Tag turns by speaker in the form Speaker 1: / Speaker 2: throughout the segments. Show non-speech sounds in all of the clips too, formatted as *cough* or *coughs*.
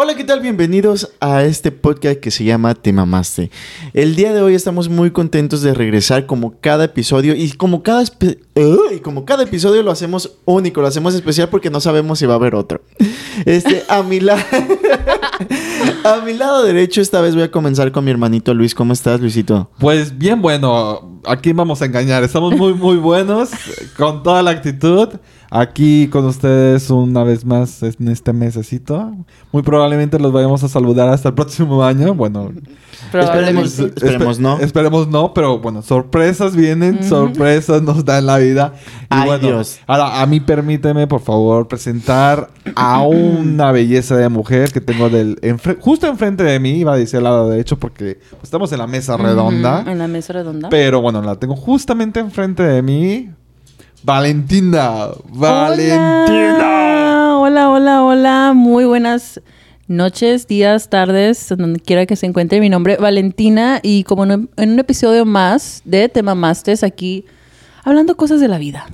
Speaker 1: Hola, ¿qué tal? Bienvenidos a este podcast que se llama Te Mamaste. El día de hoy estamos muy contentos de regresar como cada episodio y como cada, espe- ¡Ay! como cada episodio lo hacemos único, lo hacemos especial porque no sabemos si va a haber otro. Este, a mi, la- *laughs* a mi lado derecho esta vez voy a comenzar con mi hermanito Luis. ¿Cómo estás, Luisito?
Speaker 2: Pues bien bueno, aquí vamos a engañar. Estamos muy, muy buenos, con toda la actitud. Aquí con ustedes una vez más en este mesecito. Muy probablemente los vayamos a saludar hasta el próximo año. Bueno,
Speaker 1: Esperemos, Pues
Speaker 2: espe-
Speaker 1: esperemos no.
Speaker 2: Esperemos no, pero bueno, sorpresas vienen,
Speaker 3: Ujú.
Speaker 2: sorpresas nos dan la vida. Y
Speaker 1: Ay,
Speaker 2: bueno,
Speaker 1: Dios.
Speaker 2: Ahora, a mí permíteme, por favor, presentar a una belleza de mujer que tengo del enfre- justo enfrente de mí, iba a decir al lado derecho, porque estamos en la mesa redonda.
Speaker 3: Ujú, En la mesa redonda.
Speaker 2: Pero bueno, la tengo justamente enfrente de mí. Valentina. Valentina.
Speaker 3: Hola, hola, hola, hola. Muy buenas noches, días, tardes, donde quiera que se encuentre. Mi nombre es Valentina y como en, en un episodio más de Te Mamastes aquí, hablando cosas de la vida.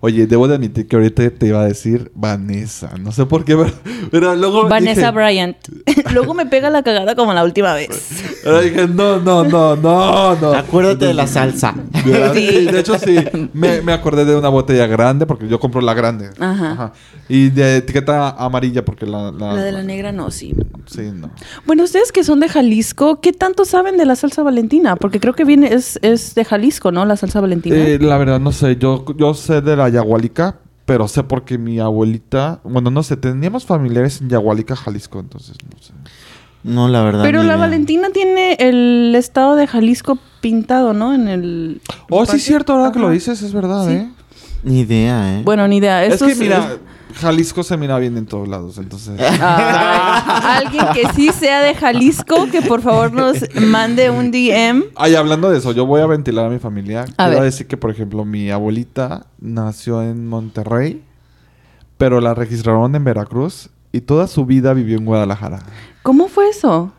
Speaker 2: Oye, debo de admitir que ahorita te iba a decir Vanessa. No sé por qué, *laughs* pero, pero luego.
Speaker 3: Vanessa
Speaker 2: Oh, dije,
Speaker 3: Bryant. *laughs* Luego me pega la cagada como la última vez.
Speaker 2: Ahora dije, no, no, no, no, no.
Speaker 1: Acuérdate de la salsa.
Speaker 2: ¿Verdad?
Speaker 3: Sí.
Speaker 2: Sí, de hecho, sí. Me, me acordé de una botella grande porque yo compro la grande.
Speaker 3: Ajá.
Speaker 2: Y de etiqueta amarilla porque la. La,
Speaker 3: La de la negra no, sí.
Speaker 2: Sí, no.
Speaker 3: Bueno, ustedes que son de Jalisco, ¿qué tanto saben de la salsa valentina? Porque creo que viene, es, es de Jalisco, ¿no? La salsa valentina.
Speaker 2: Eh, la verdad, no sé. Yo, yo sé de la yagualica, pero sé porque mi abuelita... Bueno, no sé. Teníamos familiares en yagualica, Jalisco. Entonces, no sé.
Speaker 1: No, la verdad.
Speaker 3: Pero
Speaker 1: ni
Speaker 3: la
Speaker 1: idea.
Speaker 3: Valentina tiene el estado de Jalisco pintado, ¿no? En el.
Speaker 2: Oh, sí
Speaker 3: parque.
Speaker 2: es cierto. Ahora que lo
Speaker 3: Ajá.
Speaker 2: dices, es verdad,
Speaker 3: Sí.
Speaker 2: ¿eh?
Speaker 1: Ni idea, ¿eh?
Speaker 3: Bueno, ni idea.
Speaker 2: Es
Speaker 3: Esto
Speaker 2: que, mira... Jalisco se mira bien en todos lados, *laughs* entonces... *laughs*
Speaker 3: Ah, alguien que sí sea de Jalisco, que por favor nos mande un DM.
Speaker 2: Ay, hablando de eso, yo voy a ventilar a mi familia.
Speaker 3: A
Speaker 2: Quiero
Speaker 3: ver.
Speaker 2: decir que, por ejemplo, mi abuelita nació en Monterrey, pero la registraron en Veracruz y toda su vida vivió en Guadalajara.
Speaker 3: ¿Cómo fue eso?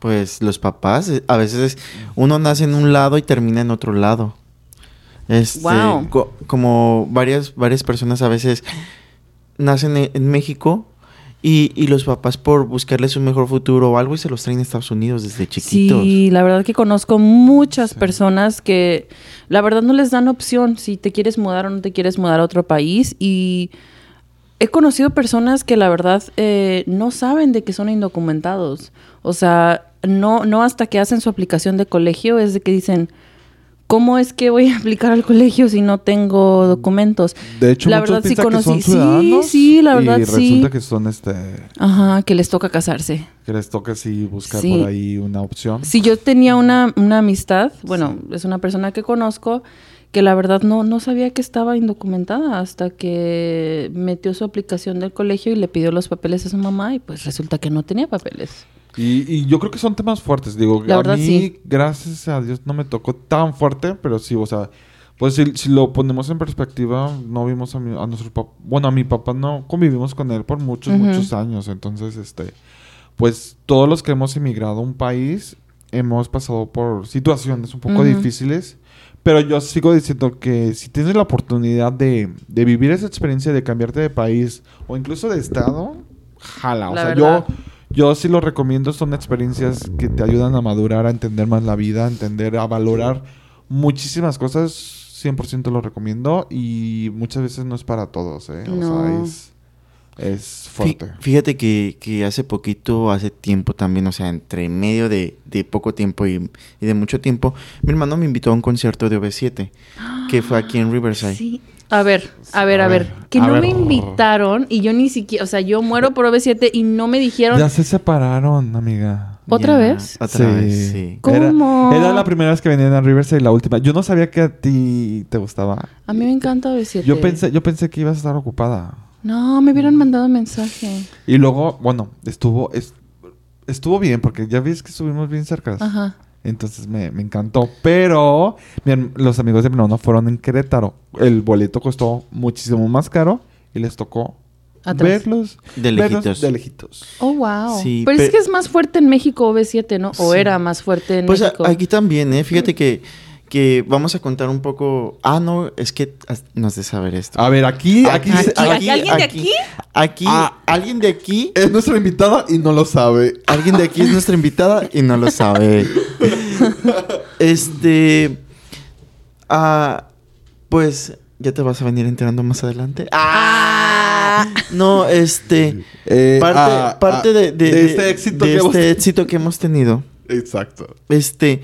Speaker 1: Pues los papás, eh, a veces es- uno nace en un lado y termina en otro lado. Este,
Speaker 3: Wow.
Speaker 1: co- como varias, varias personas a veces nacen e, en, en México y, y los papás por buscarles un mejor futuro o algo y se los traen a Estados Unidos desde chiquitos.
Speaker 3: Sí, la verdad que conozco muchas personas que la verdad no les dan opción si te quieres mudar o no te quieres mudar a otro país y he conocido personas que la verdad eh, no saben de que son indocumentados. O sea, no, no hasta que hacen su aplicación de colegio es de que dicen, ¿cómo es que voy a *laughs* aplicar al colegio si no tengo documentos?
Speaker 2: De hecho,
Speaker 3: La
Speaker 2: muchos
Speaker 3: verdad, sí
Speaker 2: piensan que son
Speaker 3: conocí- sí,
Speaker 2: ciudadanos
Speaker 3: sí, la verdad,
Speaker 2: y
Speaker 3: sí.
Speaker 2: resulta que son este...
Speaker 3: Ajá, que les toca casarse.
Speaker 2: Que les toca así buscar
Speaker 3: Sí.
Speaker 2: por ahí una opción.
Speaker 3: Si yo tenía una, una amistad, bueno, es una persona que conozco, que la verdad no, no sabía que estaba indocumentada hasta que metió su aplicación del colegio y le pidió los papeles a su mamá y pues resulta que no tenía papeles.
Speaker 2: Y, y yo creo que son temas fuertes. Digo,
Speaker 3: La
Speaker 2: a
Speaker 3: verdad,
Speaker 2: mí,
Speaker 3: sí.
Speaker 2: gracias a Dios, no me tocó tan fuerte, pero sí, o sea, pues si, si lo ponemos en perspectiva, no vimos a, mi- a nuestro papá, bueno, a mi papá no convivimos con él por muchos,
Speaker 3: Ujú.
Speaker 2: muchos años. Entonces, este, pues todos los que hemos emigrado a un país hemos pasado por situaciones un poco
Speaker 3: Ujú.
Speaker 2: difíciles. Pero yo sigo diciendo que si tienes la oportunidad de, de vivir esa experiencia de cambiarte de país o incluso de estado, jala. O
Speaker 3: La
Speaker 2: sea,
Speaker 3: verdad.
Speaker 2: yo, yo sí lo recomiendo. Son experiencias que te ayudan a madurar, a entender más la vida, a entender, a valorar muchísimas cosas. 100% lo recomiendo y muchas veces no es para todos, ¿eh? O sea,
Speaker 3: No.
Speaker 2: es, es
Speaker 1: Fí-
Speaker 2: fuerte.
Speaker 1: Fíjate que, que hace poquito, hace tiempo también, o sea, entre medio de, de poco tiempo y, y de mucho tiempo, mi hermano me invitó a un concierto de OV7, que fue aquí en Riverside.
Speaker 3: Sí. A ver, a ver,
Speaker 2: Pues A
Speaker 3: a ver.
Speaker 2: ver,
Speaker 3: Que
Speaker 2: a
Speaker 3: no
Speaker 2: ver.
Speaker 3: me invitaron y yo ni siquiera, o sea, yo muero por OV7 y no me dijeron...
Speaker 2: Ya se separaron, amiga.
Speaker 3: ¿Otra
Speaker 1: Ya,
Speaker 3: vez?
Speaker 1: Otra vez, sí.
Speaker 2: Era-
Speaker 3: ¿Cómo?
Speaker 2: Era, la primera vez que venían a Riverside y la última. Yo no sabía que a ti te gustaba.
Speaker 3: A mí me encanta OV7.
Speaker 2: Yo pensé, yo pensé que ibas a estar ocupada.
Speaker 3: No, me hubieran mandado mensaje.
Speaker 2: Y luego, bueno, estuvo es- estuvo bien porque ya ves que estuvimos bien cerca.
Speaker 3: Ajá.
Speaker 2: Entonces me, me encantó. Pero mi herm- los amigos de mi hermano fueron en Querétaro. El boleto costó muchísimo más caro y les tocó
Speaker 3: Atrás.
Speaker 2: verlos
Speaker 1: De
Speaker 2: verlos
Speaker 1: lejitos.
Speaker 2: de lejitos.
Speaker 3: Oh, wow.
Speaker 1: Sí,
Speaker 3: pero
Speaker 1: pe-
Speaker 3: es que es más fuerte en México OV7, ¿no? O
Speaker 1: Sí.
Speaker 3: era más fuerte en
Speaker 1: Pues a-
Speaker 3: México. Mm.
Speaker 1: aquí también, ¿eh? Fíjate que, que vamos a contar un poco. Ah, no, es que as- no has de saber esto.
Speaker 2: A ver, aquí, aquí,
Speaker 3: Aquí,
Speaker 2: se-
Speaker 3: aquí, ¿alguien de aquí?
Speaker 1: Aquí,
Speaker 2: Ah.
Speaker 1: alguien de aquí
Speaker 2: es nuestra invitada y no lo sabe.
Speaker 1: Alguien de aquí es nuestra invitada y no lo
Speaker 2: *laughs*
Speaker 1: sabe. Este. Ah, pues ya te vas a venir enterando más adelante. Ah, no, este.
Speaker 2: Eh,
Speaker 1: Parte,
Speaker 2: ah,
Speaker 1: parte
Speaker 2: ah,
Speaker 1: de, de-
Speaker 2: de
Speaker 1: de-
Speaker 2: este éxito
Speaker 1: de
Speaker 2: que hemos-
Speaker 1: este éxito que hemos tenido.
Speaker 2: Exacto.
Speaker 1: Este.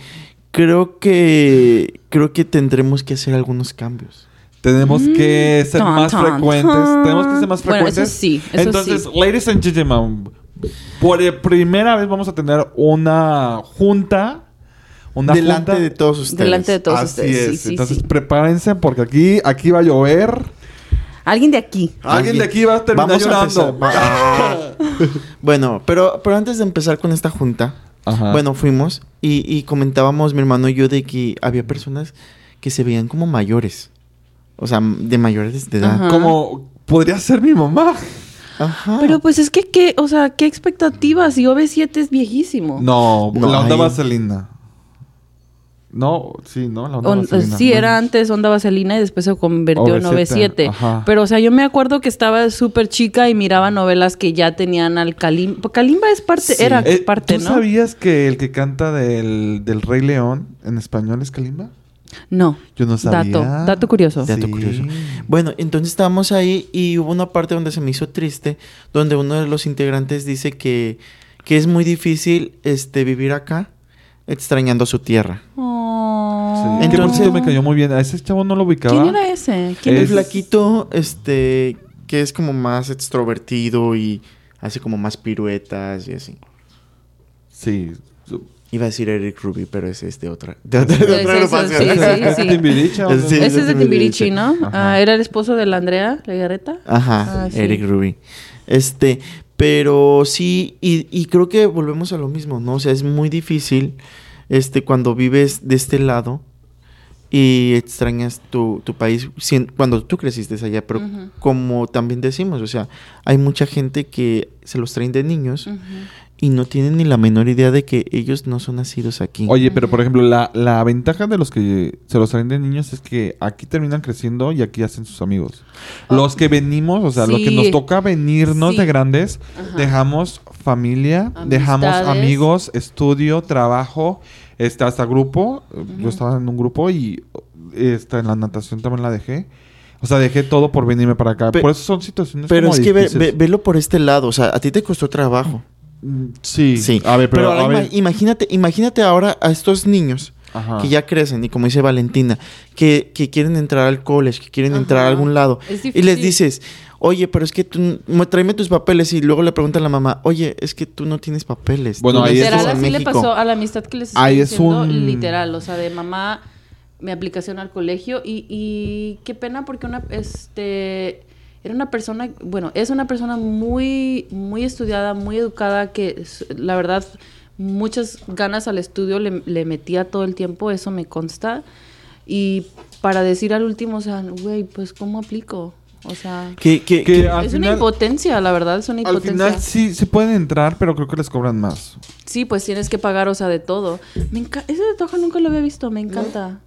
Speaker 1: Creo que. Creo que tendremos que hacer algunos cambios.
Speaker 2: Tenemos que ser
Speaker 3: Mm, Tan,
Speaker 2: más
Speaker 3: tan,
Speaker 2: frecuentes.
Speaker 3: tan.
Speaker 2: Tenemos que ser más
Speaker 3: Bueno,
Speaker 2: frecuentes.
Speaker 3: eso sí, eso
Speaker 2: Entonces,
Speaker 3: sí.
Speaker 2: ladies and gentlemen, por eh, primera vez vamos a tener una junta. Una
Speaker 1: delante
Speaker 2: junta.
Speaker 1: de todos ustedes.
Speaker 3: Delante de todos
Speaker 2: Así
Speaker 3: ustedes.
Speaker 2: es.
Speaker 3: sí, sí,
Speaker 2: Entonces,
Speaker 3: sí.
Speaker 2: prepárense porque aquí, aquí va a llover.
Speaker 3: Alguien de aquí.
Speaker 2: Alguien de aquí va a terminar
Speaker 1: Vamos a *laughs*
Speaker 2: llorando.
Speaker 1: empezar. Ah. bueno, pero, pero antes de empezar con esta junta.
Speaker 2: Ajá.
Speaker 1: Bueno, fuimos y, y comentábamos mi hermano y yo de que había personas que se veían como mayores. O sea, de mayores de edad.
Speaker 3: Ajá.
Speaker 2: como podría ser mi mamá.
Speaker 1: Ajá.
Speaker 3: Pero pues es que, ¿qué? O sea, ¿qué expectativas? Si OV7 es viejísimo.
Speaker 2: No,
Speaker 1: No,
Speaker 2: la onda
Speaker 1: ahí-
Speaker 2: vaselina. No, sí, no, la onda
Speaker 3: On-
Speaker 2: vaselina.
Speaker 3: sí,
Speaker 2: No.
Speaker 3: era antes Onda Vaselina y después se convirtió en
Speaker 2: OV7, ajá.
Speaker 3: OV7. Pero, o sea, yo me acuerdo que estaba súper chica y miraba novelas que ya tenían al Kalimba. Kalimba es parte,
Speaker 1: Sí.
Speaker 3: era
Speaker 2: Eh,
Speaker 3: parte,
Speaker 2: ¿Tú
Speaker 3: ¿no?
Speaker 2: sabías que el que canta del, del Rey León en español es Kalimba?
Speaker 3: No.
Speaker 2: Yo no sabía.
Speaker 3: Dato, dato curioso.
Speaker 1: Dato
Speaker 2: Sí.
Speaker 1: curioso. Bueno, entonces estábamos ahí y hubo una parte donde se me hizo triste, donde uno de los integrantes dice que, que es muy difícil este, vivir acá extrañando su tierra.
Speaker 3: Oh.
Speaker 2: Sí. Que por
Speaker 1: Entonces-
Speaker 2: cierto me cayó muy bien. A ese chavo no lo ubicaba.
Speaker 3: ¿Quién era ese? ¿Quién
Speaker 2: Es-
Speaker 1: El flaquito, este, que es como más extrovertido y hace como más piruetas y así.
Speaker 2: Sí.
Speaker 1: Iba a decir Eric Ruby, pero ese es de otra. De otra, de
Speaker 3: Sí,
Speaker 1: otra
Speaker 3: sí, sí,
Speaker 1: agrupación.
Speaker 3: sí, sí.
Speaker 2: *laughs* Es de Timbiriche, ¿o no?
Speaker 1: Sí.
Speaker 3: Ese es de Timbiriche, ¿no?
Speaker 2: Ajá.
Speaker 3: Ah, era el esposo de la Andrea Legarreta.
Speaker 1: Ajá,
Speaker 3: Ah, sí.
Speaker 1: Eric Rubin. Este, pero sí, y, y creo que volvemos a lo mismo, ¿no? O sea, es muy difícil este, cuando vives de este lado y extrañas tu, tu país sien- cuando tú creciste allá, pero
Speaker 3: Ujú.
Speaker 1: como también decimos, o sea, hay mucha gente que se los traen de niños y no tienen ni la menor idea de que ellos no son nacidos aquí.
Speaker 2: Oye, pero por ejemplo, la, la ventaja de los que se los traen de niños es que aquí terminan creciendo y aquí hacen sus amigos. Los que venimos, o sea, los que
Speaker 3: Ah. Sí.
Speaker 2: nos toca venirnos
Speaker 3: Sí.
Speaker 2: de grandes,
Speaker 3: Ajá.
Speaker 2: dejamos familia, dejamos
Speaker 3: Amistades.
Speaker 2: amigos, estudio, trabajo, este, hasta grupo. Yo estaba en un grupo y este, en la natación también la dejé. O sea, dejé todo por venirme para acá.
Speaker 1: Pe-
Speaker 2: por eso son situaciones
Speaker 1: pero
Speaker 2: como
Speaker 1: es que ve- ve-
Speaker 2: difíciles.
Speaker 1: velo por este lado, o sea, a ti te costó trabajo.
Speaker 2: Mm, Sí.
Speaker 1: Sí.
Speaker 2: A ver, pero,
Speaker 1: ahora
Speaker 2: a
Speaker 1: ima-
Speaker 2: ver.
Speaker 1: imagínate, imagínate ahora a estos niños
Speaker 2: Ajá.
Speaker 1: que ya crecen y como dice Valentina, que, que quieren entrar al college, que quieren entrar a
Speaker 3: Ajá.
Speaker 1: algún lado.
Speaker 3: Es
Speaker 1: Y les
Speaker 3: difícil.
Speaker 1: dices, oye, pero es que tú, n- mu- tráeme tus papeles y luego le pregunta a la mamá, oye, es que tú no tienes papeles.
Speaker 2: Bueno,
Speaker 1: tú
Speaker 2: ahí es
Speaker 1: naciste
Speaker 3: Literal,
Speaker 2: como-
Speaker 1: en
Speaker 3: así le
Speaker 1: México".
Speaker 3: pasó a la amistad que les estoy
Speaker 2: Ahí es
Speaker 3: diciendo,
Speaker 2: un-
Speaker 3: literal, o sea, de mamá, mi aplicación al colegio y, y qué pena porque una, este, era una persona, bueno, es una persona muy, muy estudiada, muy educada, que s- la verdad muchas ganas al estudio le, le metía todo el tiempo, eso me consta, y para decir al último, o sea, güey, pues, ¿cómo aplico? O sea...
Speaker 1: Que, que-
Speaker 2: Que
Speaker 1: que-
Speaker 2: al
Speaker 3: es
Speaker 2: final-
Speaker 3: una impotencia, la verdad, es una
Speaker 2: Al
Speaker 3: impotencia.
Speaker 2: final sí, sí pueden entrar, pero creo que les cobran más.
Speaker 3: Sí, pues tienes que pagar, o sea, de todo. Me enca- Ese tatuaje nunca lo había visto, me encanta.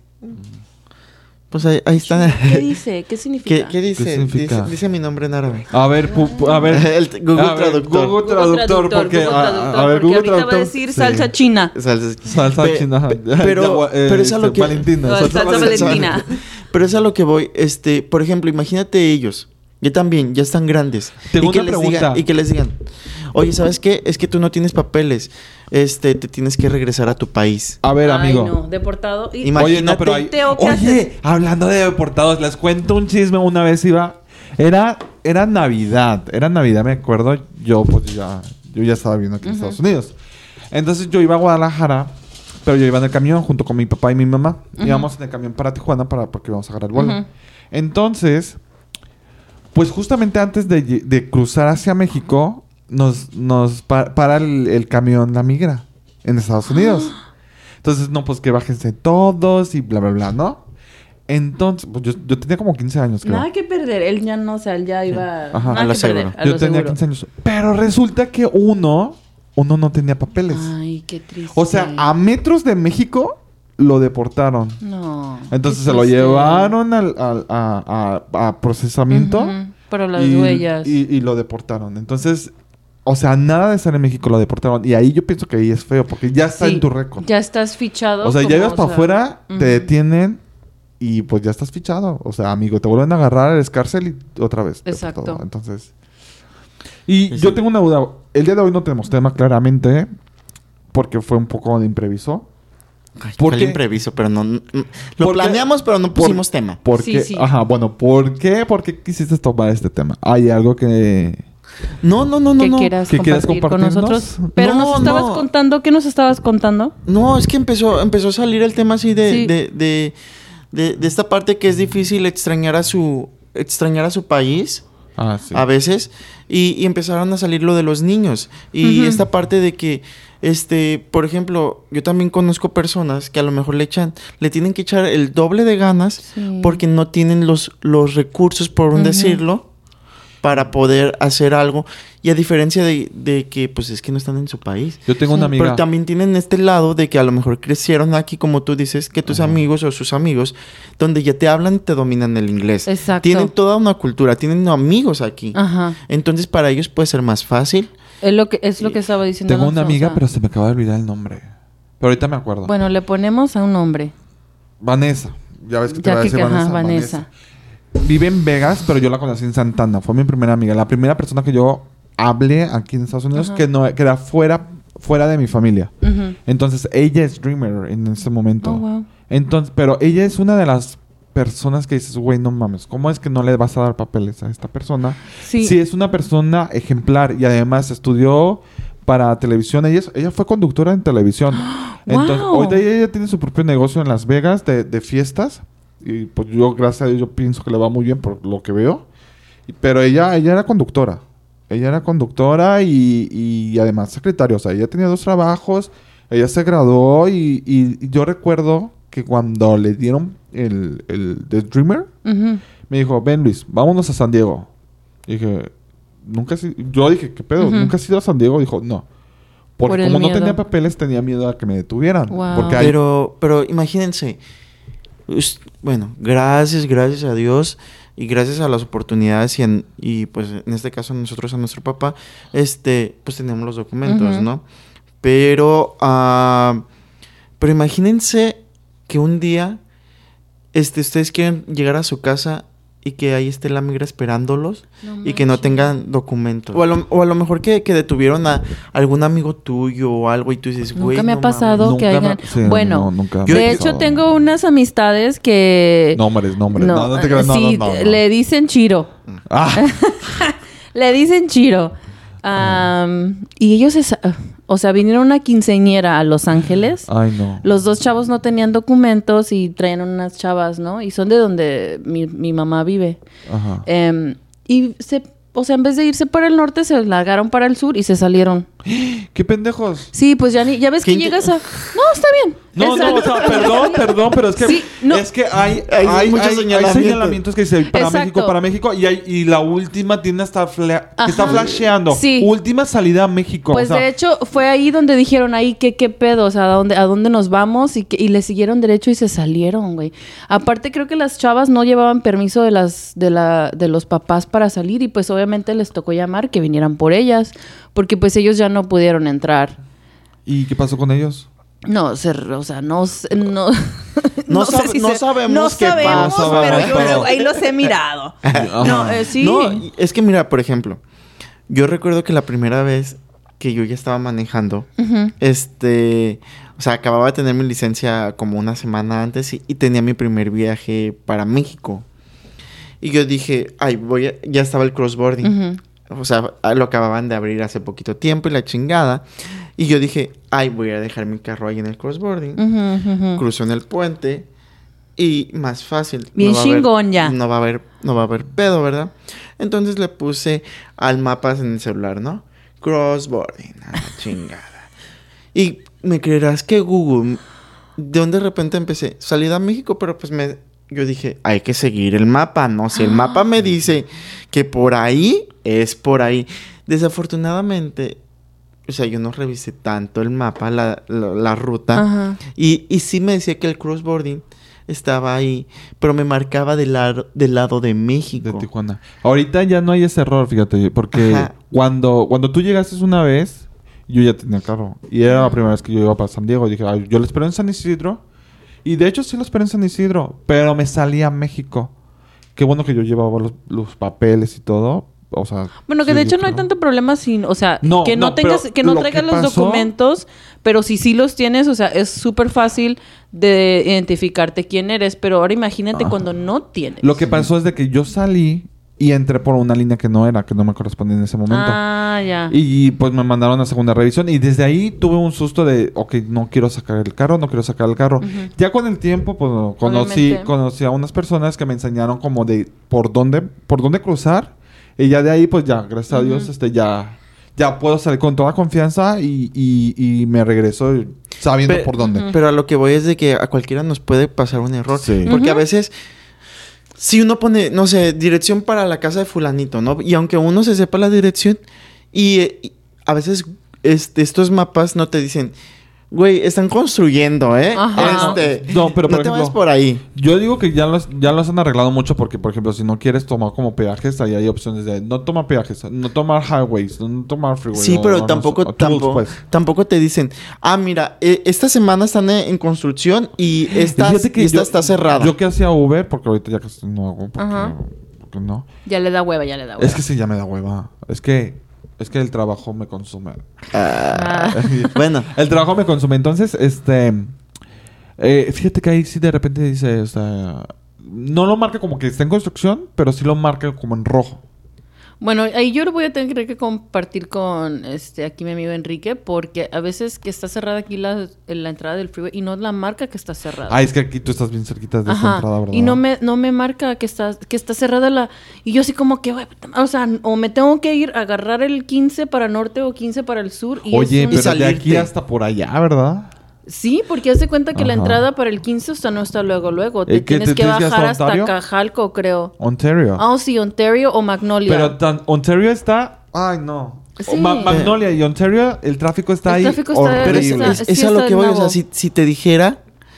Speaker 1: pues ahí, ahí está.
Speaker 3: ¿Qué dice? ¿Qué
Speaker 1: ¿Qué,
Speaker 3: significa?
Speaker 1: qué dice?
Speaker 2: significa?
Speaker 1: dice? dice mi nombre en árabe.
Speaker 2: A ver, pu- pu- a ver.
Speaker 1: *laughs* El t- Google
Speaker 2: A ver,
Speaker 1: Traductor.
Speaker 2: Google Traductor, porque.
Speaker 3: Google
Speaker 2: a-
Speaker 3: Traductor,
Speaker 2: a ver,
Speaker 3: porque
Speaker 2: Google
Speaker 3: ahorita
Speaker 2: Traductor.
Speaker 3: va a decir
Speaker 2: sí.
Speaker 3: salsa china.
Speaker 1: Salsa,
Speaker 2: Salsa
Speaker 1: Pe-
Speaker 2: china. *laughs*
Speaker 1: pe-
Speaker 2: De
Speaker 1: Pero,
Speaker 2: agua- eh,
Speaker 1: pero es a lo
Speaker 2: este,
Speaker 1: que...
Speaker 2: Valentina.
Speaker 3: No, salsa
Speaker 1: Salsa-
Speaker 3: Valentina.
Speaker 1: Pero es a lo que voy. Este, por ejemplo, imagínate ellos. Yo también, ya están grandes.
Speaker 2: Tengo
Speaker 1: y que
Speaker 2: una
Speaker 1: les
Speaker 2: pregunta.
Speaker 1: digan, y que les digan, oye, ¿sabes qué? Es que tú no tienes papeles. Este, te tienes que regresar a tu país.
Speaker 2: A ver,
Speaker 3: Ay,
Speaker 2: amigo.
Speaker 3: no, deportado. Y...
Speaker 1: Ima-
Speaker 2: Oye, no, pero hay...
Speaker 1: Imagínate,
Speaker 3: Teo, ¿qué haces?
Speaker 2: Oye, hablando de deportados, les cuento un chisme. Una vez iba... Era, era Navidad. Era Navidad, me acuerdo. Yo, pues, ya... Yo ya estaba viviendo aquí en Estados Unidos. Entonces, yo iba a Guadalajara. Pero yo iba en el camión junto con mi papá y mi mamá. Íbamos en el camión para Tijuana para, porque íbamos a agarrar el vuelo.
Speaker 3: Ujú.
Speaker 2: Entonces... Pues justamente antes de, lle- de cruzar hacia México, nos, nos pa- para el, el camión La Migra en Estados Unidos.
Speaker 3: Ah.
Speaker 2: Entonces, no, pues que bájense todos y bla, bla, bla, ¿no? Entonces, pues, yo, yo tenía como 15 años, creo.
Speaker 3: Nada que perder. Él ya no, o sea, él ya iba...
Speaker 2: Ajá,
Speaker 3: Nada
Speaker 1: a lo
Speaker 3: que perder,
Speaker 1: seguro.
Speaker 3: a
Speaker 2: yo
Speaker 3: lo
Speaker 2: tenía
Speaker 3: seguro.
Speaker 2: 15 años. Pero resulta que uno, uno no tenía papeles.
Speaker 3: Ay, qué triste.
Speaker 2: o sea, a metros de México lo deportaron.
Speaker 3: No.
Speaker 2: Entonces
Speaker 3: qué
Speaker 2: se lo
Speaker 3: triste.
Speaker 2: llevaron al, al- a, a- a procesamiento.
Speaker 3: Ujú, Pero las
Speaker 2: y,
Speaker 3: huellas.
Speaker 2: Y, y lo deportaron. Entonces, o sea, nada de estar en México lo deportaron. Y ahí yo pienso que ahí es feo, porque ya está
Speaker 3: Sí,
Speaker 2: en tu récord.
Speaker 3: Ya estás fichado.
Speaker 2: O sea,
Speaker 3: como,
Speaker 2: ya ibas
Speaker 3: o
Speaker 2: para
Speaker 3: sea,
Speaker 2: afuera,
Speaker 3: ujú.
Speaker 2: te detienen y pues ya estás fichado. O sea, amigo, te vuelven a agarrar, eres cárcel y otra vez.
Speaker 3: Exacto.
Speaker 2: deportado. Entonces. Y
Speaker 1: Sí,
Speaker 2: yo
Speaker 1: sí.
Speaker 2: tengo una duda. El día de hoy no tenemos tema, claramente, porque fue un poco de impreviso.
Speaker 1: Ay,
Speaker 2: ¿Por
Speaker 1: fue el
Speaker 2: qué?
Speaker 1: impreviso, pero no. no- Lo
Speaker 2: ¿Por qué?
Speaker 1: planeamos, pero no
Speaker 2: Por-
Speaker 1: pusimos tema.
Speaker 2: Porque,
Speaker 3: Sí, sí.
Speaker 2: Ajá, bueno, ¿por qué? ¿Por qué quisiste tomar este tema? Hay algo que...
Speaker 1: No, no, no, no.
Speaker 3: que
Speaker 1: no.
Speaker 3: quieras
Speaker 2: ¿Que quieras
Speaker 3: compartir con
Speaker 2: compartirnos?
Speaker 3: nosotros. Pero
Speaker 1: No,
Speaker 3: nos estabas
Speaker 1: no.
Speaker 3: contando, ¿qué nos estabas contando?
Speaker 1: No, es que empezó, empezó a salir el tema así de,
Speaker 3: Sí.
Speaker 1: de, de, de- de esta parte que es difícil extrañar a su, extrañar a su país
Speaker 2: Ah, sí.
Speaker 1: a veces y, y empezaron a salir lo de los niños y
Speaker 3: Ujú.
Speaker 1: esta parte de que este por ejemplo yo también conozco personas que a lo mejor le echan le tienen que echar el doble de ganas
Speaker 3: Sí.
Speaker 1: porque no tienen los los recursos por un
Speaker 3: Ujú.
Speaker 1: decirlo para poder hacer algo y a diferencia de, de que pues es que no están en su país
Speaker 2: Yo tengo una amiga...
Speaker 1: pero también tienen este lado de que a lo mejor crecieron aquí, como tú dices, que tus
Speaker 2: Ajá.
Speaker 1: amigos o sus amigos, donde ya te hablan, te dominan el inglés.
Speaker 3: Exacto.
Speaker 1: Tienen toda una cultura, tienen amigos aquí.
Speaker 3: Ajá.
Speaker 1: Entonces para ellos puede ser más fácil.
Speaker 3: Es lo que, es lo que estaba diciendo.
Speaker 2: Tengo una
Speaker 3: Alonso, o
Speaker 2: amiga,
Speaker 3: sea,
Speaker 2: pero se me acaba de olvidar el nombre. Pero ahorita me acuerdo.
Speaker 3: Bueno, le ponemos a un hombre.
Speaker 2: Vanessa. Ya ves que te
Speaker 3: Ya
Speaker 2: voy a
Speaker 3: que-
Speaker 2: decir
Speaker 3: ajá,
Speaker 2: Vanessa,
Speaker 3: Vanessa.
Speaker 2: Vanessa. Vive en Vegas, pero yo la conocí en Santana. Fue mi primera amiga. La primera persona que yo hablé aquí en Estados Unidos
Speaker 3: Ajá.
Speaker 2: que, no, que era fuera, fuera de mi familia.
Speaker 3: Ujú.
Speaker 2: Entonces, ella es Dreamer en ese momento.
Speaker 3: Oh, wow.
Speaker 2: Entonces, pero ella es una de las personas que dices, güey, no mames, ¿cómo es que no le vas a dar papeles a esta persona?
Speaker 3: Sí.
Speaker 2: Sí, es una persona ejemplar y además estudió para televisión. Ella, es- ella fue conductora en
Speaker 3: *gasps*
Speaker 2: televisión. Entonces,
Speaker 3: ¡Guau!
Speaker 2: ahorita ella, ella tiene su propio negocio en Las Vegas de, de fiestas. Y pues yo, gracias a Dios, yo pienso que le va muy bien por lo que veo. Y- Pero ella, ella era conductora. Ella era conductora y, y además secretaria. O sea, ella tenía dos trabajos. Ella se graduó y, y yo recuerdo que cuando le dieron el, el The Dreamer,
Speaker 3: Ujú.
Speaker 2: me dijo, ven Luis, vámonos a San Diego. Y dije, nunca has ido? Yo dije, ¿qué pedo?
Speaker 3: Ujú.
Speaker 2: ¿Nunca has ido a San Diego? Dijo, no. Porque
Speaker 3: Por el
Speaker 2: como no
Speaker 3: miedo.
Speaker 2: tenía papeles, tenía miedo a que me detuvieran.
Speaker 3: Wow.
Speaker 2: Porque hay...
Speaker 1: Ah. Pero, pero imagínense, us- bueno, gracias, gracias a Dios y gracias a las oportunidades y, en- y, pues en este caso nosotros a nuestro papá, este, pues tenemos los documentos,
Speaker 3: Ujú.
Speaker 1: ¿no? Pero, ah, pero imagínense que un día, este, ustedes quieren llegar a su casa y que ahí esté la migra esperándolos y que no tengan documentos. O a lo, o a lo mejor que, que detuvieron a algún amigo tuyo o algo y tú dices, güey.
Speaker 3: Nunca me
Speaker 1: no
Speaker 3: ha
Speaker 1: mames".
Speaker 3: pasado que
Speaker 2: Nunca me-
Speaker 3: hayan.
Speaker 2: sí, no,
Speaker 3: bueno,
Speaker 2: nunca me
Speaker 1: ha
Speaker 3: de hecho
Speaker 2: pasado.
Speaker 3: tengo unas amistades
Speaker 1: eh,
Speaker 3: que.
Speaker 2: Nombres, nombres. No, no te creas. No,
Speaker 3: sí,
Speaker 2: no, no, no.
Speaker 3: le dicen chiro. *laughs*
Speaker 2: Ah, *laughs*
Speaker 3: Le dicen chiro. Am, y ellos, es- o sea, vinieron a una quinceñera a Los Ángeles.
Speaker 2: ay, no.
Speaker 3: Los dos chavos no tenían documentos y traían unas chavas, ¿no? Y son de donde mi, mi mamá vive.
Speaker 2: Ajá.
Speaker 3: Em, y se, o sea, en vez de irse para el norte, se largaron para el sur y se salieron.
Speaker 2: ¡Qué pendejos!
Speaker 3: Sí, pues ya ni, ya ves que
Speaker 1: ¿Quién te-
Speaker 3: llegas a. No, está bien.
Speaker 2: No, no,
Speaker 3: Exacto.
Speaker 2: o sea,
Speaker 3: *laughs*
Speaker 2: perdón, perdón, pero es que,
Speaker 3: Sí, no.
Speaker 2: es que hay,
Speaker 1: Hay
Speaker 2: hay, hay-
Speaker 1: muchos
Speaker 2: hay
Speaker 1: señalamientos.
Speaker 2: señalamientos que dicen para
Speaker 3: Exacto.
Speaker 2: México, para México, y, hay, y la última tienda está, flea- que está
Speaker 3: Ajá.
Speaker 2: flasheando.
Speaker 3: Sí.
Speaker 2: Última salida a México.
Speaker 3: Pues
Speaker 2: o sea,
Speaker 3: de hecho fue ahí donde dijeron ahí que qué pedo, o sea, a dónde, a dónde nos vamos y, que, y le siguieron derecho y se salieron, güey. Aparte creo que las chavas no llevaban permiso de las de la de los papás para salir y pues obviamente les tocó llamar que vinieran por ellas, porque pues ellos ya no pudieron entrar.
Speaker 2: ¿Y qué pasó con ellos?
Speaker 3: No, se- o sea, no s- no *laughs*
Speaker 1: No
Speaker 3: sé
Speaker 1: sab- no
Speaker 3: se-
Speaker 1: sabemos
Speaker 3: no
Speaker 1: qué
Speaker 3: sabemos,
Speaker 2: pasó,
Speaker 3: pero yo
Speaker 2: pero-
Speaker 3: lo- ahí los he mirado. *laughs* No,
Speaker 2: Ah.
Speaker 3: eh, sí.
Speaker 1: No, y- es que mira, por ejemplo, yo recuerdo que la primera vez que yo ya estaba manejando,
Speaker 3: Ujú.
Speaker 1: este, o sea, acababa de tener mi licencia como una semana antes y, y tenía mi primer viaje para México. Y yo dije, ay, voy a- ya estaba el crossboarding.
Speaker 3: Ujú.
Speaker 1: O sea, a- lo acababan de abrir hace poquito tiempo y la chingada. Y yo dije, ay, voy a dejar mi carro ahí en el crossboarding.
Speaker 3: Ujú, ujú.
Speaker 1: Cruzo en el puente y más fácil.
Speaker 3: Bien
Speaker 1: va a haber-
Speaker 3: chingón ya.
Speaker 1: No va a haber, no va a haber pedo, ¿verdad? Entonces le puse al mapas en el celular, ¿no? Crossboarding, a
Speaker 3: *laughs*
Speaker 1: la chingada. Y me creerás que Google, de donde de repente empecé, salida a México, pero pues me, yo dije, hay que seguir el mapa, ¿no? Si el
Speaker 3: Ah.
Speaker 1: mapa me dice que por ahí, es por ahí. Desafortunadamente, o sea, yo no revisé tanto el mapa, la, la- la ruta.
Speaker 3: Ajá.
Speaker 1: Y, y sí me decía que el crossboarding estaba ahí, pero me marcaba del, lar- del lado de México.
Speaker 2: De Tijuana. Ahorita ya no hay ese error, fíjate, porque
Speaker 1: Ajá.
Speaker 2: cuando cuando tú llegaste una vez, yo ya tenía carro. Y era la
Speaker 3: Ajá.
Speaker 2: primera vez que yo iba para San Diego. Dije, "Ay, yo lo espero en San Isidro. Y de hecho sí lo esperé en San Isidro, pero me salí a México. Qué bueno que yo llevaba los, los papeles y todo. O sea,
Speaker 3: Bueno, que
Speaker 2: sí,
Speaker 3: de
Speaker 2: yo
Speaker 3: hecho no hay
Speaker 2: creo.
Speaker 3: tanto problema sin, o sea,
Speaker 2: No,
Speaker 3: que no,
Speaker 2: no,
Speaker 3: tengas,
Speaker 2: pero
Speaker 3: que no
Speaker 2: lo
Speaker 3: traigas
Speaker 2: que
Speaker 3: los
Speaker 2: pasó-
Speaker 3: documentos, pero si sí los tienes, o sea, es súper fácil de identificarte quién eres, pero ahora imagínate
Speaker 2: Ajá.
Speaker 3: cuando no tienes.
Speaker 2: Lo que pasó es de que yo salí y entré por una línea que no era, que no me correspondía en ese momento.
Speaker 3: Ah, ya.
Speaker 2: Y pues me mandaron a segunda revisión y desde ahí tuve un susto de, ok, no quiero sacar el carro, no quiero sacar el carro.
Speaker 3: Ujú.
Speaker 2: Ya con el tiempo pues, conocí,
Speaker 3: Obviamente.
Speaker 2: conocí a unas personas que me enseñaron como de por dónde, por dónde cruzar y ya de ahí pues ya, gracias a Dios,
Speaker 3: Ujú.
Speaker 2: este, ya, ya puedo salir con toda confianza y, y- y me regreso sabiendo
Speaker 1: Pe-
Speaker 2: por dónde.
Speaker 3: Ujú.
Speaker 1: Pero a lo que voy es de que a cualquiera nos puede pasar un error.
Speaker 2: Sí.
Speaker 1: Porque a
Speaker 3: Ujú.
Speaker 1: veces, si uno pone, no sé, dirección para la casa de fulanito, ¿no? Y aunque uno se sepa la dirección, y, eh, y a veces este, estos mapas no te dicen, güey, están construyendo, ¿eh?
Speaker 3: Ajá.
Speaker 1: Este,
Speaker 2: No, pero por
Speaker 1: te
Speaker 2: ejemplo-
Speaker 1: vayas por ahí.
Speaker 2: Yo digo que ya los, ya los han arreglado mucho porque, por ejemplo, si no quieres tomar como peajes, ahí hay opciones de no tomar peajes, no tomar highways, no tomar freeways.
Speaker 1: Sí,
Speaker 2: o- o
Speaker 1: pero
Speaker 2: no
Speaker 1: tampoco,
Speaker 2: sé, o tools,
Speaker 1: tampoco,
Speaker 2: pues.
Speaker 1: tampoco te dicen, ah, mira, eh, esta semana están eh, en construcción y esta,
Speaker 2: Fíjate que
Speaker 1: y esta
Speaker 2: yo-
Speaker 1: está cerrada.
Speaker 2: Yo que hacía Uber, porque ahorita ya casi no hago, porque,
Speaker 3: Ajá.
Speaker 2: porque no.
Speaker 3: Ya le da hueva, ya le da hueva.
Speaker 2: Es que sí, ya me da hueva. Es que, es que el trabajo me consume.
Speaker 1: Ah,
Speaker 3: Ah.
Speaker 1: bueno,
Speaker 2: El trabajo me consume. Entonces, este. eh, fíjate que ahí sí de repente dice, o sea. No lo marca como que está en construcción, pero sí lo marca como en rojo.
Speaker 3: Bueno, ahí yo lo voy a tener que compartir con este aquí mi amigo Enrique, porque a veces que está cerrada aquí la, la entrada del freeway y no la marca que está cerrada.
Speaker 2: Ah, es que aquí tú estás bien cerquita de esa
Speaker 3: Ajá.
Speaker 2: entrada, ¿verdad?
Speaker 3: Y no me, no me marca que está, que está cerrada la... Y yo así como que, güey, puta ma- o sea, o me tengo que ir a agarrar el 15 para norte o 15 para el sur. Y
Speaker 2: Oye,
Speaker 3: es un-
Speaker 2: pero de
Speaker 1: salirte.
Speaker 2: aquí hasta por allá, ¿verdad?
Speaker 3: Sí, porque hace cuenta que la
Speaker 2: Ajá.
Speaker 3: entrada para el 15, o sea, no está luego, luego. Te
Speaker 2: ¿Y qué,
Speaker 3: tienes
Speaker 2: te
Speaker 3: que
Speaker 2: tienes que ir
Speaker 3: bajar
Speaker 2: hasta
Speaker 3: hasta
Speaker 2: Ontario?
Speaker 3: Cajalco, creo.
Speaker 2: Ontario.
Speaker 3: Ah, sí, Ontario o Magnolia.
Speaker 2: Pero tan- Ontario está. Ay, no.
Speaker 3: Sí.
Speaker 2: O Ma- Magnolia y Ontario, el tráfico está
Speaker 3: El
Speaker 2: ahí.
Speaker 3: tráfico está-
Speaker 1: Pero es,
Speaker 2: horrible.
Speaker 3: está-
Speaker 1: es-
Speaker 3: sí
Speaker 1: es a lo
Speaker 3: está
Speaker 1: que voy, o sea,
Speaker 3: nabo.
Speaker 1: si, si te dijera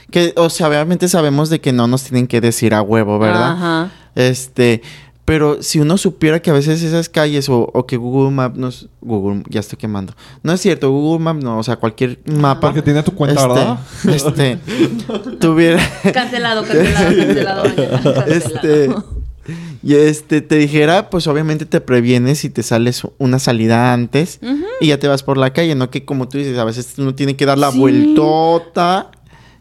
Speaker 1: que, o sea, obviamente sabemos de que no nos tienen que decir a huevo, ¿verdad?
Speaker 2: *laughs*
Speaker 3: Ajá.
Speaker 1: Este, pero si uno supiera que a veces esas calles o, o que Google Maps nos, Google, ya estoy quemando. No es cierto, Google Maps no, o sea, cualquier mapa.
Speaker 2: Porque tiene tu cuenta,
Speaker 1: este,
Speaker 2: ¿verdad?
Speaker 1: Este,
Speaker 2: *laughs*
Speaker 1: tuviera,
Speaker 3: Cancelado, cancelado, cancelado. Daniela, cancelado.
Speaker 1: este, y este, te dijera, pues obviamente te previenes y te sales una salida antes.
Speaker 3: Ujú.
Speaker 1: Y ya te vas por la calle, ¿no? Que como tú dices, a veces uno tiene que dar la
Speaker 3: Sí.
Speaker 1: vueltota.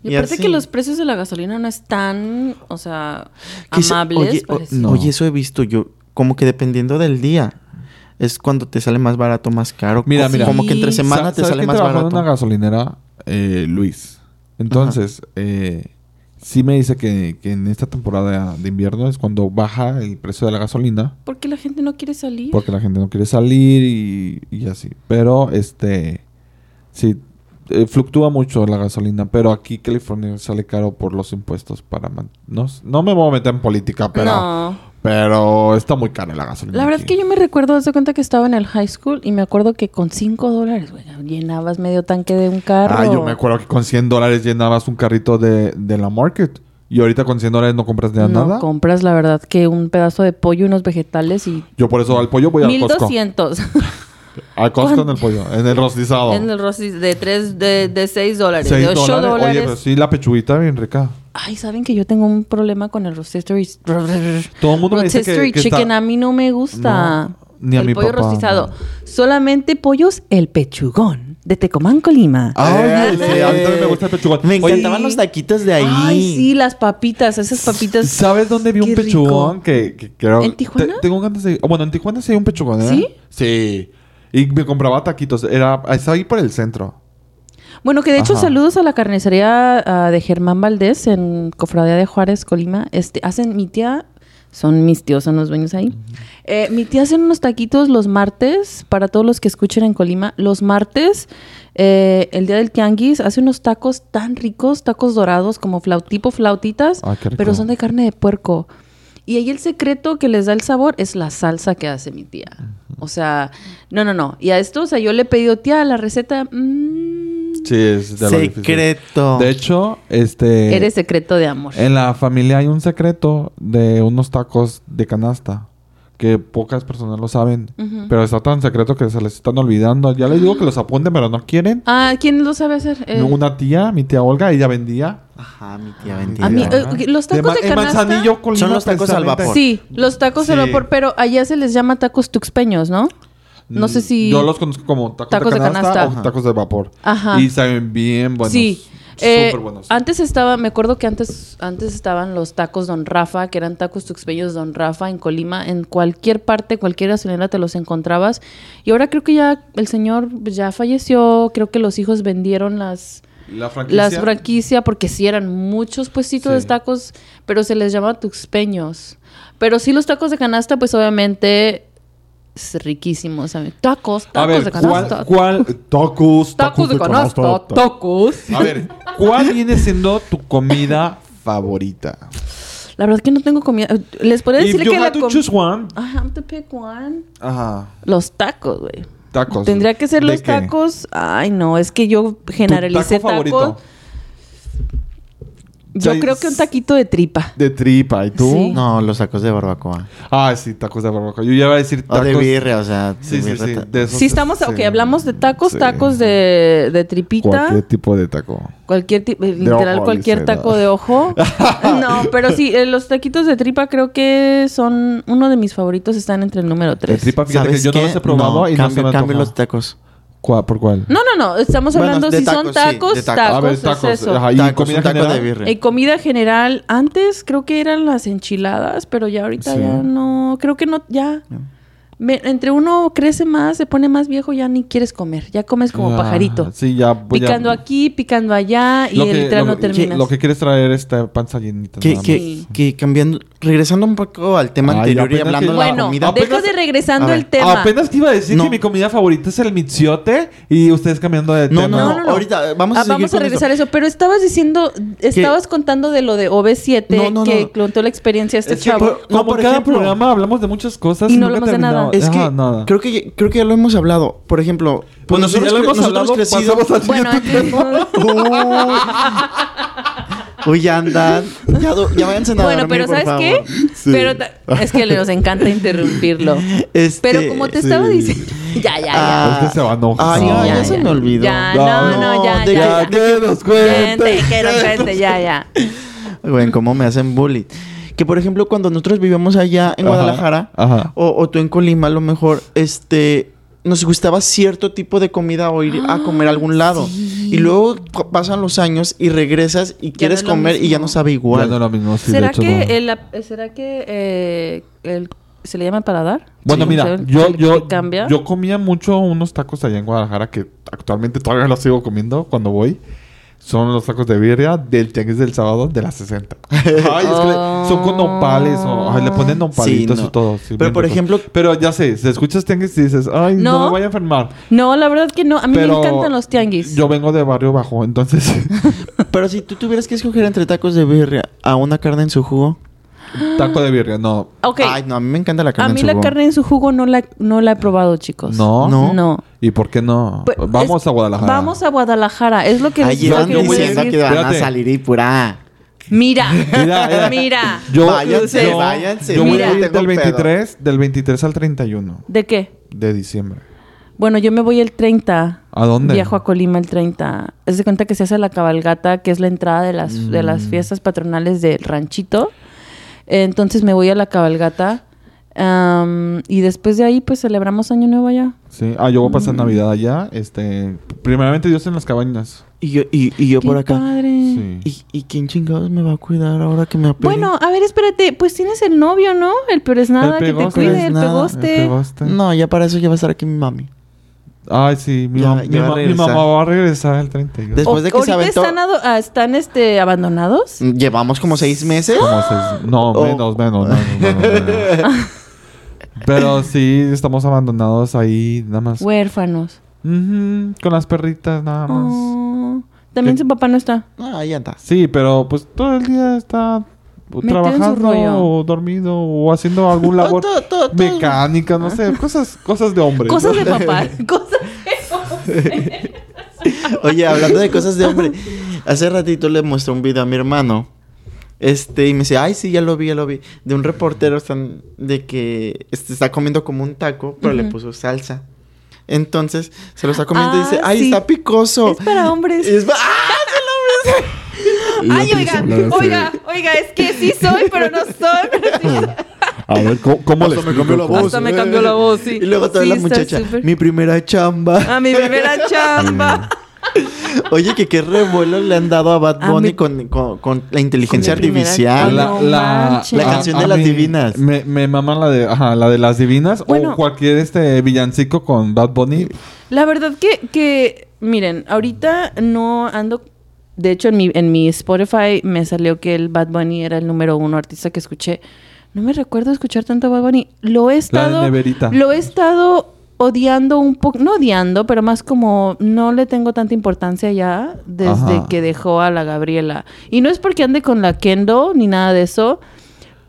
Speaker 3: Y aparte
Speaker 1: así.
Speaker 3: que los precios de la gasolina no están, o sea,
Speaker 1: Que se-
Speaker 3: amables.
Speaker 1: Oye, o-
Speaker 3: parece.
Speaker 2: no.
Speaker 1: oye, eso he visto yo. Como que dependiendo del día. Es cuando te sale más barato, más caro.
Speaker 2: Mira,
Speaker 1: Co-
Speaker 2: mira.
Speaker 1: Como que entre
Speaker 3: Sí.
Speaker 1: semana
Speaker 2: Sa-
Speaker 1: te
Speaker 2: ¿sabes
Speaker 1: sale
Speaker 2: quién
Speaker 1: más
Speaker 2: trabajaba en una
Speaker 1: barato.
Speaker 2: gasolinera? Eh, Luis. Entonces, eh, sí me dice que, que en esta temporada de invierno es cuando baja el precio de la gasolina.
Speaker 3: ¿Por qué la gente no quiere salir?
Speaker 2: Porque la gente no quiere salir y, y así. Pero, este, sí, eh, fluctúa mucho la gasolina. Pero aquí California sale caro por los impuestos para... man- No, s- no me voy a meter en política, pero...
Speaker 3: no.
Speaker 2: Pero está muy cara la gasolina.
Speaker 3: La verdad
Speaker 2: aquí.
Speaker 3: es que yo me recuerdo, hace cuenta que estaba en el high school y me acuerdo que con 5 dólares, güey, llenabas medio tanque de un carro.
Speaker 2: Ah, yo me acuerdo que con 100 dólares llenabas un carrito de, de la market. Y ahorita con 100 dólares no compras ya
Speaker 3: No
Speaker 2: nada.
Speaker 3: compras, la verdad, que un pedazo de pollo, unos vegetales y...
Speaker 2: Yo por eso al pollo voy al Costco.
Speaker 3: *laughs* 1200
Speaker 2: Al Costco en
Speaker 3: ¿Cuánto?
Speaker 2: el pollo. En el rostizado.
Speaker 3: en el Rossi de 3, de, de 6 dólares,
Speaker 2: Oh. Seis
Speaker 3: de 8 dólares.
Speaker 2: Oye, pues. pero sí, la pechuguita bien rica.
Speaker 3: Ay, ¿saben que yo tengo un problema con el rotisserie?
Speaker 2: Todo el mundo me dice que-
Speaker 3: rotisserie
Speaker 2: que está-
Speaker 3: chicken a mí no me gusta.
Speaker 2: No, ni a
Speaker 3: el
Speaker 2: mi
Speaker 3: pollo
Speaker 2: papá,
Speaker 3: rostizado.
Speaker 2: no.
Speaker 3: Solamente pollos el pechugón de Tecomán, Colima.
Speaker 2: Ay,
Speaker 1: Ándale.
Speaker 2: sí, a mí también me gusta el pechugón.
Speaker 1: Me
Speaker 2: Oye,
Speaker 1: encantaban los taquitos de ahí.
Speaker 3: Ay, sí, las papitas, esas papitas.
Speaker 2: ¿Sabes dónde vi un
Speaker 3: Qué rico.
Speaker 2: pechugón? Que, que creo.
Speaker 3: ¿En Tijuana?
Speaker 2: Te- tengo ganas de ir. Bueno, en Tijuana sí hay un pechugón, ¿eh?
Speaker 3: ¿Sí?
Speaker 2: Sí. Y me compraba taquitos. Era, estaba ahí por el centro.
Speaker 3: Bueno, que de hecho,
Speaker 2: Ajá.
Speaker 3: saludos a la carnicería ah, de Germán Valdés en Cofradía de Juárez, Colima. Este, hacen mi tía, son mis tíos, son los dueños ahí. Eh, mi tía hacen unos taquitos los martes, para todos los que escuchen en Colima. Los martes, eh, el día del tianguis, hace unos tacos tan ricos, tacos dorados, como flau- tipo flautitas,
Speaker 2: Ay, Ah, qué rico.
Speaker 3: pero son de carne de puerco. Y ahí el secreto que les da el sabor es la salsa que hace mi tía. O sea, no, no, no. Y a esto, o sea, yo le he pedido, tía, la receta. mm,
Speaker 2: Sí, es de lo difícil.
Speaker 1: Secreto.
Speaker 2: De hecho, este...
Speaker 3: Eres secreto de amor.
Speaker 2: En la familia hay un secreto de unos tacos de canasta que pocas personas lo saben,
Speaker 3: Ujú.
Speaker 2: pero está tan secreto que se les están olvidando. Ya les digo que los apunten, pero no quieren.
Speaker 3: Ah, ¿quién lo sabe hacer? Eh,
Speaker 2: Una tía, mi tía Olga, ella vendía.
Speaker 1: Ajá, Ah, mi tía
Speaker 3: A mí,
Speaker 1: bendita.
Speaker 3: eh, ok, los tacos de
Speaker 2: en
Speaker 3: canasta-
Speaker 2: manzanillo con
Speaker 1: Son
Speaker 2: lima
Speaker 1: los tacos al
Speaker 2: precisamente.
Speaker 1: vapor.
Speaker 3: Sí, los tacos al
Speaker 2: Sí.
Speaker 3: vapor, pero allá se les llama tacos tuxpeños, ¿no? No sé si...
Speaker 2: Yo los conozco como tacos,
Speaker 3: Tacos
Speaker 2: de
Speaker 3: de
Speaker 2: canasta,
Speaker 3: canasta.
Speaker 2: o
Speaker 1: Ajá.
Speaker 2: tacos de vapor.
Speaker 3: Ajá.
Speaker 2: Y saben bien buenos.
Speaker 3: Sí. Eh,
Speaker 2: Súper buenos.
Speaker 3: Antes estaba, me acuerdo que antes, antes estaban los tacos Don Rafa, que eran tacos tuxpeños Don Rafa en Colima, en cualquier parte, cualquier gasolinera te los encontrabas. Y ahora creo que ya el señor pues, ya falleció, creo que los hijos vendieron las,
Speaker 2: La franquicia.
Speaker 3: las franquicia porque sí eran muchos puestitos
Speaker 2: Sí.
Speaker 3: de tacos, pero se les llama tuxpeños. Pero sí los tacos de canasta, pues obviamente es riquísimos. ¿saben? Tacos, tacos
Speaker 2: A ver,
Speaker 3: de
Speaker 2: ¿cuál,
Speaker 3: canasta.
Speaker 2: cuál- Tacos, Ah.
Speaker 3: Tacos de canasta, tacos.
Speaker 2: A ver, ¿cuál viene siendo tu comida favorita?
Speaker 3: La verdad que no tengo comida. Les podría
Speaker 2: If
Speaker 3: decir
Speaker 2: you
Speaker 3: que la
Speaker 2: had to
Speaker 3: com-
Speaker 2: choose one,
Speaker 3: I have to pick one.
Speaker 2: ajá,
Speaker 3: Los tacos, güey.
Speaker 2: tacos.
Speaker 3: Tendría que ser
Speaker 2: ¿De
Speaker 3: los
Speaker 2: qué?
Speaker 3: tacos. Ay, no, es que yo
Speaker 2: ¿Tu
Speaker 3: generalicé
Speaker 2: taco favorito?
Speaker 3: tacos. Yo
Speaker 2: O sea,
Speaker 3: creo que un taquito de tripa.
Speaker 2: De tripa, ¿y tú?
Speaker 3: Sí.
Speaker 1: No, los tacos de barbacoa.
Speaker 2: Ah, sí, tacos de barbacoa. Yo ya iba a decir
Speaker 1: O
Speaker 2: tacos.
Speaker 1: Ah, de birria, o sea. de
Speaker 2: Sí, sí,
Speaker 1: birria
Speaker 2: sí.
Speaker 1: ta-
Speaker 2: de esos-
Speaker 3: Si estamos, ok,
Speaker 2: sí.
Speaker 3: hablamos de tacos,
Speaker 2: Sí.
Speaker 3: tacos de, de tripita.
Speaker 2: Cualquier tipo de taco.
Speaker 3: Cualquier tipo, literal,
Speaker 2: ojo,
Speaker 3: cualquier
Speaker 2: dice,
Speaker 3: taco
Speaker 2: ¿no? *laughs*
Speaker 3: de ojo. no, pero sí, eh, los taquitos de tripa creo que son uno de mis favoritos, están entre el número
Speaker 2: De
Speaker 3: 3.
Speaker 2: tripa, fíjate que
Speaker 1: ¿Sabes
Speaker 2: yo no
Speaker 1: qué?
Speaker 2: los he probado y
Speaker 1: cambio,
Speaker 2: no se me
Speaker 1: cambio
Speaker 2: antoja.
Speaker 1: los tacos.
Speaker 2: ¿Cuál- ¿Por cuál?
Speaker 3: No, no, no, estamos
Speaker 1: Bueno,
Speaker 3: hablando
Speaker 1: de
Speaker 3: si son
Speaker 1: tacos, sí, de
Speaker 3: tacos,
Speaker 1: tacos.
Speaker 3: tacos,
Speaker 2: A ver,
Speaker 3: es
Speaker 2: tacos,
Speaker 3: eso.
Speaker 2: ajá, Ah, ¿y
Speaker 1: tacos,
Speaker 2: comida
Speaker 1: un taco
Speaker 2: general?
Speaker 1: de birria.
Speaker 3: En comida general, antes creo que eran las enchiladas, pero ya ahorita
Speaker 2: Sí.
Speaker 3: ya no, creo que no, ya. Me- entre uno crece más, se pone más viejo, ya ni quieres comer, ya comes como
Speaker 2: Ah,
Speaker 3: pajarito.
Speaker 2: Sí, ya. ya-
Speaker 3: Picando aquí, picando allá y
Speaker 2: Lo que-
Speaker 3: literal
Speaker 2: lo
Speaker 3: no
Speaker 2: que-
Speaker 3: terminas.
Speaker 2: Lo que quieres traer es esta panza llenita.
Speaker 1: Que,
Speaker 2: nada
Speaker 1: que-
Speaker 2: más.
Speaker 3: Sí.
Speaker 1: que cambiando, regresando un poco al tema
Speaker 2: Ay,
Speaker 1: anterior y
Speaker 2: apenas
Speaker 1: hablando
Speaker 2: que-
Speaker 1: de la
Speaker 3: Bueno,
Speaker 1: comida.
Speaker 2: apenas-
Speaker 3: deja de regresando
Speaker 1: A ver,
Speaker 3: el tema.
Speaker 2: Apenas que iba a decir
Speaker 1: No.
Speaker 2: que mi comida favorita es el mitziote y ustedes cambiando de
Speaker 1: No,
Speaker 2: tema.
Speaker 1: no,
Speaker 3: No, no, no.
Speaker 1: Ahorita eh, vamos a
Speaker 3: Ah,
Speaker 1: seguir con
Speaker 3: regresar
Speaker 1: esto.
Speaker 3: a eso. Pero estabas diciendo, estabas contando de lo de OB7
Speaker 1: No, no,
Speaker 3: que
Speaker 1: no.
Speaker 3: contó la experiencia de este
Speaker 2: Es que
Speaker 3: chavo.
Speaker 2: por- como
Speaker 1: por
Speaker 2: cada
Speaker 1: ejemplo-
Speaker 2: programa hablamos de muchas cosas
Speaker 3: Y
Speaker 2: y
Speaker 3: no
Speaker 2: nunca
Speaker 3: hablamos de nada.
Speaker 2: terminamos.
Speaker 1: Es que
Speaker 2: Ajá, Ah, nada.
Speaker 1: creo que ya- creo que ya lo hemos hablado. Por ejemplo, pues
Speaker 2: Bueno, si ya lo
Speaker 1: cre-
Speaker 2: hemos hablado,
Speaker 1: crecido-
Speaker 2: pasamos al
Speaker 3: Bueno,
Speaker 2: siguiente
Speaker 3: aquí-
Speaker 2: tema.
Speaker 1: Uy. Uy, ya andan. Ya, do- ya váyanse a
Speaker 3: Bueno,
Speaker 1: dormir,
Speaker 3: pero
Speaker 1: por
Speaker 3: ¿sabes qué?
Speaker 1: favor. Sí.
Speaker 3: Pero ta- es que nos
Speaker 1: *laughs*
Speaker 3: encanta interrumpirlo.
Speaker 1: Este,
Speaker 3: pero como te
Speaker 1: sí.
Speaker 3: estaba diciendo... *laughs* Ya, ya, ya.
Speaker 1: Ah,
Speaker 2: Este se va a enojar.
Speaker 1: Ay,
Speaker 3: Sí,
Speaker 1: ya,
Speaker 3: ya,
Speaker 1: ya se
Speaker 3: ya.
Speaker 1: me olvidó. Ah,
Speaker 3: Ya, no, no, ya,
Speaker 1: de
Speaker 3: ya,
Speaker 1: que-
Speaker 3: ya.
Speaker 2: que nos *laughs*
Speaker 3: Gente,
Speaker 2: cuente.
Speaker 3: que de repente, ya, ya.
Speaker 1: Güey, cómo me hacen bullying. Que por ejemplo, cuando nosotros vivíamos allá en
Speaker 2: Ajá,
Speaker 1: Guadalajara,
Speaker 2: ajá.
Speaker 1: O, o tú en Colima, a lo mejor, este. Nos gustaba cierto tipo de comida o ir a comer a
Speaker 3: Ah,
Speaker 1: algún lado. Y luego pa- pasan los años y regresas y quieres
Speaker 3: no es lo
Speaker 1: comer y ya no
Speaker 3: mismo.
Speaker 1: sabe
Speaker 2: Ya
Speaker 1: igual.
Speaker 2: no es lo mismo. sí, de
Speaker 3: ¿Será,
Speaker 2: hecho,
Speaker 3: que
Speaker 2: no.
Speaker 3: el ap- ¿Será que eh, el- se le llama paladar?
Speaker 2: Bueno,
Speaker 3: Sí.
Speaker 2: mira,
Speaker 3: ¿Se-
Speaker 2: yo,
Speaker 3: se le
Speaker 2: yo,
Speaker 3: ¿Cambia?
Speaker 2: yo comía mucho unos tacos allá en Guadalajara que actualmente todavía los sigo comiendo cuando voy. Son los tacos de birria del tianguis del sábado de las 60. *laughs* Ay, es que le- son con nopales o ay, le ponen
Speaker 3: Ah.
Speaker 2: nopalitos
Speaker 1: Sí, no.
Speaker 2: y todo. sí,
Speaker 1: Pero,
Speaker 2: bien
Speaker 1: por
Speaker 2: rico.
Speaker 1: ejemplo-
Speaker 2: Pero ya sé, si escuchas tianguis y dices, ay, no,
Speaker 3: No.
Speaker 2: me voy a enfermar.
Speaker 3: No, la verdad que no. A mí
Speaker 2: Pero
Speaker 3: me encantan los tianguis.
Speaker 2: Yo vengo de barrio bajo,
Speaker 3: *laughs*
Speaker 2: entonces.
Speaker 1: Pero si tú tuvieras que escoger entre tacos de birria a una carne en su jugo.
Speaker 2: taco de birria, no.
Speaker 3: Ok.
Speaker 1: Ay, no, a mí me encanta la carne
Speaker 3: a
Speaker 1: en
Speaker 3: mí
Speaker 1: su
Speaker 3: la
Speaker 1: jugo.
Speaker 3: carne en su jugo no la, no la he probado, chicos.
Speaker 2: No.
Speaker 1: No.
Speaker 3: No.
Speaker 2: ¿Y por qué no?
Speaker 3: Pe-
Speaker 2: Vamos
Speaker 3: es-
Speaker 2: a Guadalajara.
Speaker 3: Vamos a Guadalajara. Es lo que les
Speaker 1: Ay,
Speaker 3: iba a
Speaker 1: van
Speaker 2: yo
Speaker 3: querer
Speaker 2: voy a
Speaker 1: diciendo
Speaker 3: decir.
Speaker 1: que van
Speaker 2: Espérate.
Speaker 1: a salir y pura.
Speaker 3: Mira.
Speaker 2: *laughs*
Speaker 1: *laughs*
Speaker 2: Mira, mira.
Speaker 3: *laughs* Mira.
Speaker 2: Yo,
Speaker 1: Váyanse,
Speaker 2: yo-
Speaker 1: váyanse.
Speaker 2: Yo voy
Speaker 3: Mira.
Speaker 2: a ir
Speaker 1: Tengo
Speaker 2: del
Speaker 1: pedo.
Speaker 2: 23, del 23 al 31
Speaker 3: ¿De qué?
Speaker 2: de diciembre.
Speaker 3: Bueno, yo me voy el 30.
Speaker 2: ¿A dónde?
Speaker 3: Viajo a Colima el 30. Es de cuenta que se hace la cabalgata, que es la entrada de las, de las
Speaker 1: Mm.
Speaker 3: fiestas patronales del ranchito. Entonces me voy a la cabalgata. am, y después de ahí, pues celebramos Año Nuevo allá.
Speaker 2: Sí. Ah, yo voy a
Speaker 3: Mm.
Speaker 2: pasar Navidad allá. Este, primeramente Dios en las cabañas.
Speaker 1: Y yo, y, y yo
Speaker 3: ¡Qué
Speaker 1: por acá.
Speaker 3: padre!
Speaker 2: Sí.
Speaker 1: ¿Y, y quién chingados me va a cuidar ahora que me apele?
Speaker 3: Bueno, a ver, espérate. Pues tienes el novio, ¿no? El peor es nada, que te
Speaker 2: pegoste.
Speaker 3: cuide, el
Speaker 1: Nada, el
Speaker 3: pegoste.
Speaker 2: pegoste.
Speaker 1: No, ya para eso ya va a estar aquí mi mami.
Speaker 2: Ay, sí, mi,
Speaker 1: Ya-
Speaker 2: mam-
Speaker 1: ya
Speaker 2: mi
Speaker 1: va a
Speaker 2: ma- mi
Speaker 1: regresar.
Speaker 2: mamá va a regresar el 31.
Speaker 1: Después de que se
Speaker 3: ¿Ahorita
Speaker 1: aventó-
Speaker 3: están, ado- ah, están, este, abandonados?
Speaker 1: Llevamos como seis meses.
Speaker 2: Como seis- no,
Speaker 1: Oh.
Speaker 2: menos, menos, menos, menos,
Speaker 1: *laughs*
Speaker 2: menos. Pero sí, estamos abandonados ahí, nada más.
Speaker 3: Huérfanos.
Speaker 2: Ujú, con las perritas, nada más.
Speaker 3: Oh, También
Speaker 2: ¿Qué?
Speaker 3: su papá no está.
Speaker 1: Ah, ahí andas.
Speaker 2: Sí, pero pues todo el día está
Speaker 3: Metido en su
Speaker 2: trabajando
Speaker 3: rollo.
Speaker 2: o dormido o haciendo algún
Speaker 1: *laughs* Ah,
Speaker 2: labor
Speaker 3: Todo, todo, todo.
Speaker 2: mecánica, no sé, cosas, cosas de hombre.
Speaker 3: Cosas
Speaker 2: ¿no?
Speaker 3: de papá. Cosas de hombre.
Speaker 1: Oye, hablando de cosas de hombre, hace ratito le mostré un video a mi hermano. Este, y me dice, ay, sí, ya lo vi, ya lo vi. De un reportero están, de que este, está comiendo como un taco, pero le
Speaker 3: Ujú.
Speaker 1: puso salsa. Entonces, se lo está comiendo y dice,
Speaker 3: Ah,
Speaker 1: ay,
Speaker 3: sí.
Speaker 1: está picoso.
Speaker 3: *laughs* Es para hombres.
Speaker 1: Y es pa- ¡Ah!
Speaker 3: Ay, oiga, oiga, oiga, es que sí soy, pero no soy. pero sí soy.
Speaker 2: A ver, ¿cómo, cómo le
Speaker 1: Hasta me
Speaker 2: explico?
Speaker 1: cambió la
Speaker 2: ¿Cómo-
Speaker 1: voz.
Speaker 3: Hasta me cambió la voz, sí.
Speaker 1: Y luego trae
Speaker 3: Sí,
Speaker 1: la
Speaker 3: está
Speaker 1: muchacha,
Speaker 3: súper. Ah.
Speaker 1: mi primera chamba.
Speaker 3: A mi primera chamba.
Speaker 1: Oye, que qué revuelo le han dado a Bad
Speaker 3: A
Speaker 1: Bunny
Speaker 3: Ah, mi-
Speaker 1: con, con- con la inteligencia
Speaker 3: Con mi primera
Speaker 1: artificial.
Speaker 3: chamba. No manches.
Speaker 1: Ah, La canción de las divinas.
Speaker 2: Me, me maman la de, ajá, la de las divinas
Speaker 3: Bueno.
Speaker 2: o cualquier este villancico con Bad Bunny.
Speaker 3: La verdad que, que, miren, ahorita no ando. De hecho, en mi, en mi Spotify me salió que el Bad Bunny era el número uno artista que escuché. No me recuerdo escuchar tanto Bad Bunny. Lo he estado.
Speaker 2: neverita.
Speaker 3: Lo he estado odiando un poco. No odiando, pero más como no le tengo tanta importancia ya desde
Speaker 2: Ajá.
Speaker 3: que dejó a la Gabriela. Y no es porque ande con la Kendo ni nada de eso.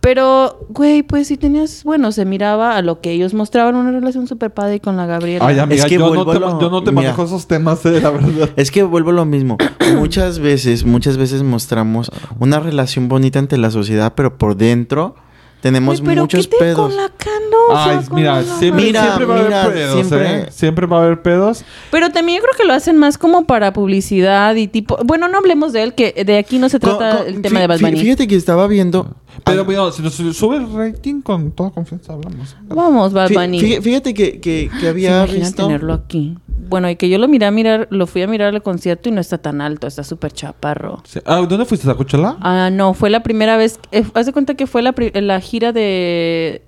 Speaker 3: Pero, güey, pues sí tenías, bueno, se miraba a lo que ellos mostraban una relación súper padre con la Gabriela.
Speaker 2: Ay, amiga,
Speaker 1: Es que
Speaker 2: yo, no
Speaker 1: vuelvo
Speaker 2: te,
Speaker 1: a lo-
Speaker 2: yo no te
Speaker 1: mira.
Speaker 2: manejo esos temas, eh, la verdad.
Speaker 1: Es que vuelvo a lo
Speaker 3: *coughs*
Speaker 1: mismo. Muchas veces, muchas veces mostramos una relación bonita ante la sociedad, pero por dentro tenemos
Speaker 3: Güey, pero
Speaker 1: muchos
Speaker 3: ¿qué te
Speaker 1: pedos.
Speaker 3: con la canosa,
Speaker 2: Ay,
Speaker 3: con
Speaker 2: mira,
Speaker 3: la
Speaker 2: siempre,
Speaker 1: Mira,
Speaker 2: siempre va
Speaker 1: mira,
Speaker 2: a haber pedos,
Speaker 1: siempre.
Speaker 2: ¿eh? Siempre va a haber pedos.
Speaker 3: Pero también yo creo que lo hacen más como para publicidad y tipo... Bueno, no hablemos de él, que de aquí no se
Speaker 1: Co-
Speaker 3: trata
Speaker 1: co-
Speaker 3: el tema
Speaker 1: fí-
Speaker 3: de Bad
Speaker 1: fí-
Speaker 3: Bunny.
Speaker 1: Fíjate que estaba viendo.
Speaker 2: Pero,
Speaker 1: Ah,
Speaker 2: mira, si nos sube el rating, con toda confianza hablamos.
Speaker 3: Vamos, Bad
Speaker 1: fí-
Speaker 3: Bunny.
Speaker 1: fí- Fíjate que, que, que
Speaker 3: ¿Se
Speaker 1: había
Speaker 3: imaginan
Speaker 1: visto.
Speaker 3: tenerlo aquí. Bueno, y que yo lo miré a mirar, lo fui a mirar al concierto y no está tan alto, está súper chaparro.
Speaker 2: Sí. Ah, ¿Dónde fuiste? ¿A Coachella?
Speaker 3: Ah, no, fue la primera vez. eh, haz de cuenta que fue la, pri- la gira de.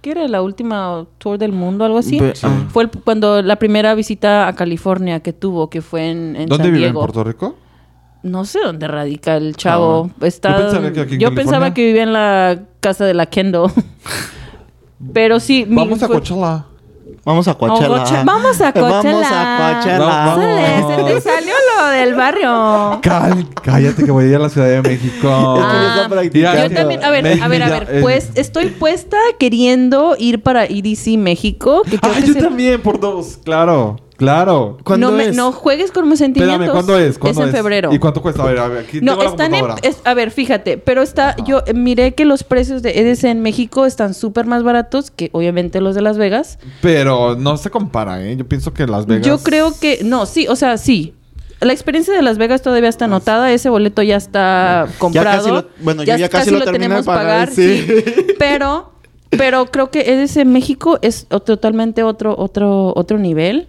Speaker 3: ¿Qué era? ¿La última tour del mundo? ¿Algo así?
Speaker 1: Ve- ah.
Speaker 3: Fue el- cuando la primera visita a California que tuvo, que fue en, en
Speaker 2: ¿Dónde
Speaker 3: San
Speaker 2: vive? ¿En
Speaker 3: Diego.
Speaker 2: Puerto Rico?
Speaker 3: No sé dónde radica el chavo.
Speaker 2: Ah.
Speaker 3: Está,
Speaker 2: Yo pensaba que aquí en
Speaker 3: yo pensaba
Speaker 2: California.
Speaker 3: que vivía en la casa de la Kendo. *laughs* Pero sí. mi-
Speaker 2: Vamos a
Speaker 3: Mm, fue-
Speaker 2: Coachella.
Speaker 1: Vamos a Coachella.
Speaker 3: Coache- Oh, vamos a
Speaker 1: *laughs* Vamos a
Speaker 3: Coachella.
Speaker 1: Coachella.
Speaker 2: No, vamos.
Speaker 3: Sale, se
Speaker 2: Ah.
Speaker 3: te salió lo del barrio.
Speaker 2: Cal- cállate que voy a ir a la Ciudad de México.
Speaker 1: *laughs* Es que yo
Speaker 3: Ah.
Speaker 1: está practicando.
Speaker 2: Ya,
Speaker 3: Yo también, a
Speaker 2: Me-
Speaker 3: ver, a ver, a
Speaker 2: mira,
Speaker 3: ver,
Speaker 2: eh.
Speaker 3: pues estoy puesta queriendo ir para EDC México. Que creo
Speaker 2: Ah,
Speaker 3: que
Speaker 2: yo
Speaker 3: se-
Speaker 2: también, por dos. Claro, claro.
Speaker 1: ¿Cuándo
Speaker 3: no, me-
Speaker 1: es?
Speaker 3: no juegues con mis sentimientos.
Speaker 2: Espérame, ¿cuándo es? ¿Cuándo
Speaker 3: es en febrero.
Speaker 2: ¿Y cuánto cuesta? A ver, a ver, aquí
Speaker 3: no,
Speaker 2: tengo la
Speaker 3: están en,
Speaker 2: computadora.
Speaker 3: es- a ver, fíjate, pero está, yo eh, miré que los precios de EDC en México están súper más baratos que obviamente los de Las Vegas.
Speaker 2: Pero no se compara, ¿eh? Yo pienso que Las Vegas...
Speaker 3: Yo creo que, no, sí, o sea, sí. La experiencia de Las Vegas todavía está anotada, ese boleto ya está comprado.
Speaker 1: casi lo- bueno, yo ya casi lo terminé de pagar, sí.
Speaker 3: Pero, pero creo que EDC México es o- totalmente otro, otro, otro nivel.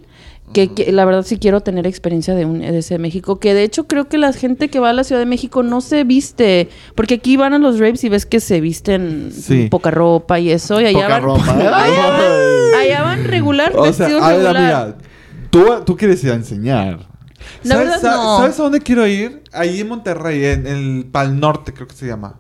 Speaker 3: Que, que la verdad sí quiero tener experiencia de un EDC México, que de hecho creo que la gente que va a la Ciudad de México no se viste, porque aquí van a los rapes y ves que se visten
Speaker 2: Sí.
Speaker 3: poca ropa y eso, y allá
Speaker 1: Poca
Speaker 3: van,
Speaker 1: ropa.
Speaker 3: *laughs*
Speaker 1: *laughs*
Speaker 3: Allá, van, allá van regular,
Speaker 2: O sea,
Speaker 3: vestidos
Speaker 2: a ver,
Speaker 3: regular.
Speaker 2: amiga, tú, tú quieres ir a enseñar.
Speaker 3: La
Speaker 2: ¿Sabes,
Speaker 3: verdad,
Speaker 2: sa-
Speaker 3: no.
Speaker 2: ¿Sabes a dónde quiero ir? Ahí en Monterrey, en el Pal Norte, creo que se llama.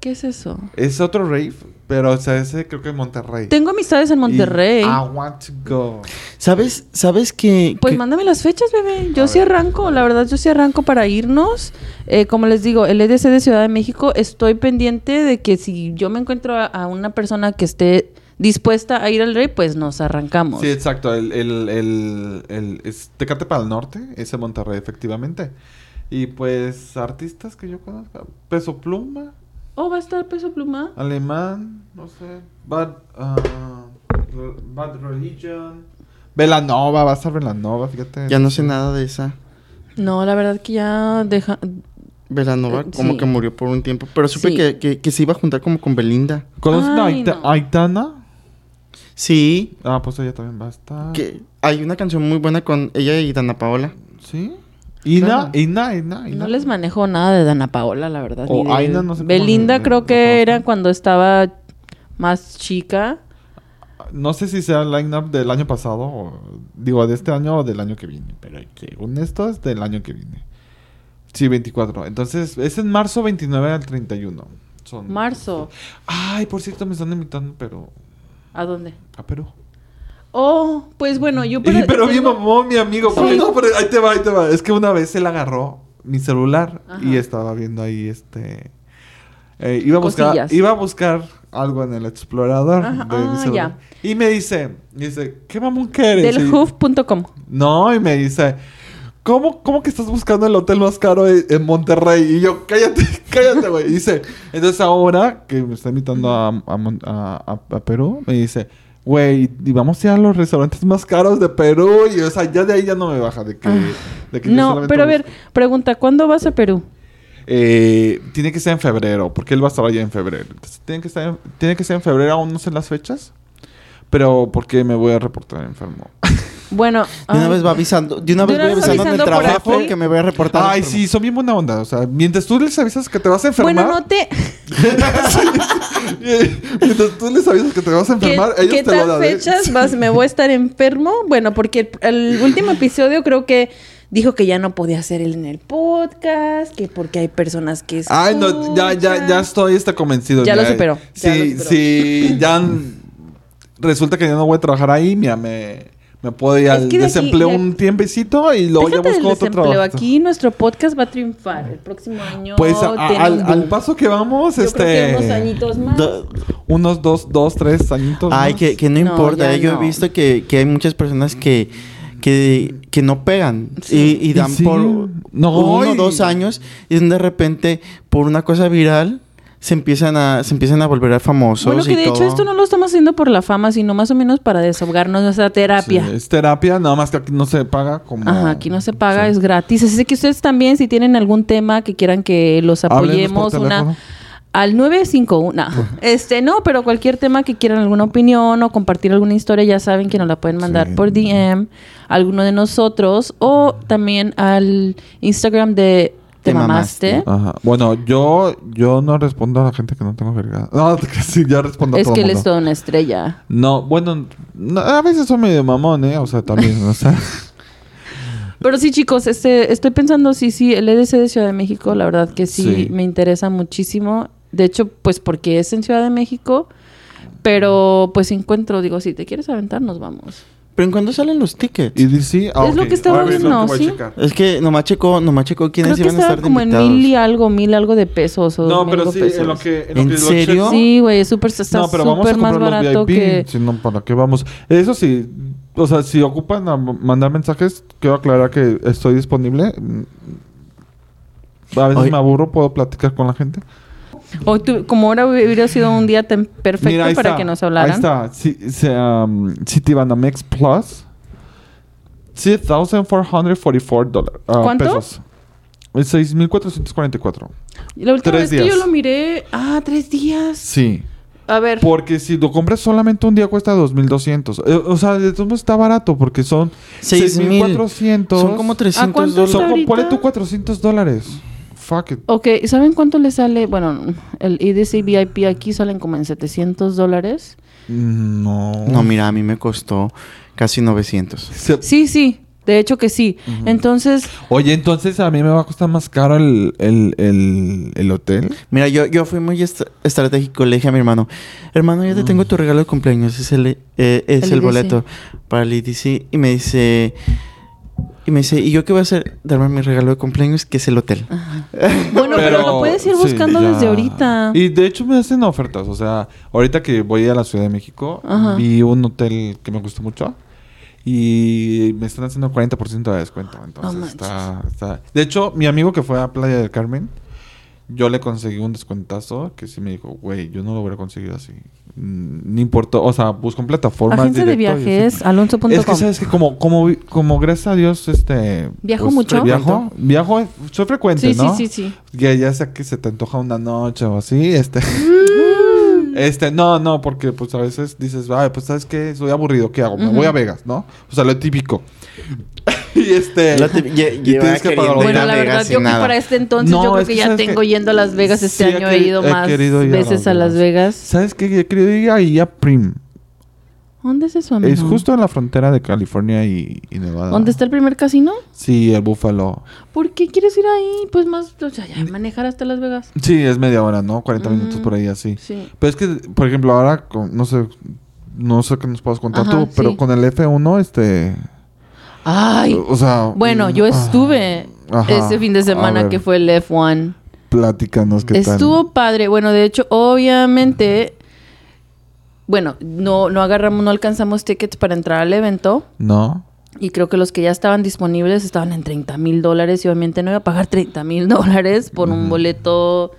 Speaker 3: ¿Qué es eso?
Speaker 2: Es otro rave, pero o sea, ese creo que es Monterrey.
Speaker 3: Tengo amistades en Monterrey.
Speaker 2: Y Ah, I want to go.
Speaker 1: ¿Sabes, sabes que,
Speaker 3: Pues
Speaker 1: que-
Speaker 3: mándame las fechas, bebé. Yo
Speaker 2: A
Speaker 3: sí
Speaker 2: ver.
Speaker 3: arranco, la verdad, yo sí arranco para irnos. Eh, como les digo, el EDC de Ciudad de México, estoy pendiente de que si yo me encuentro a, a una persona que esté dispuesta a ir al rey, pues nos arrancamos.
Speaker 2: Sí, exacto. El, el, el, el, es Tecate para el norte, ese Monterrey, efectivamente. Y pues artistas que yo conozco. Peso Pluma,
Speaker 3: ¿O Oh, va a estar peso pluma?
Speaker 2: Ah. Alemán, no sé. Bad, ah, Re- Bad Religion. Velanova, va a estar Velanova, fíjate.
Speaker 1: ya no sé nada de esa.
Speaker 3: No, la verdad que ya deja.
Speaker 1: Velanova
Speaker 3: Eh,
Speaker 1: como
Speaker 3: sí.
Speaker 1: que murió por un tiempo, pero supe
Speaker 3: Sí.
Speaker 1: que, que- que se iba a juntar como con Belinda.
Speaker 2: ¿Conoces a
Speaker 3: Ay,
Speaker 2: Aita-
Speaker 3: no.
Speaker 2: Aitana?
Speaker 1: Sí,
Speaker 2: Ah, pues ella también va a estar.
Speaker 1: Ah. que hay una canción muy buena con ella y Dana Paola.
Speaker 2: ¿Sí? Ina,
Speaker 1: Claro.
Speaker 2: Ina, Ina, Ina.
Speaker 3: No les manejo nada de Dana Paola, la verdad.
Speaker 2: O
Speaker 3: ni de-
Speaker 2: Aina, Oh, no sé cómo
Speaker 3: Belinda
Speaker 2: se-
Speaker 3: creo
Speaker 2: no
Speaker 3: que
Speaker 2: conozco.
Speaker 3: era cuando estaba más chica.
Speaker 2: No sé si sea el line-up del año pasado, o, digo, de este año o del año que viene, pero según esto es del año que viene. Sí, 24. Entonces, es en marzo 29 al 31. Son...
Speaker 3: Marzo.
Speaker 2: Ay, por cierto, me están invitando, pero
Speaker 3: ¿A dónde?
Speaker 2: a Perú.
Speaker 3: Oh, pues bueno, yo
Speaker 2: Pero, pero mi
Speaker 3: tengo-
Speaker 2: mamón, mi amigo, porque
Speaker 3: Sí.
Speaker 2: no, pero ahí te va, ahí te va. Es que una vez él agarró mi celular
Speaker 3: Ajá.
Speaker 2: y estaba viendo ahí este Eh, iba, a buscar,
Speaker 3: Cosillas.
Speaker 2: iba a buscar algo en el explorador
Speaker 3: Ajá,
Speaker 2: de mi
Speaker 3: ah,
Speaker 2: celular. Y me dice, dice, ¿qué mamón que eres?
Speaker 3: Del
Speaker 2: Y-
Speaker 3: hoof.com.
Speaker 2: No, y me dice, ¿cómo, ¿cómo que estás buscando el hotel más caro e- en Monterrey? Y yo, cállate, *laughs* cállate, güey. Y Dice, entonces ahora que me está invitando a, a Mon- a- a- a Perú, me dice, güey, y vamos a ir a los restaurantes más caros de Perú. Y o sea, ya de ahí ya no me baja de que... de que yo
Speaker 3: Ah. No,
Speaker 2: solamente
Speaker 3: pero a ver,
Speaker 2: busco.
Speaker 3: pregunta, ¿cuándo vas a Perú?
Speaker 2: Eh, tiene que ser en febrero, porque él va a estar allá en febrero. Entonces, tiene que, estar en- tiene que ser en febrero, aún no sé las fechas. Pero porque me voy a reportar enfermo.
Speaker 3: Bueno,
Speaker 1: De una
Speaker 3: ay,
Speaker 1: vez va avisando. De una
Speaker 3: Ah. De
Speaker 1: vez
Speaker 3: una
Speaker 1: voy
Speaker 3: vez
Speaker 1: avisando en el
Speaker 3: avisando por
Speaker 1: trabajo
Speaker 3: aquí.
Speaker 1: que me voy a reportar.
Speaker 2: Ay, sí, son bien buena onda. O sea, mientras tú les avisas que te vas a enfermar.
Speaker 3: bueno,
Speaker 2: *laughs*
Speaker 3: no te...
Speaker 2: mientras tú les avisas que te vas a
Speaker 3: ¿Qué,
Speaker 2: enfermar, ellos
Speaker 3: qué
Speaker 2: te lo
Speaker 3: tal
Speaker 2: dan. ¿eh?
Speaker 3: fechas vas? ¿Me voy a estar enfermo? Bueno, porque el, el último episodio creo que dijo que ya no podía hacer él en el podcast, que porque hay personas que
Speaker 2: Ay, no, ya, ya, ya estoy está convencido.
Speaker 3: Ya lo superó,
Speaker 2: Sí,
Speaker 3: ya lo superó.
Speaker 2: sí, ya n- resulta que ya no voy a trabajar ahí, mira, me, me puedo ir al
Speaker 3: que de aquí-
Speaker 2: desempleo
Speaker 3: de-
Speaker 2: un tiempecito y luego ya
Speaker 3: Déjate del
Speaker 2: busco otro
Speaker 3: desempleo.
Speaker 2: trabajo.
Speaker 3: Aquí nuestro podcast va a triunfar el próximo año.
Speaker 2: Pues a- a-
Speaker 3: tenemos-
Speaker 2: al, al paso que vamos,
Speaker 3: yo
Speaker 2: este.
Speaker 3: creo que unos añitos más.
Speaker 1: Do-
Speaker 2: unos dos, dos, tres añitos.
Speaker 1: Ay,
Speaker 2: más.
Speaker 1: que, que no,
Speaker 3: No,
Speaker 1: importa.
Speaker 3: ya
Speaker 1: eh. Yo
Speaker 3: no.
Speaker 1: he visto que, que hay muchas personas que, que, que no pegan
Speaker 3: Sí.
Speaker 1: y, y dan
Speaker 2: Y sí.
Speaker 1: por
Speaker 2: No,
Speaker 1: uno o
Speaker 2: y-
Speaker 1: dos años y de repente por una cosa viral se empiezan a, se empiezan a volver famosos.
Speaker 3: bueno, que
Speaker 1: y
Speaker 3: de hecho
Speaker 1: todo.
Speaker 3: esto no lo estamos haciendo por la fama, sino más o menos para desahogarnos nuestra terapia.
Speaker 2: Sí, es terapia, nada más que aquí no se paga como.
Speaker 3: Ajá, aquí no se paga,
Speaker 2: Sí.
Speaker 3: es gratis. Así que ustedes también, si tienen algún tema que quieran que los
Speaker 2: Háblenos
Speaker 3: apoyemos,
Speaker 2: por
Speaker 3: una
Speaker 2: teléfono.
Speaker 3: al 951. este, no, pero cualquier tema que quieran, alguna opinión o compartir alguna historia, ya saben que nos la pueden mandar
Speaker 2: Sí.
Speaker 3: por DM, a alguno de nosotros, o también al Instagram de Te
Speaker 1: Te mamaste.
Speaker 3: Mamaste.
Speaker 2: Ajá. Bueno, yo, yo no respondo a la gente que no tengo verga. *laughs* No, que sí, ya respondo a
Speaker 3: Es
Speaker 2: todo
Speaker 3: que él
Speaker 2: mundo.
Speaker 3: es toda una estrella.
Speaker 2: No, bueno, no, a veces son medio mamón, ¿eh? O sea, también, o
Speaker 3: *laughs*
Speaker 2: sea.
Speaker 3: Pero sí, chicos, este, estoy pensando, sí, sí, el EDC de Ciudad de México, la verdad que sí,
Speaker 2: Sí.
Speaker 3: me interesa muchísimo. De hecho, pues porque es en Ciudad de México, pero pues encuentro, digo, si te quieres aventar, nos vamos.
Speaker 1: Pero ¿en cuándo salen los tickets?
Speaker 2: Y DC, ah,
Speaker 3: Es lo
Speaker 2: ok.
Speaker 3: que estaba
Speaker 2: Ahora es lo que
Speaker 3: viendo,
Speaker 2: voy a
Speaker 3: ¿sí?
Speaker 2: checar.
Speaker 1: Es que nomás checo, nomás checo
Speaker 3: Creo
Speaker 1: quiénes
Speaker 3: que
Speaker 1: iban a estar
Speaker 3: estaba
Speaker 1: de
Speaker 3: como en
Speaker 1: invitados.
Speaker 3: mil y algo, mil algo de pesos. O
Speaker 2: No,
Speaker 3: mil
Speaker 2: pero
Speaker 3: algo
Speaker 2: sí, en
Speaker 3: pesos.
Speaker 2: lo que. lo
Speaker 1: ¿En
Speaker 2: que lo
Speaker 1: serio?
Speaker 2: checo-
Speaker 3: Sí, güey, es súper, está
Speaker 2: No, pero vamos a
Speaker 3: súper más
Speaker 2: comprar
Speaker 3: barato
Speaker 2: los VIP.
Speaker 3: que...
Speaker 2: Si no, ¿para qué vamos? Eso sí, o sea, si ocupan a m- mandar mensajes, quiero aclarar que estoy disponible. Mm. A veces
Speaker 1: Oye.
Speaker 2: me aburro, puedo platicar con la gente.
Speaker 3: Hoy tu- como ahora hubiera sido un día tan perfecto
Speaker 2: Mira, ahí
Speaker 3: para
Speaker 2: está,
Speaker 3: que nos hablaran.
Speaker 2: Ahí está. Si, si, um, Citibanamex Plus. 6,444 dólares.
Speaker 3: ¿Cuánto?
Speaker 2: 6,444.
Speaker 3: La última
Speaker 2: Tres
Speaker 3: vez que yo
Speaker 2: días.
Speaker 3: lo miré... Ah, tres días.
Speaker 2: Sí.
Speaker 3: A ver.
Speaker 2: Porque si lo compras solamente un día cuesta 2,200. Eh, o sea, de todos modos está barato porque son
Speaker 1: Seis mil.
Speaker 2: 6,400.
Speaker 1: Son como 300
Speaker 3: cuánto
Speaker 1: dólares.
Speaker 2: Son como,
Speaker 3: ahorita?
Speaker 2: ponle tú 400 dólares. Fuck it.
Speaker 3: Ok, ¿saben cuánto le sale? Bueno, el EDC VIP aquí salen como en 700 dólares.
Speaker 2: No.
Speaker 1: No, mira, a mí me costó casi 900.
Speaker 2: Se-
Speaker 3: Sí, sí, de hecho que sí. Entonces,
Speaker 2: Oye, entonces a mí me va a costar más caro el, el, el, el hotel.
Speaker 1: Mira, yo, yo fui muy est- estratégico. Le dije a mi hermano, hermano, yo te tengo tu regalo de cumpleaños. Es el, eh, es el,
Speaker 3: Mm. El IDC.
Speaker 1: boleto para el IDC. Y me dice... Y me dice, ¿y yo qué voy a hacer? Darme mi regalo de cumpleaños, que es el hotel.
Speaker 3: *laughs* bueno, pero, lo puedes ir
Speaker 2: sí,
Speaker 3: buscando
Speaker 2: ya.
Speaker 3: desde ahorita.
Speaker 2: Y de hecho me hacen ofertas. O sea, ahorita que voy a la Ciudad de México,
Speaker 3: Ajá.
Speaker 2: vi un hotel que me gustó mucho. Y me están haciendo 40% de descuento. Entonces
Speaker 3: manches.
Speaker 2: está, está- De hecho, mi amigo que fue a Playa del Carmen, yo le conseguí un descuentazo que sí me dijo, güey, yo no lo hubiera conseguido así. Mm, No importó. O sea, busco en plataformas.
Speaker 3: Agencia de
Speaker 2: directo y así.
Speaker 3: viajes, alonso.com.
Speaker 2: Es que sabes que como, como, vi- como gracias a Dios, este...
Speaker 3: ¿Viajo mucho?
Speaker 2: Viajo, viajo, eh, soy frecuente,
Speaker 3: Sí, sí,
Speaker 2: ¿no?
Speaker 3: sí, sí.
Speaker 2: Ya, ya sea que se te antoja una noche o así, este...
Speaker 3: Mm.
Speaker 2: *laughs* este, no, no, porque pues a veces dices, ay, pues sabes qué, soy aburrido, ¿qué hago? Me voy a Vegas, ¿no? O sea, lo típico. *laughs* y este...
Speaker 1: La te- lle-
Speaker 2: y
Speaker 1: lleva
Speaker 2: tienes que
Speaker 1: queriendo
Speaker 2: pagar
Speaker 1: ir
Speaker 3: Bueno,
Speaker 1: a
Speaker 3: la
Speaker 1: Vegas
Speaker 3: verdad,
Speaker 1: sin
Speaker 3: yo que
Speaker 1: nada.
Speaker 3: para este entonces,
Speaker 2: No,
Speaker 3: yo creo
Speaker 2: es
Speaker 3: que
Speaker 2: que
Speaker 3: ya
Speaker 2: sabes
Speaker 3: tengo
Speaker 2: que-
Speaker 3: yendo a Las Vegas. Este
Speaker 2: Sí, he
Speaker 3: año he
Speaker 2: queri-
Speaker 3: ido
Speaker 2: he
Speaker 3: más
Speaker 2: querido ir a
Speaker 3: veces a Las Vegas.
Speaker 2: ¿Sabes qué? Yo quería ir ahí a Prim.
Speaker 3: ¿Dónde es eso, amigo?
Speaker 2: Es justo en la frontera de California y, y Nevada.
Speaker 3: ¿Dónde está el primer casino?
Speaker 2: Sí, el Buffalo.
Speaker 3: ¿Por qué quieres ir ahí? Pues más, o sea, ya manejar hasta Las Vegas.
Speaker 2: Sí, es media hora, ¿no? 40 minutos
Speaker 3: Mm.
Speaker 2: por ahí, así.
Speaker 3: Sí.
Speaker 2: Pero es que, por ejemplo, ahora, con- no sé, no sé qué nos puedas contar
Speaker 3: Ajá,
Speaker 2: tú, pero
Speaker 3: sí.
Speaker 2: con el F1, este,
Speaker 3: Ay,
Speaker 2: o sea...
Speaker 3: Bueno, yo estuve
Speaker 2: Mm. Ah. Ajá,
Speaker 3: ese fin de
Speaker 2: a
Speaker 3: semana
Speaker 2: ver.
Speaker 3: que fue el F1.
Speaker 2: Platícanos qué tal.
Speaker 3: Estuvo padre. Bueno, de hecho, obviamente, bueno, no, no agarramos, no alcanzamos tickets para entrar al evento.
Speaker 2: ¿No?
Speaker 3: Y creo que los que ya estaban disponibles estaban en 30 mil dólares y obviamente no iba a pagar 30 mil dólares por un
Speaker 2: Ujú.
Speaker 3: boleto.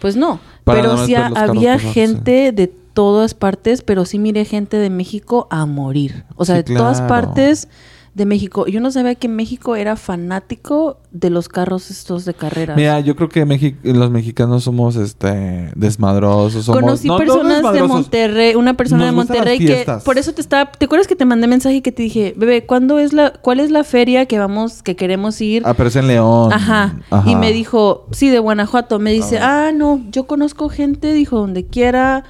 Speaker 3: Pues no.
Speaker 2: Para
Speaker 3: pero
Speaker 2: nada más
Speaker 3: sí
Speaker 2: ver
Speaker 3: a-
Speaker 2: los carros
Speaker 3: había
Speaker 2: pasar,
Speaker 3: gente de todas partes, pero sí miré gente de México a morir. O sea,
Speaker 2: Sí,
Speaker 3: de todas
Speaker 2: claro.
Speaker 3: partes de México. Yo no sabía que México era fanático de los carros estos de carreras.
Speaker 2: Mira, yo creo que Mexi- los mexicanos somos este desmadrosos. Somos,
Speaker 3: Conocí
Speaker 2: no, no
Speaker 3: personas de
Speaker 2: desmadrosos.
Speaker 3: Monterrey, una persona
Speaker 2: Nos
Speaker 3: de
Speaker 2: gustan las
Speaker 3: Monterrey que
Speaker 2: fiestas.
Speaker 3: por eso te estaba, ¿te acuerdas que te mandé mensaje y que te dije, "Bebé, ¿cuándo es la cuál es la feria que vamos que queremos ir?"
Speaker 2: Ah, pero es en León.
Speaker 3: Ajá. Y me dijo, "Sí, de Guanajuato." Me dice, "Ah, no, yo conozco gente, dijo, donde quiera.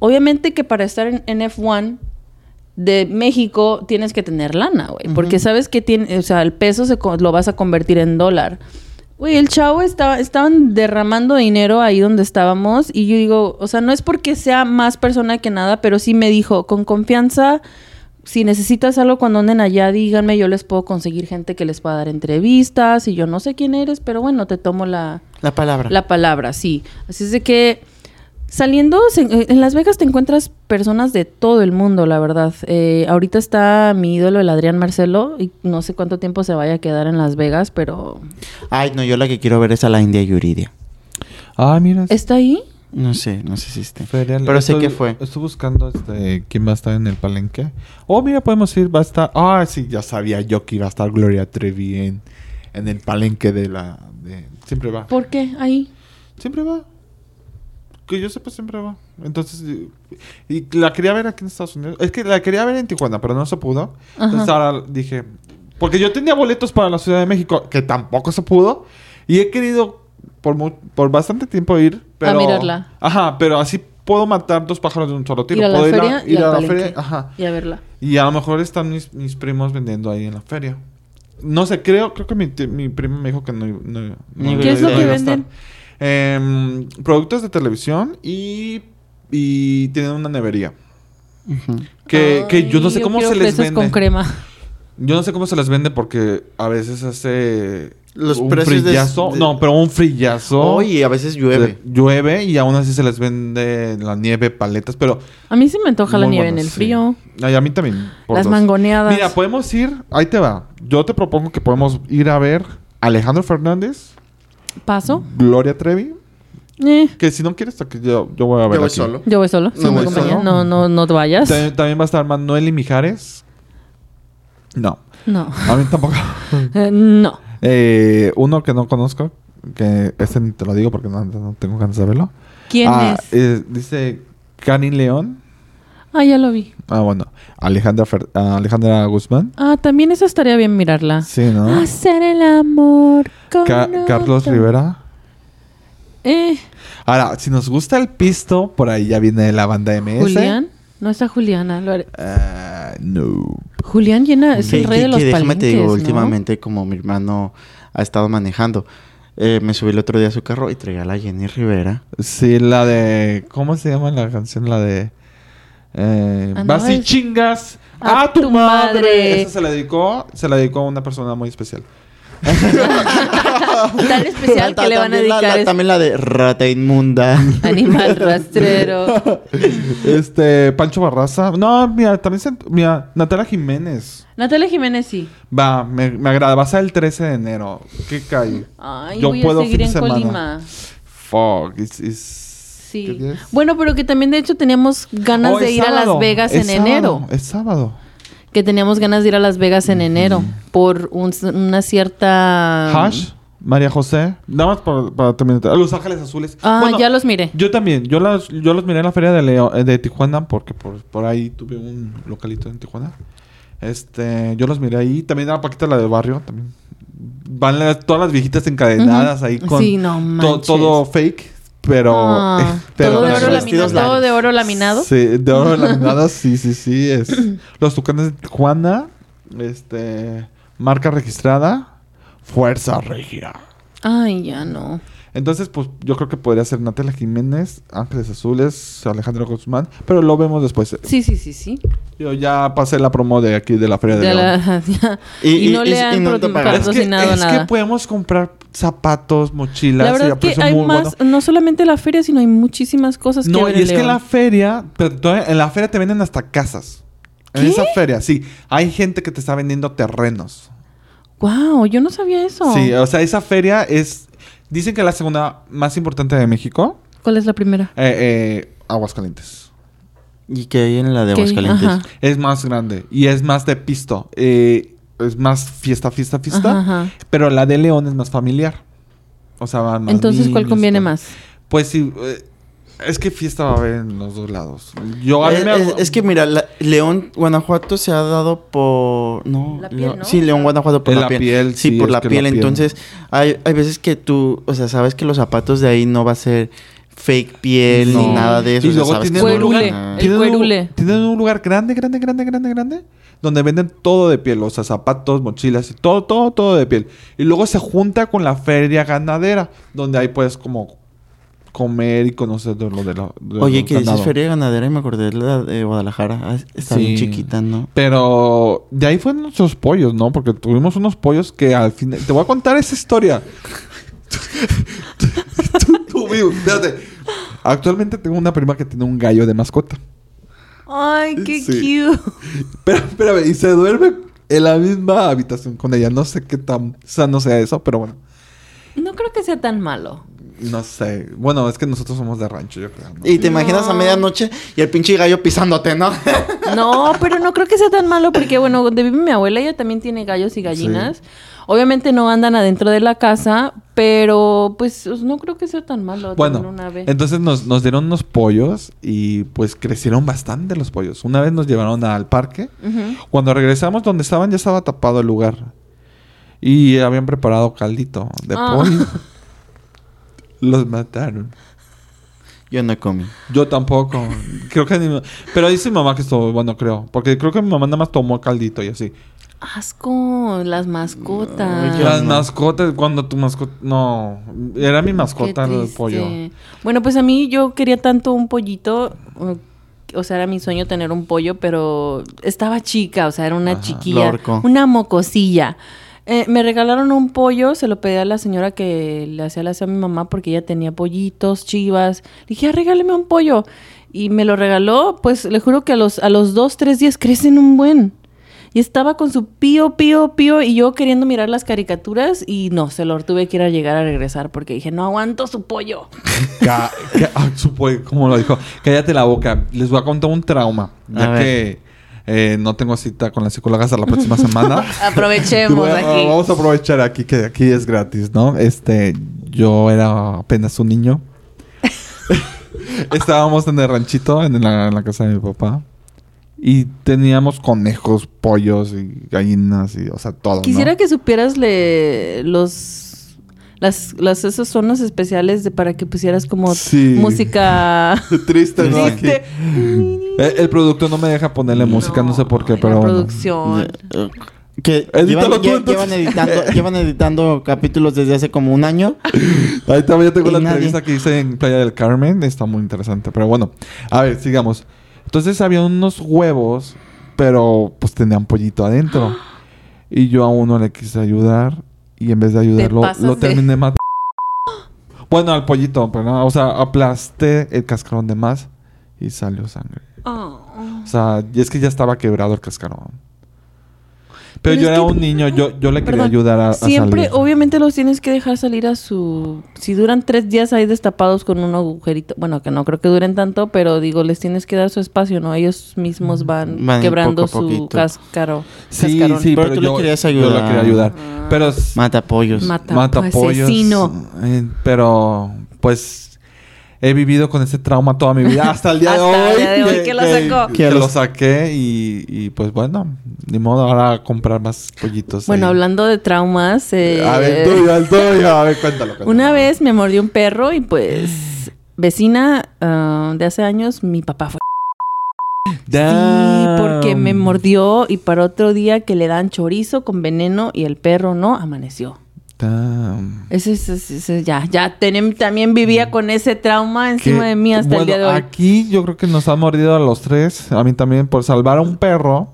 Speaker 3: Obviamente que para estar en, en F1 de México tienes que tener lana, güey, porque sabes que tiene, o sea, el peso se co- lo vas a convertir en dólar." Güey, el chavo estaba, estaban derramando dinero ahí donde estábamos y yo digo, o sea, no es porque sea más persona que nada, pero sí me dijo, con confianza, si necesitas algo cuando anden allá, díganme, yo les puedo conseguir gente que les pueda dar entrevistas y yo no sé quién eres, pero bueno, te tomo la,
Speaker 1: La palabra.
Speaker 3: la palabra, sí. Así es de que saliendo, se- eh, en Las Vegas te encuentras personas de todo el mundo, la verdad. Eh, ahorita está mi ídolo, el Adrián Marcelo, y no sé cuánto tiempo se vaya a quedar en Las Vegas, pero...
Speaker 1: Ay, no, yo la que quiero ver es a la India Yuridia.
Speaker 2: Ah, mira.
Speaker 3: ¿Está ahí?
Speaker 1: No sé, no sé si
Speaker 3: "Este".
Speaker 1: está.
Speaker 2: Feria-
Speaker 1: Pero sé
Speaker 2: estoy-
Speaker 1: que fue.
Speaker 2: Estoy buscando este, quién va a estar en el palenque. Oh, mira, podemos ir. Va a estar. Ah, sí, ya sabía yo que iba a estar Gloria Trevi en, en el palenque de la. de- siempre va.
Speaker 3: ¿Por qué? Ahí.
Speaker 2: Siempre va. Que yo sepa, siempre va. Entonces. eh, Y la quería ver aquí en Estados Unidos. Es que la quería ver en Tijuana, pero no se pudo. Entonces
Speaker 3: Ajá.
Speaker 2: ahora dije. Porque yo tenía boletos para la Ciudad de México, que tampoco se pudo. Y he querido por, mu- por bastante tiempo ir. Pero,
Speaker 3: mirarla.
Speaker 2: Ajá, pero así puedo matar dos pájaros de un solo tiro.
Speaker 3: ir a la
Speaker 2: Puedo
Speaker 3: feria y
Speaker 2: ir
Speaker 3: al
Speaker 2: a la
Speaker 3: palenque.
Speaker 2: feria. Ajá.
Speaker 3: Y a verla.
Speaker 2: Y a lo mejor están mis, mis primos vendiendo ahí en la feria. No sé, creo, creo que mi, ti- mi primo me dijo que no, no- no
Speaker 1: ¿Qué es lo
Speaker 2: iba
Speaker 1: que
Speaker 2: a gastar.
Speaker 3: venden?
Speaker 2: Em, productos de televisión y, y tienen una nevería.
Speaker 1: Ujú.
Speaker 2: Que, que yo no
Speaker 3: Ay,
Speaker 2: sé cómo
Speaker 3: quiero
Speaker 2: se les
Speaker 3: fresas
Speaker 2: vende.
Speaker 3: con crema.
Speaker 2: Yo no sé cómo se les vende porque a veces hace
Speaker 1: Los
Speaker 2: un
Speaker 1: precios de-
Speaker 2: frillazo.
Speaker 1: de-
Speaker 2: No, pero un frillazo.
Speaker 1: Oye, a veces llueve.
Speaker 2: De- llueve y aún así se les vende la nieve, paletas, pero...
Speaker 3: A mí se me antoja la
Speaker 2: muy
Speaker 3: nieve
Speaker 2: buenas,
Speaker 3: en el
Speaker 2: sí.
Speaker 3: frío.
Speaker 2: Ay, a mí también. por
Speaker 3: Las
Speaker 2: dos.
Speaker 3: mangoneadas.
Speaker 2: Mira, pues, podemos ir, ahí te va. Yo te propongo que podemos ir a ver a Alejandro Fernández,
Speaker 3: ¿Paso?
Speaker 2: Gloria Trevi,
Speaker 3: Eh,
Speaker 2: que si no quieres, que yo, yo voy a ver.
Speaker 1: Yo voy
Speaker 2: aquí.
Speaker 1: solo.
Speaker 3: yo voy solo.
Speaker 1: No
Speaker 3: No, me
Speaker 1: voy
Speaker 3: acompañas.
Speaker 1: solo.
Speaker 3: no, no, no te vayas.
Speaker 2: También, también va a estar Manuel y Mijares. No,
Speaker 3: No.
Speaker 2: a mí
Speaker 3: *laughs*
Speaker 2: tampoco.
Speaker 3: Eh, no.
Speaker 2: Eh, uno que no conozco, que este ni te lo digo porque no, no tengo ganas de verlo.
Speaker 3: ¿Quién
Speaker 2: Ah,
Speaker 3: es?
Speaker 2: eh, dice Cani León.
Speaker 3: Ah, ya lo vi.
Speaker 2: Ah, bueno. Alejandra, Fer- ah, Alejandra Guzmán.
Speaker 3: Ah, también esa estaría bien mirarla.
Speaker 2: Sí, ¿no?
Speaker 3: Hacer el amor con
Speaker 2: Ca- Carlos
Speaker 3: otro.
Speaker 2: Rivera.
Speaker 3: Eh,
Speaker 2: Ahora, si nos gusta el pisto, por ahí ya viene la banda MS.
Speaker 3: Julián. No está Juliana. lo haré.
Speaker 2: Ah, no.
Speaker 3: Julián llena, Ah, es el
Speaker 1: Que-
Speaker 3: rey
Speaker 1: que-
Speaker 3: de los
Speaker 1: que déjame
Speaker 3: palenques,
Speaker 1: te digo,
Speaker 3: ¿no?
Speaker 1: últimamente, como mi hermano ha estado manejando, eh, me subí el otro día a su carro y traía a la Jenny Rivera.
Speaker 2: Sí, la de. ¿Cómo se llama la canción? La de. Eh,
Speaker 3: Ah, no,
Speaker 2: vas y
Speaker 3: es-
Speaker 2: chingas a, tu, madre. Esa se la dedicó, se la dedicó a una persona muy especial.
Speaker 3: *laughs*
Speaker 2: *laughs*
Speaker 3: Tan especial que le van a
Speaker 1: También la-
Speaker 3: dedicar
Speaker 1: la-
Speaker 3: es
Speaker 1: También la de Rata Inmunda.
Speaker 3: Animal rastrero.
Speaker 1: *laughs*
Speaker 2: este, Pancho Barraza. No, mira, también se, mira, Natalia Jiménez.
Speaker 3: Natalia Jiménez sí.
Speaker 2: Va, me, me agrada. Vas el 13 de enero. ¿Qué cae?
Speaker 3: Ay,
Speaker 2: Yo
Speaker 3: voy
Speaker 2: puedo
Speaker 3: a seguir
Speaker 2: fin
Speaker 3: en
Speaker 2: de semana.
Speaker 3: Colima.
Speaker 2: Fuck, it's- it's- ¿qué
Speaker 3: Sí.
Speaker 2: día es?
Speaker 3: Bueno, pero que también de hecho teníamos ganas
Speaker 2: Oh,
Speaker 3: de
Speaker 2: es
Speaker 3: ir a Las
Speaker 2: sábado.
Speaker 3: Vegas en
Speaker 2: Es sábado,
Speaker 3: enero.
Speaker 2: Es sábado.
Speaker 3: Que teníamos ganas de ir a Las Vegas en enero por un- una cierta...
Speaker 2: Hash, María José. Nada más para, para terminar. Ah, Los Ángeles Azules.
Speaker 3: Ah,
Speaker 2: Bueno,
Speaker 3: ya los miré.
Speaker 2: Yo también. Yo, las, yo los miré en la feria de, Leo- eh, de Tijuana porque por, por ahí tuve un localito en Tijuana. Este, yo los miré ahí. También a Paquita, la del barrio. También. Van las- todas las viejitas encadenadas ahí con
Speaker 3: Sí, no
Speaker 2: to-
Speaker 3: manches.
Speaker 2: todo fake. Pero, eh,
Speaker 3: Ah,
Speaker 2: *laughs* pero
Speaker 3: todo, de
Speaker 2: no,
Speaker 3: oro
Speaker 2: no,
Speaker 1: vestidos
Speaker 3: laminado, todo de oro laminado.
Speaker 2: Sí, de
Speaker 3: *laughs*
Speaker 2: oro laminado, sí, sí, sí.
Speaker 3: *clears throat*
Speaker 2: Es. Los tucanes de Tijuana, este, marca registrada, Fuerza Regia.
Speaker 3: Ay, ya no.
Speaker 2: Entonces, pues yo creo que podría ser Natalia Jiménez, Ángeles Azules, Alejandro Guzmán, pero lo vemos después.
Speaker 3: Sí, sí, sí, sí.
Speaker 2: Yo ya pasé la promo de aquí de la Feria de,
Speaker 3: De
Speaker 2: León.
Speaker 3: la- ya.
Speaker 1: Y-
Speaker 3: y,
Speaker 1: y-
Speaker 3: no
Speaker 1: y-
Speaker 3: le
Speaker 1: y
Speaker 3: han
Speaker 1: no te
Speaker 3: pro-
Speaker 1: pagan.
Speaker 2: Es que,
Speaker 3: *laughs* patrocinado
Speaker 2: es que
Speaker 3: nada.
Speaker 2: podemos comprar zapatos, mochilas,
Speaker 3: La
Speaker 2: y
Speaker 3: verdad
Speaker 2: a
Speaker 3: es
Speaker 2: precio
Speaker 3: que hay
Speaker 2: pues, muy
Speaker 3: más, no solamente la feria, sino hay muchísimas cosas
Speaker 2: bueno.
Speaker 3: que
Speaker 2: No,
Speaker 3: ver
Speaker 2: y
Speaker 3: en
Speaker 2: es que en la
Speaker 3: León.
Speaker 2: feria, pero todavía- en la feria te venden hasta casas. En
Speaker 3: ¿Qué?
Speaker 2: esa feria, sí. Hay gente que te está vendiendo terrenos.
Speaker 3: Wow, yo no sabía eso.
Speaker 2: Sí, ah. o sea, esa feria es... Dicen que es la segunda más importante de México.
Speaker 3: ¿Cuál es la primera?
Speaker 2: Eh, eh, Aguascalientes.
Speaker 1: *laughs* Y que hay en la de
Speaker 3: Que-
Speaker 1: Aguascalientes.
Speaker 3: ajá.
Speaker 2: Es más grande y es más de pisto. Eh, es más fiesta, fiesta, fiesta.
Speaker 3: Ajá, ajá.
Speaker 2: Pero la de León es más familiar. O sea, van más
Speaker 3: Entonces, ¿cuál
Speaker 2: niños,
Speaker 3: conviene
Speaker 2: todo.
Speaker 3: más?
Speaker 2: Pues sí, eh, es que fiesta va a haber en los dos lados. Yo a mí
Speaker 1: Es,
Speaker 2: me-
Speaker 1: Eh, es- es que mira, la- León, Guanajuato se ha dado por... No,
Speaker 3: La piel,
Speaker 1: León-
Speaker 3: ¿no?
Speaker 1: sí, León, Guanajuato por
Speaker 2: Es
Speaker 1: la,
Speaker 2: la
Speaker 1: piel.
Speaker 2: piel,
Speaker 1: Sí,
Speaker 2: sí,
Speaker 1: por
Speaker 2: es
Speaker 1: la
Speaker 2: que la
Speaker 1: piel.
Speaker 2: piel.
Speaker 1: Entonces, hay, hay veces que tú, o sea, sabes que los zapatos de ahí no va a ser fake piel ni
Speaker 2: No.
Speaker 1: nada de eso.
Speaker 2: Y
Speaker 1: o sea,
Speaker 2: luego
Speaker 1: sabes que
Speaker 2: tienen un
Speaker 1: no va a
Speaker 3: Cuerule.
Speaker 1: ser
Speaker 2: lugar,
Speaker 1: nada.
Speaker 3: El
Speaker 2: tienen un,
Speaker 3: cuerule.
Speaker 2: tienen un lugar grande, grande, grande, grande, grande, donde venden todo de piel, o sea, zapatos, mochilas, y todo, todo, todo de piel. Y luego se junta con la feria ganadera, donde ahí puedes como comer y conocer de lo de la. de
Speaker 1: Oye,
Speaker 2: lo
Speaker 1: que dices
Speaker 2: ganado.
Speaker 1: feria ganadera y me acordé de la de Guadalajara. Ah, Está bien
Speaker 2: Sí.
Speaker 1: chiquita, ¿no?
Speaker 2: Pero de ahí fueron nuestros pollos, ¿no? Porque tuvimos unos pollos que al final. Te voy a contar esa historia. Tuvimos- espérate. Actualmente tengo una prima que tiene un gallo de mascota.
Speaker 3: Ay, qué
Speaker 2: Sí.
Speaker 3: cute.
Speaker 2: Pero, espérame, y se duerme en la misma habitación con ella. No sé qué tan sano sea eso, pero bueno.
Speaker 3: No creo que sea tan malo.
Speaker 2: No sé. Bueno, es que nosotros somos de rancho, yo creo. ¿no?
Speaker 1: Y te imaginas a
Speaker 3: No.
Speaker 1: medianoche y el pinche gallo pisándote, ¿no? *laughs*
Speaker 3: No, pero no creo que sea tan malo porque, bueno, donde vive mi abuela, ella también tiene gallos y gallinas. Obviamente no andan adentro de la casa, pero pues no creo que sea tan malo tener
Speaker 2: Bueno,
Speaker 3: un ave.
Speaker 2: entonces nos, nos dieron unos pollos y pues crecieron bastante los pollos. Una vez nos llevaron al parque.
Speaker 3: Ujú.
Speaker 2: Cuando regresamos donde estaban ya estaba tapado el lugar. Y habían preparado caldito de
Speaker 3: Ah. *laughs*
Speaker 2: pollo. Los mataron.
Speaker 1: Yo no comí.
Speaker 2: Yo tampoco. Creo que ni... Pero dice mi mamá que estuvo bueno, creo. Porque creo que mi mamá nada más tomó caldito y así.
Speaker 3: Asco, las mascotas.
Speaker 1: Ay, Yo
Speaker 2: Las
Speaker 1: no.
Speaker 2: mascotas, cuando tu mascota... No, era mi
Speaker 3: Qué
Speaker 2: mascota el
Speaker 3: triste.
Speaker 2: pollo.
Speaker 3: Bueno, pues a mí yo quería tanto un pollito. o- O sea, era mi sueño tener un pollo, pero estaba chica, o sea, era una
Speaker 2: Ajá,
Speaker 3: chiquilla,
Speaker 1: lorco.
Speaker 3: una mocosilla. Eh, me regalaron un pollo, se lo pedí a la señora que le hacía la hacía a mi mamá porque ella tenía pollitos, chivas. Le dije, "Ah, regáleme un pollo. Y me lo regaló, pues le juro que a los, a los dos, tres días crecen un buen. Y estaba con su pío, pío, pío, y yo queriendo mirar las caricaturas, y no, se lo tuve que ir a llegar a regresar porque dije, no aguanto su
Speaker 2: *laughs*
Speaker 3: pollo.
Speaker 2: Ca- *laughs* ca- ah, su pollo, como lo dijo. Cállate la boca. Les voy a contar un trauma.
Speaker 1: A
Speaker 2: Ya
Speaker 1: ver.
Speaker 2: que eh, no tengo cita con la psicóloga hasta la próxima semana.
Speaker 3: Aprovechemos
Speaker 2: Y bueno,
Speaker 3: aquí.
Speaker 2: Vamos a aprovechar aquí, que aquí es gratis, ¿no? Este, yo era apenas un niño. *laughs* Estábamos en el ranchito, en la, en la casa de mi papá. Y teníamos conejos, pollos y gallinas y, o sea, todo. ¿no?
Speaker 3: Quisiera que supieras le- los... Las, las, esas zonas especiales de, para que pusieras como
Speaker 2: Sí.
Speaker 3: música...
Speaker 2: *laughs* *laughs* Triste, ¿no? Aquí.
Speaker 3: triste.
Speaker 2: Eh, El, producto no me deja ponerle música, no sé por qué,
Speaker 3: la
Speaker 2: pero bueno.
Speaker 3: producción.
Speaker 1: Eh, Que
Speaker 2: Edítalo
Speaker 1: llevan,
Speaker 2: tú,
Speaker 1: lle-
Speaker 2: entonces.
Speaker 1: llevan editando, llevan editando capítulos desde hace como un año.
Speaker 2: Ahí también yo tengo
Speaker 1: Y
Speaker 2: la
Speaker 1: nadie.
Speaker 2: entrevista que hice en Playa del Carmen. Está muy interesante. Pero bueno, a ver, sigamos. Entonces había unos huevos, pero pues tenían pollito adentro. Y yo a uno le quise ayudar. Y en vez de ayudarlo,
Speaker 3: pasas
Speaker 2: lo
Speaker 3: de-
Speaker 2: terminé
Speaker 3: *gasps*
Speaker 2: matando. Bueno, al pollito, pero no, o sea, aplasté el cascarón de más y salió sangre.
Speaker 3: Oh.
Speaker 2: O sea, y es que ya estaba quebrado el cascarón. Pero, yo
Speaker 3: Pero es
Speaker 2: era
Speaker 3: que-
Speaker 2: un niño, yo, yo le quería
Speaker 3: Perdón.
Speaker 2: ayudar a, a
Speaker 3: Siempre,
Speaker 2: salir.
Speaker 3: obviamente los tienes que dejar salir a su... Si duran tres días ahí destapados con un agujerito, bueno, que no creo que duren tanto, pero digo, les tienes que dar su espacio, ¿no? Ellos
Speaker 2: Mm,
Speaker 3: mismos van,
Speaker 1: Van
Speaker 3: quebrando
Speaker 1: poco a
Speaker 3: su
Speaker 1: poquito.
Speaker 3: cáscaro.
Speaker 2: Sí,
Speaker 3: cascarón. Ah.
Speaker 2: sí,
Speaker 1: Pero
Speaker 2: pero,
Speaker 1: tú le
Speaker 2: yo,
Speaker 1: querías
Speaker 2: yo le
Speaker 1: ayudar.
Speaker 2: quería ayudar. Pero s-
Speaker 1: Mata pollos.
Speaker 3: Mata- pues,
Speaker 2: mata pollos.
Speaker 3: asesino.
Speaker 2: eh, pero pues he vivido con ese trauma toda mi vida hasta el día de hoy.
Speaker 3: *laughs* Hasta el día de hoy que lo sacó.
Speaker 2: Que, lo saqué y, y, pues bueno, ni modo ahora comprar más pollitos.
Speaker 3: Bueno,
Speaker 2: ahí.
Speaker 3: hablando de traumas, eh,
Speaker 2: A ver, tuyo, el tuyo.
Speaker 3: *laughs*
Speaker 2: A ver, cuéntalo. cuéntalo.
Speaker 3: una vez me mordió un perro y pues vecina ah, de hace años, mi papá fue. Sí,
Speaker 2: Damn.
Speaker 3: porque me mordió y para otro día que le dan chorizo con veneno y el perro no amaneció.
Speaker 2: Damn.
Speaker 3: Ese, ese- ese- ese- ya, ya tenem- también vivía con ese trauma encima
Speaker 2: Mm. que-
Speaker 3: de mí hasta
Speaker 2: bueno,
Speaker 3: el día de hoy.
Speaker 2: Aquí yo creo que nos ha mordido a los tres. A mí también por salvar a un perro.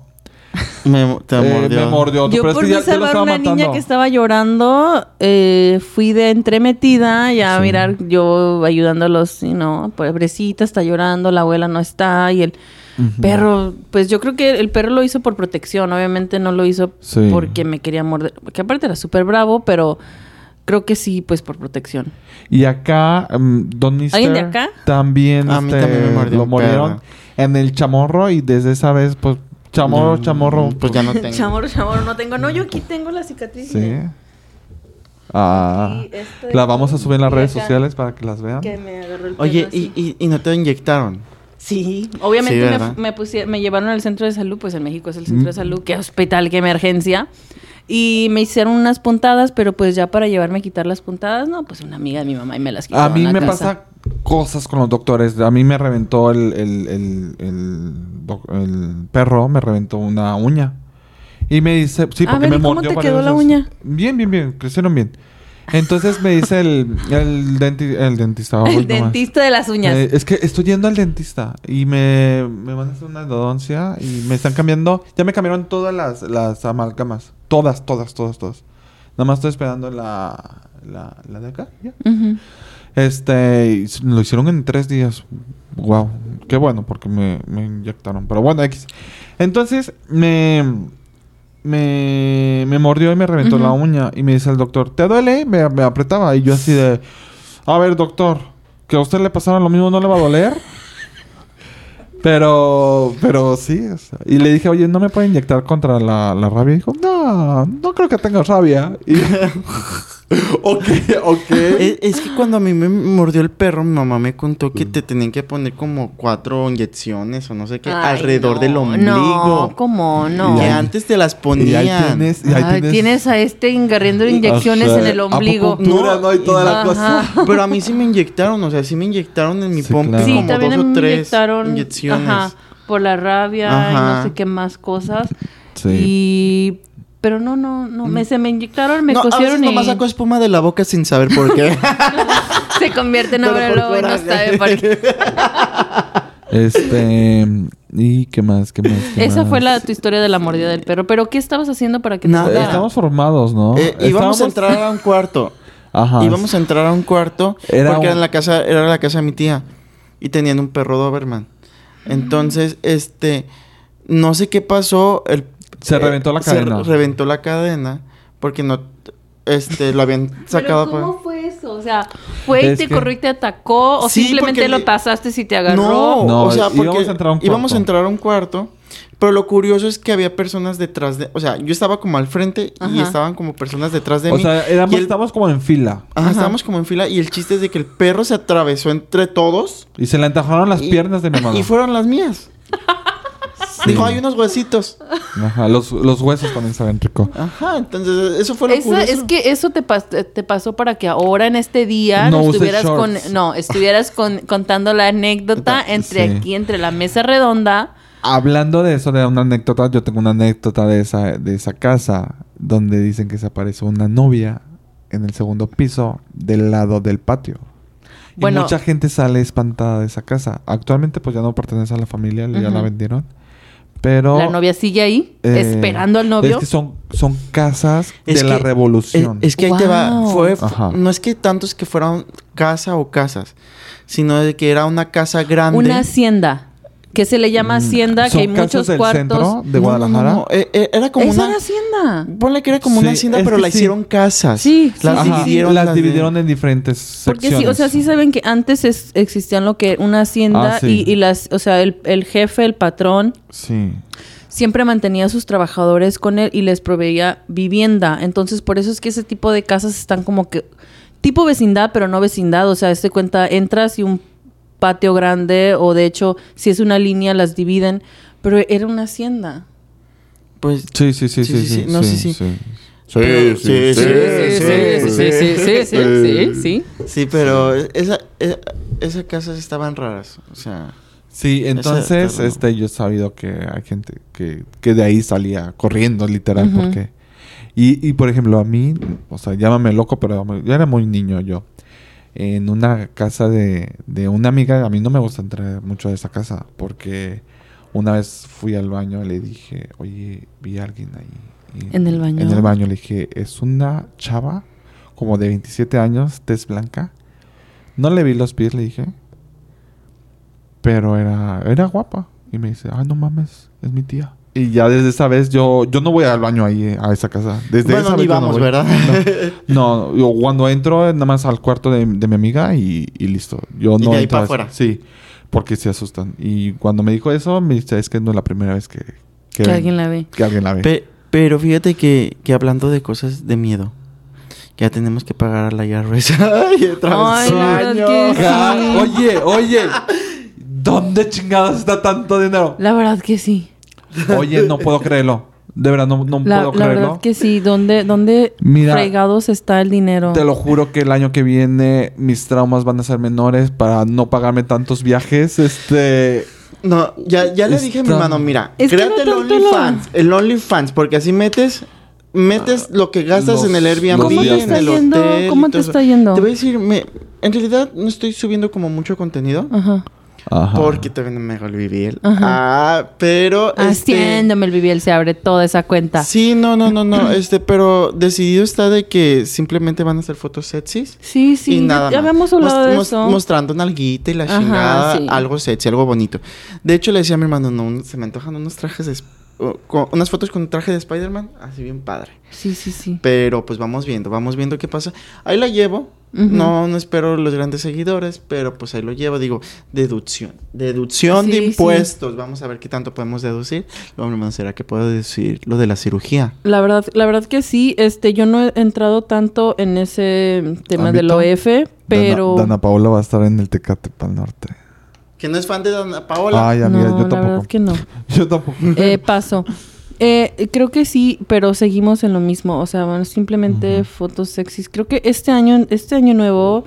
Speaker 1: Me, te
Speaker 2: Eh,
Speaker 1: mordió.
Speaker 2: me mordió.
Speaker 3: Yo
Speaker 2: pero es
Speaker 3: por
Speaker 2: que
Speaker 3: no
Speaker 2: ya- ya lo
Speaker 3: salvar a
Speaker 2: estaba
Speaker 3: una niña
Speaker 2: matando.
Speaker 3: que estaba llorando, eh, fui de entremetida ya a mirar yo ayudándolos, y no, pobrecita está llorando, la abuela no está y el perro, pues yo creo que el perro lo hizo por protección, obviamente no lo hizo
Speaker 2: Sí.
Speaker 3: porque me quería morder, que aparte era súper bravo, pero creo que sí, pues por protección.
Speaker 2: Y acá, mm, Don
Speaker 3: ¿Alguien de
Speaker 2: Mister
Speaker 3: acá?
Speaker 2: También,
Speaker 1: A mí
Speaker 2: este,
Speaker 1: también me mordió
Speaker 2: lo
Speaker 1: un
Speaker 2: mordieron
Speaker 1: perro.
Speaker 2: en el chamorro. Y desde esa vez, pues, chamorro,
Speaker 1: No,
Speaker 2: chamorro. pues,
Speaker 1: Pues
Speaker 3: *laughs*
Speaker 1: ya no tengo.
Speaker 3: Chamorro, chamorro, no tengo, no, yo aquí tengo la cicatriz.
Speaker 2: Sí.
Speaker 3: mira,
Speaker 2: Ah,
Speaker 3: Y este-
Speaker 2: la vamos a subir en las
Speaker 3: y
Speaker 2: redes
Speaker 3: acá.
Speaker 2: sociales para que las vean.
Speaker 3: Que me agarró el
Speaker 1: Oye,
Speaker 3: pelo
Speaker 1: y,
Speaker 3: así.
Speaker 1: y, y no te inyectaron.
Speaker 3: Sí, obviamente
Speaker 1: Sí,
Speaker 3: me-
Speaker 1: ¿verdad?
Speaker 3: me, pusie- me llevaron al centro de salud, pues en México es el
Speaker 2: Mm.
Speaker 3: centro de salud, qué hospital, qué emergencia. Y me hicieron unas puntadas, pero pues ya para llevarme a quitar las puntadas, no, pues una amiga de mi mamá y me las quitó.
Speaker 2: A
Speaker 3: en
Speaker 2: mí
Speaker 3: la
Speaker 2: me
Speaker 3: casa. *laughs*
Speaker 2: pasa cosas con los doctores. A mí me reventó el, el- el- el doc- el perro, me reventó una uña. Y me dice, sí,
Speaker 3: A
Speaker 2: porque
Speaker 3: ver,
Speaker 2: me
Speaker 3: ¿y cómo
Speaker 2: mordió
Speaker 3: te
Speaker 2: varias
Speaker 3: quedó la
Speaker 2: veces.
Speaker 3: uña?
Speaker 2: Bien, bien, bien, crecieron bien. Entonces me dice el, el, denti- el dentista.
Speaker 3: *laughs* El
Speaker 2: hoy nomás.
Speaker 3: dentista de las uñas.
Speaker 2: Eh, es que estoy yendo al dentista y me, me van a hacer una endodoncia y me están cambiando. Ya me cambiaron todas las, las amalgamas. Todas, todas, todas, todas. Nada más estoy esperando la, la, la de acá. ya.
Speaker 3: Ujú.
Speaker 2: Este, y s- lo hicieron en tres días. Wow, qué bueno, porque me, me inyectaron. Pero bueno, X. Entonces, me, me, me mordió y me reventó la
Speaker 3: Ujú.
Speaker 2: uña. Y me dice el doctor, ¿te duele? Y Me, me apretaba. Y yo así de, a ver, doctor, que a usted le pasara lo mismo, ¿no le va a *laughs* doler? Pero, pero sí. o sea, Y le dije, oye, ¿no me puede inyectar contra la, la rabia? Y dijo, no, no creo que tenga rabia.
Speaker 1: *laughs*
Speaker 2: Y, eh, ok, ok.
Speaker 1: Es, es que cuando a mí me mordió el perro, mi mamá me contó
Speaker 2: Mm.
Speaker 1: que te tenían que poner como cuatro inyecciones o no sé qué
Speaker 3: Ay,
Speaker 1: alrededor
Speaker 3: no,
Speaker 1: del ombligo.
Speaker 3: No, ¿cómo no?
Speaker 1: Que
Speaker 2: Y ahí-
Speaker 1: antes te las
Speaker 2: *laughs* Y
Speaker 1: ponían.
Speaker 2: ahí tienes, y ahí
Speaker 3: Ay, tienes...
Speaker 2: tienes,
Speaker 3: a este engarriendo inyecciones
Speaker 2: O sea,
Speaker 3: en el ombligo.
Speaker 2: acupuntura, ¿no? Y toda la
Speaker 3: Ajá.
Speaker 2: cosa.
Speaker 1: Pero a mí sí me inyectaron, o sea, sí me inyectaron en mi
Speaker 2: Sí,
Speaker 1: pompa
Speaker 2: claro.
Speaker 3: Sí,
Speaker 1: como
Speaker 3: también
Speaker 1: dos o
Speaker 3: me
Speaker 1: tres
Speaker 3: inyectaron
Speaker 1: inyecciones.
Speaker 3: ajá, por la rabia y
Speaker 1: Ajá.
Speaker 3: no sé qué más cosas.
Speaker 2: Sí.
Speaker 3: Y pero no, no, no, me, se me inyectaron, me
Speaker 1: no, a veces
Speaker 3: cosieron y
Speaker 1: nomás saco espuma de la boca sin saber por qué.
Speaker 3: *laughs* se convierte en
Speaker 1: Pero
Speaker 3: hombre
Speaker 1: por
Speaker 3: lobo y no
Speaker 1: coraje.
Speaker 3: sabe por qué.
Speaker 2: Este. ¿Y qué más? ¿Qué más? qué
Speaker 3: Esa
Speaker 2: más?
Speaker 3: fue la Ah, tu historia de la mordida del perro. Pero ¿qué estabas haciendo para que te
Speaker 1: Nada.
Speaker 2: Eh,
Speaker 3: mordiera?
Speaker 2: Estamos formados, *laughs* ¿no?
Speaker 1: Eh, íbamos
Speaker 2: Estábamos-
Speaker 1: a entrar a un cuarto.
Speaker 2: Ajá.
Speaker 1: íbamos a entrar a un cuarto
Speaker 2: Era
Speaker 1: porque
Speaker 2: un-
Speaker 1: era en la casa era la casa de mi tía y tenían un perro doberman.
Speaker 3: Mm.
Speaker 1: Entonces, este no sé qué pasó, el- eh,
Speaker 2: Se reventó la
Speaker 1: se re-
Speaker 2: cadena.
Speaker 1: reventó la cadena porque no este lo habían sacado
Speaker 3: *laughs* Pero ¿cómo
Speaker 1: pa-
Speaker 3: fue eso? O sea, fue y
Speaker 2: pues. Es
Speaker 3: te
Speaker 2: que-
Speaker 3: corrió y te atacó o
Speaker 1: Sí,
Speaker 3: simplemente
Speaker 1: porque
Speaker 3: lo
Speaker 1: le-
Speaker 3: pasaste si te
Speaker 1: No,
Speaker 3: agarró.
Speaker 2: No,
Speaker 1: o sea,
Speaker 2: íbamos
Speaker 1: porque íbamos
Speaker 2: a entrar a un
Speaker 1: a
Speaker 2: cuarto.
Speaker 1: entrar a un cuarto, pero lo curioso es que había personas detrás de, o sea, yo estaba como al frente y
Speaker 3: Ajá.
Speaker 1: estaban como personas detrás de
Speaker 2: o
Speaker 1: mí.
Speaker 2: sea, éramos,
Speaker 1: y el-
Speaker 2: estábamos como en fila.
Speaker 1: Ajá, estábamos como en fila y el chiste es de que el perro se atravesó entre todos.
Speaker 2: Y se le entajaron las
Speaker 1: Y-
Speaker 2: piernas de mi mamá.
Speaker 1: Y fueron las mías.
Speaker 2: Sí.
Speaker 1: Dijo, hay unos huesitos.
Speaker 2: Ajá, los, los huesos también saben rico.
Speaker 1: Ajá, entonces eso fue lo
Speaker 3: Esa-
Speaker 1: curioso.
Speaker 3: es que eso te, pas- te pasó para que ahora en este día
Speaker 2: No
Speaker 3: no
Speaker 2: uses
Speaker 3: estuvieras con
Speaker 2: shorts.
Speaker 3: no estuvieras con- contando la anécdota
Speaker 1: Entonces,
Speaker 3: entre
Speaker 2: *laughs* sí.
Speaker 3: aquí entre la mesa redonda
Speaker 2: Hablando de eso, de una anécdota, yo tengo una anécdota de esa, de esa casa donde dicen que se apareció una novia en el segundo piso del lado del patio.
Speaker 3: Bueno.
Speaker 2: y mucha gente sale espantada de esa casa. Actualmente pues ya no pertenece a la familia, ya la
Speaker 3: Ujú.
Speaker 2: vendieron. Pero
Speaker 3: la novia sigue ahí
Speaker 2: eh,
Speaker 3: esperando al novio.
Speaker 2: Es que son, son casas
Speaker 1: Es
Speaker 2: de la
Speaker 1: que-
Speaker 2: revolución.
Speaker 1: Es, es que ahí te va.
Speaker 3: Wow.
Speaker 1: Fue,
Speaker 2: Ajá.
Speaker 1: no es que tantos que fueran casa o casas, sino de que era una casa grande.
Speaker 3: Una hacienda que se le llama hacienda que
Speaker 2: Mm, Son
Speaker 3: hay
Speaker 2: casas
Speaker 3: muchos
Speaker 2: del
Speaker 3: cuartos.
Speaker 2: centro de
Speaker 1: No, no, no,
Speaker 2: Guadalajara.
Speaker 1: no, eh, eh, Era como
Speaker 3: es
Speaker 1: una.
Speaker 3: una hacienda.
Speaker 1: Ponle que era como una
Speaker 2: Sí,
Speaker 1: hacienda,
Speaker 2: es
Speaker 1: pero
Speaker 2: que
Speaker 1: la
Speaker 2: sí.
Speaker 1: hicieron casas.
Speaker 3: Sí, sí,
Speaker 1: las
Speaker 3: sí, sí.
Speaker 1: dividieron.
Speaker 2: Las
Speaker 1: las de-
Speaker 2: dividieron en diferentes
Speaker 3: Porque
Speaker 2: secciones.
Speaker 3: sí, o sea, sí saben que antes es- existían lo que era una hacienda
Speaker 2: Ah, sí.
Speaker 3: y, y las, o sea, el, el jefe, el patrón,
Speaker 2: Sí.
Speaker 3: siempre mantenía a sus trabajadores con él y les proveía vivienda. Entonces, por eso es que ese tipo de casas están como que tipo vecindad, pero no vecindad. O sea, este cuenta, entras y un patio grande o de hecho, si es una línea, las dividen. Pero era una hacienda.
Speaker 1: Pues.
Speaker 2: Sí, sí, sí, sí, sí, sí,
Speaker 1: No, sí, sí.
Speaker 4: Sí, sí, sí,
Speaker 1: sí, sí,
Speaker 3: sí, sí, sí.
Speaker 1: Sí, pero esa, esa- esas casas estaban raras. O sea.
Speaker 2: Sí, entonces
Speaker 1: terreno.
Speaker 2: este, yo he sabido que hay gente que, que de ahí salía corriendo, literal,
Speaker 3: Ujú.
Speaker 2: porque... Y, y, por ejemplo, a mí, o sea, llámame loco, pero yo era muy niño yo. En una casa de, de una amiga, a mí no me gusta entrar mucho a esa casa porque una vez fui al baño y le dije, oye, vi a alguien ahí. Y
Speaker 3: En el baño.
Speaker 2: En el baño le dije, es una chava como de 27 años, tez blanca. No le vi los pies, le dije. Pero era, era guapa. Y me dice, ah, no mames, es mi tía. Y ya desde esa vez yo, yo no voy al baño ahí, eh, a esa casa. Desde
Speaker 1: bueno,
Speaker 2: esa
Speaker 1: ni
Speaker 2: vez yo no
Speaker 1: vamos,
Speaker 2: voy.
Speaker 1: ¿verdad?
Speaker 2: *laughs*
Speaker 1: *laughs*
Speaker 2: No, yo cuando entro eh, nada más al cuarto de, de mi amiga y, y listo. Yo
Speaker 1: Y
Speaker 2: no
Speaker 1: de ahí
Speaker 2: entro
Speaker 1: para
Speaker 2: a-
Speaker 1: afuera.
Speaker 2: Sí, porque se asustan. Y cuando me dijo eso, me dice, es que no es la primera vez que...
Speaker 3: Que alguien la ve.
Speaker 2: Que alguien la ve.
Speaker 4: Pe- pero fíjate que, que hablando de cosas de miedo, ya tenemos que pagar a la *laughs* IRS.
Speaker 1: Ay, otra vez.
Speaker 3: Ay, la verdad que
Speaker 2: Ah,
Speaker 3: sí.
Speaker 2: *laughs* Oye, oye. ¿Dónde chingados está tanto dinero?
Speaker 3: La verdad
Speaker 2: *laughs*
Speaker 3: que sí.
Speaker 2: Oye, no puedo creerlo. De verdad, no, no
Speaker 3: La,
Speaker 2: puedo
Speaker 3: la
Speaker 2: creerlo.
Speaker 3: verdad que sí. ¿Dónde, dónde
Speaker 2: Mira,
Speaker 3: fregados está el dinero?
Speaker 2: Te lo juro que el año que viene mis traumas van a ser menores para no pagarme tantos viajes. Este.
Speaker 1: No, ya, ya le dije a mi
Speaker 2: Está-
Speaker 1: hermano, mira,
Speaker 3: Es que
Speaker 1: créate
Speaker 3: no
Speaker 1: el
Speaker 3: tanto la-
Speaker 1: OnlyFans, el OnlyFans, porque así metes, metes lo que gastas
Speaker 2: Ah, los-
Speaker 1: en el Airbnb,
Speaker 2: ¿Cómo te
Speaker 1: en
Speaker 2: está
Speaker 1: el
Speaker 3: yendo?
Speaker 1: hotel. y
Speaker 3: ¿Cómo te
Speaker 1: todo eso.
Speaker 3: está yendo?
Speaker 1: Te voy a decir, me- en realidad no estoy subiendo como mucho contenido.
Speaker 3: Ajá.
Speaker 2: Ajá.
Speaker 1: Porque te venden mega el BBL.
Speaker 3: Ah. Ajá.
Speaker 1: Ah, pero. este,
Speaker 3: Haciéndome el Viviel se abre toda esa cuenta.
Speaker 1: Sí, no, no, no, no. Este, pero decidido está de que simplemente van a hacer fotos sexys.
Speaker 3: Sí, sí.
Speaker 1: y nada
Speaker 3: ya
Speaker 1: más.
Speaker 3: habíamos hablado
Speaker 1: Mos-
Speaker 3: de
Speaker 1: mos-
Speaker 3: eso.
Speaker 1: Mostrando nalguita y la
Speaker 3: Ajá,
Speaker 1: chingada,
Speaker 3: sí.
Speaker 1: algo sexy, algo bonito. De hecho, le decía a mi hermano, no, se me antojan unos trajes, de, Sp- o- con- unas fotos con un traje de Spider-Man, así bien padre.
Speaker 3: Sí, sí, sí.
Speaker 1: Pero pues vamos viendo, vamos viendo qué pasa. Ahí la llevo.
Speaker 3: Ujú.
Speaker 1: No, no espero los grandes seguidores, pero pues ahí lo llevo. Digo, deducción. Deducción de
Speaker 3: Sí, sí.
Speaker 1: impuestos. Vamos a ver qué tanto podemos deducir. Lo hermano, ¿será que puedo decir lo de la cirugía?
Speaker 3: La verdad, la verdad que sí, este, yo no he entrado tanto en ese tema del
Speaker 2: ¿Ámbito?
Speaker 3: OF, pero
Speaker 2: Dana, Dana Paola va a estar en el Tecate para el norte.
Speaker 1: Que no es fan de Dana Paola.
Speaker 2: Ay, amiga,
Speaker 3: no,
Speaker 2: yo
Speaker 3: la
Speaker 2: tampoco.
Speaker 3: verdad que no.
Speaker 2: Yo tampoco.
Speaker 3: Eh, paso. Eh, creo que sí, pero seguimos en lo mismo. O sea, bueno, simplemente
Speaker 2: Ujú.
Speaker 3: fotos sexys. Creo que este año, este año nuevo.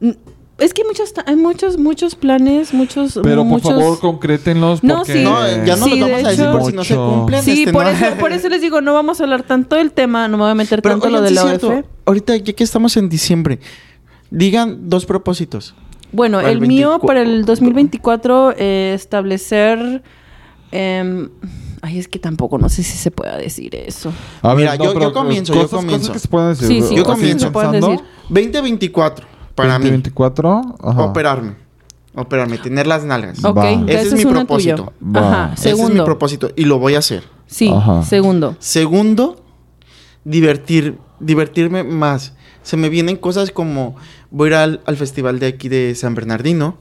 Speaker 3: n- Es que hay muchas, ta- hay muchos, muchos planes, muchos,
Speaker 2: Pero por
Speaker 3: muchos-
Speaker 2: favor, concrétenlos.
Speaker 3: No,
Speaker 2: porque-
Speaker 3: sí.
Speaker 1: No, ya no los
Speaker 3: Sí, de
Speaker 1: vamos a decir por si no se
Speaker 2: Mucho.
Speaker 1: cumplen.
Speaker 3: Sí,
Speaker 1: este,
Speaker 3: por,
Speaker 1: no.
Speaker 3: eso, por eso les digo, no vamos a hablar tanto del tema, no me voy a meter
Speaker 1: Pero
Speaker 3: tanto
Speaker 1: oigan,
Speaker 3: lo de
Speaker 1: sí
Speaker 3: la
Speaker 1: es
Speaker 3: OF.
Speaker 1: cierto. Ahorita, ya que estamos en diciembre, digan dos propósitos.
Speaker 3: Bueno,
Speaker 1: Para
Speaker 3: el,
Speaker 1: el
Speaker 3: mío
Speaker 1: 24.
Speaker 3: para el 2024 eh, establecer... em, ay, es que tampoco no sé si se pueda decir eso.
Speaker 2: A ver,
Speaker 1: Mira,
Speaker 2: no,
Speaker 1: yo- yo
Speaker 2: pero
Speaker 1: comienzo, yo
Speaker 2: cosas,
Speaker 1: comienzo.
Speaker 2: Cosas que se pueden decir.
Speaker 3: Sí, sí,
Speaker 1: Yo
Speaker 2: Así
Speaker 1: comienzo.
Speaker 2: pensando,
Speaker 1: Se
Speaker 3: pueden decir.
Speaker 1: 2024 para
Speaker 2: 20,
Speaker 1: mí.
Speaker 2: 24. Ajá.
Speaker 1: Operarme. Operarme, tener las nalgas.
Speaker 3: Ok,
Speaker 2: Va.
Speaker 3: ya
Speaker 1: Ese
Speaker 3: ese
Speaker 1: es
Speaker 3: es,
Speaker 1: mi
Speaker 3: uno
Speaker 1: propósito.
Speaker 3: tuyo.
Speaker 2: Va.
Speaker 3: Ajá,
Speaker 1: Ese
Speaker 3: segundo.
Speaker 1: es mi propósito y lo voy a hacer.
Speaker 3: Sí,
Speaker 2: Ajá.
Speaker 3: segundo.
Speaker 1: Segundo, divertir, divertirme más. Se me vienen cosas como voy a ir al, al festival de aquí de San Bernardino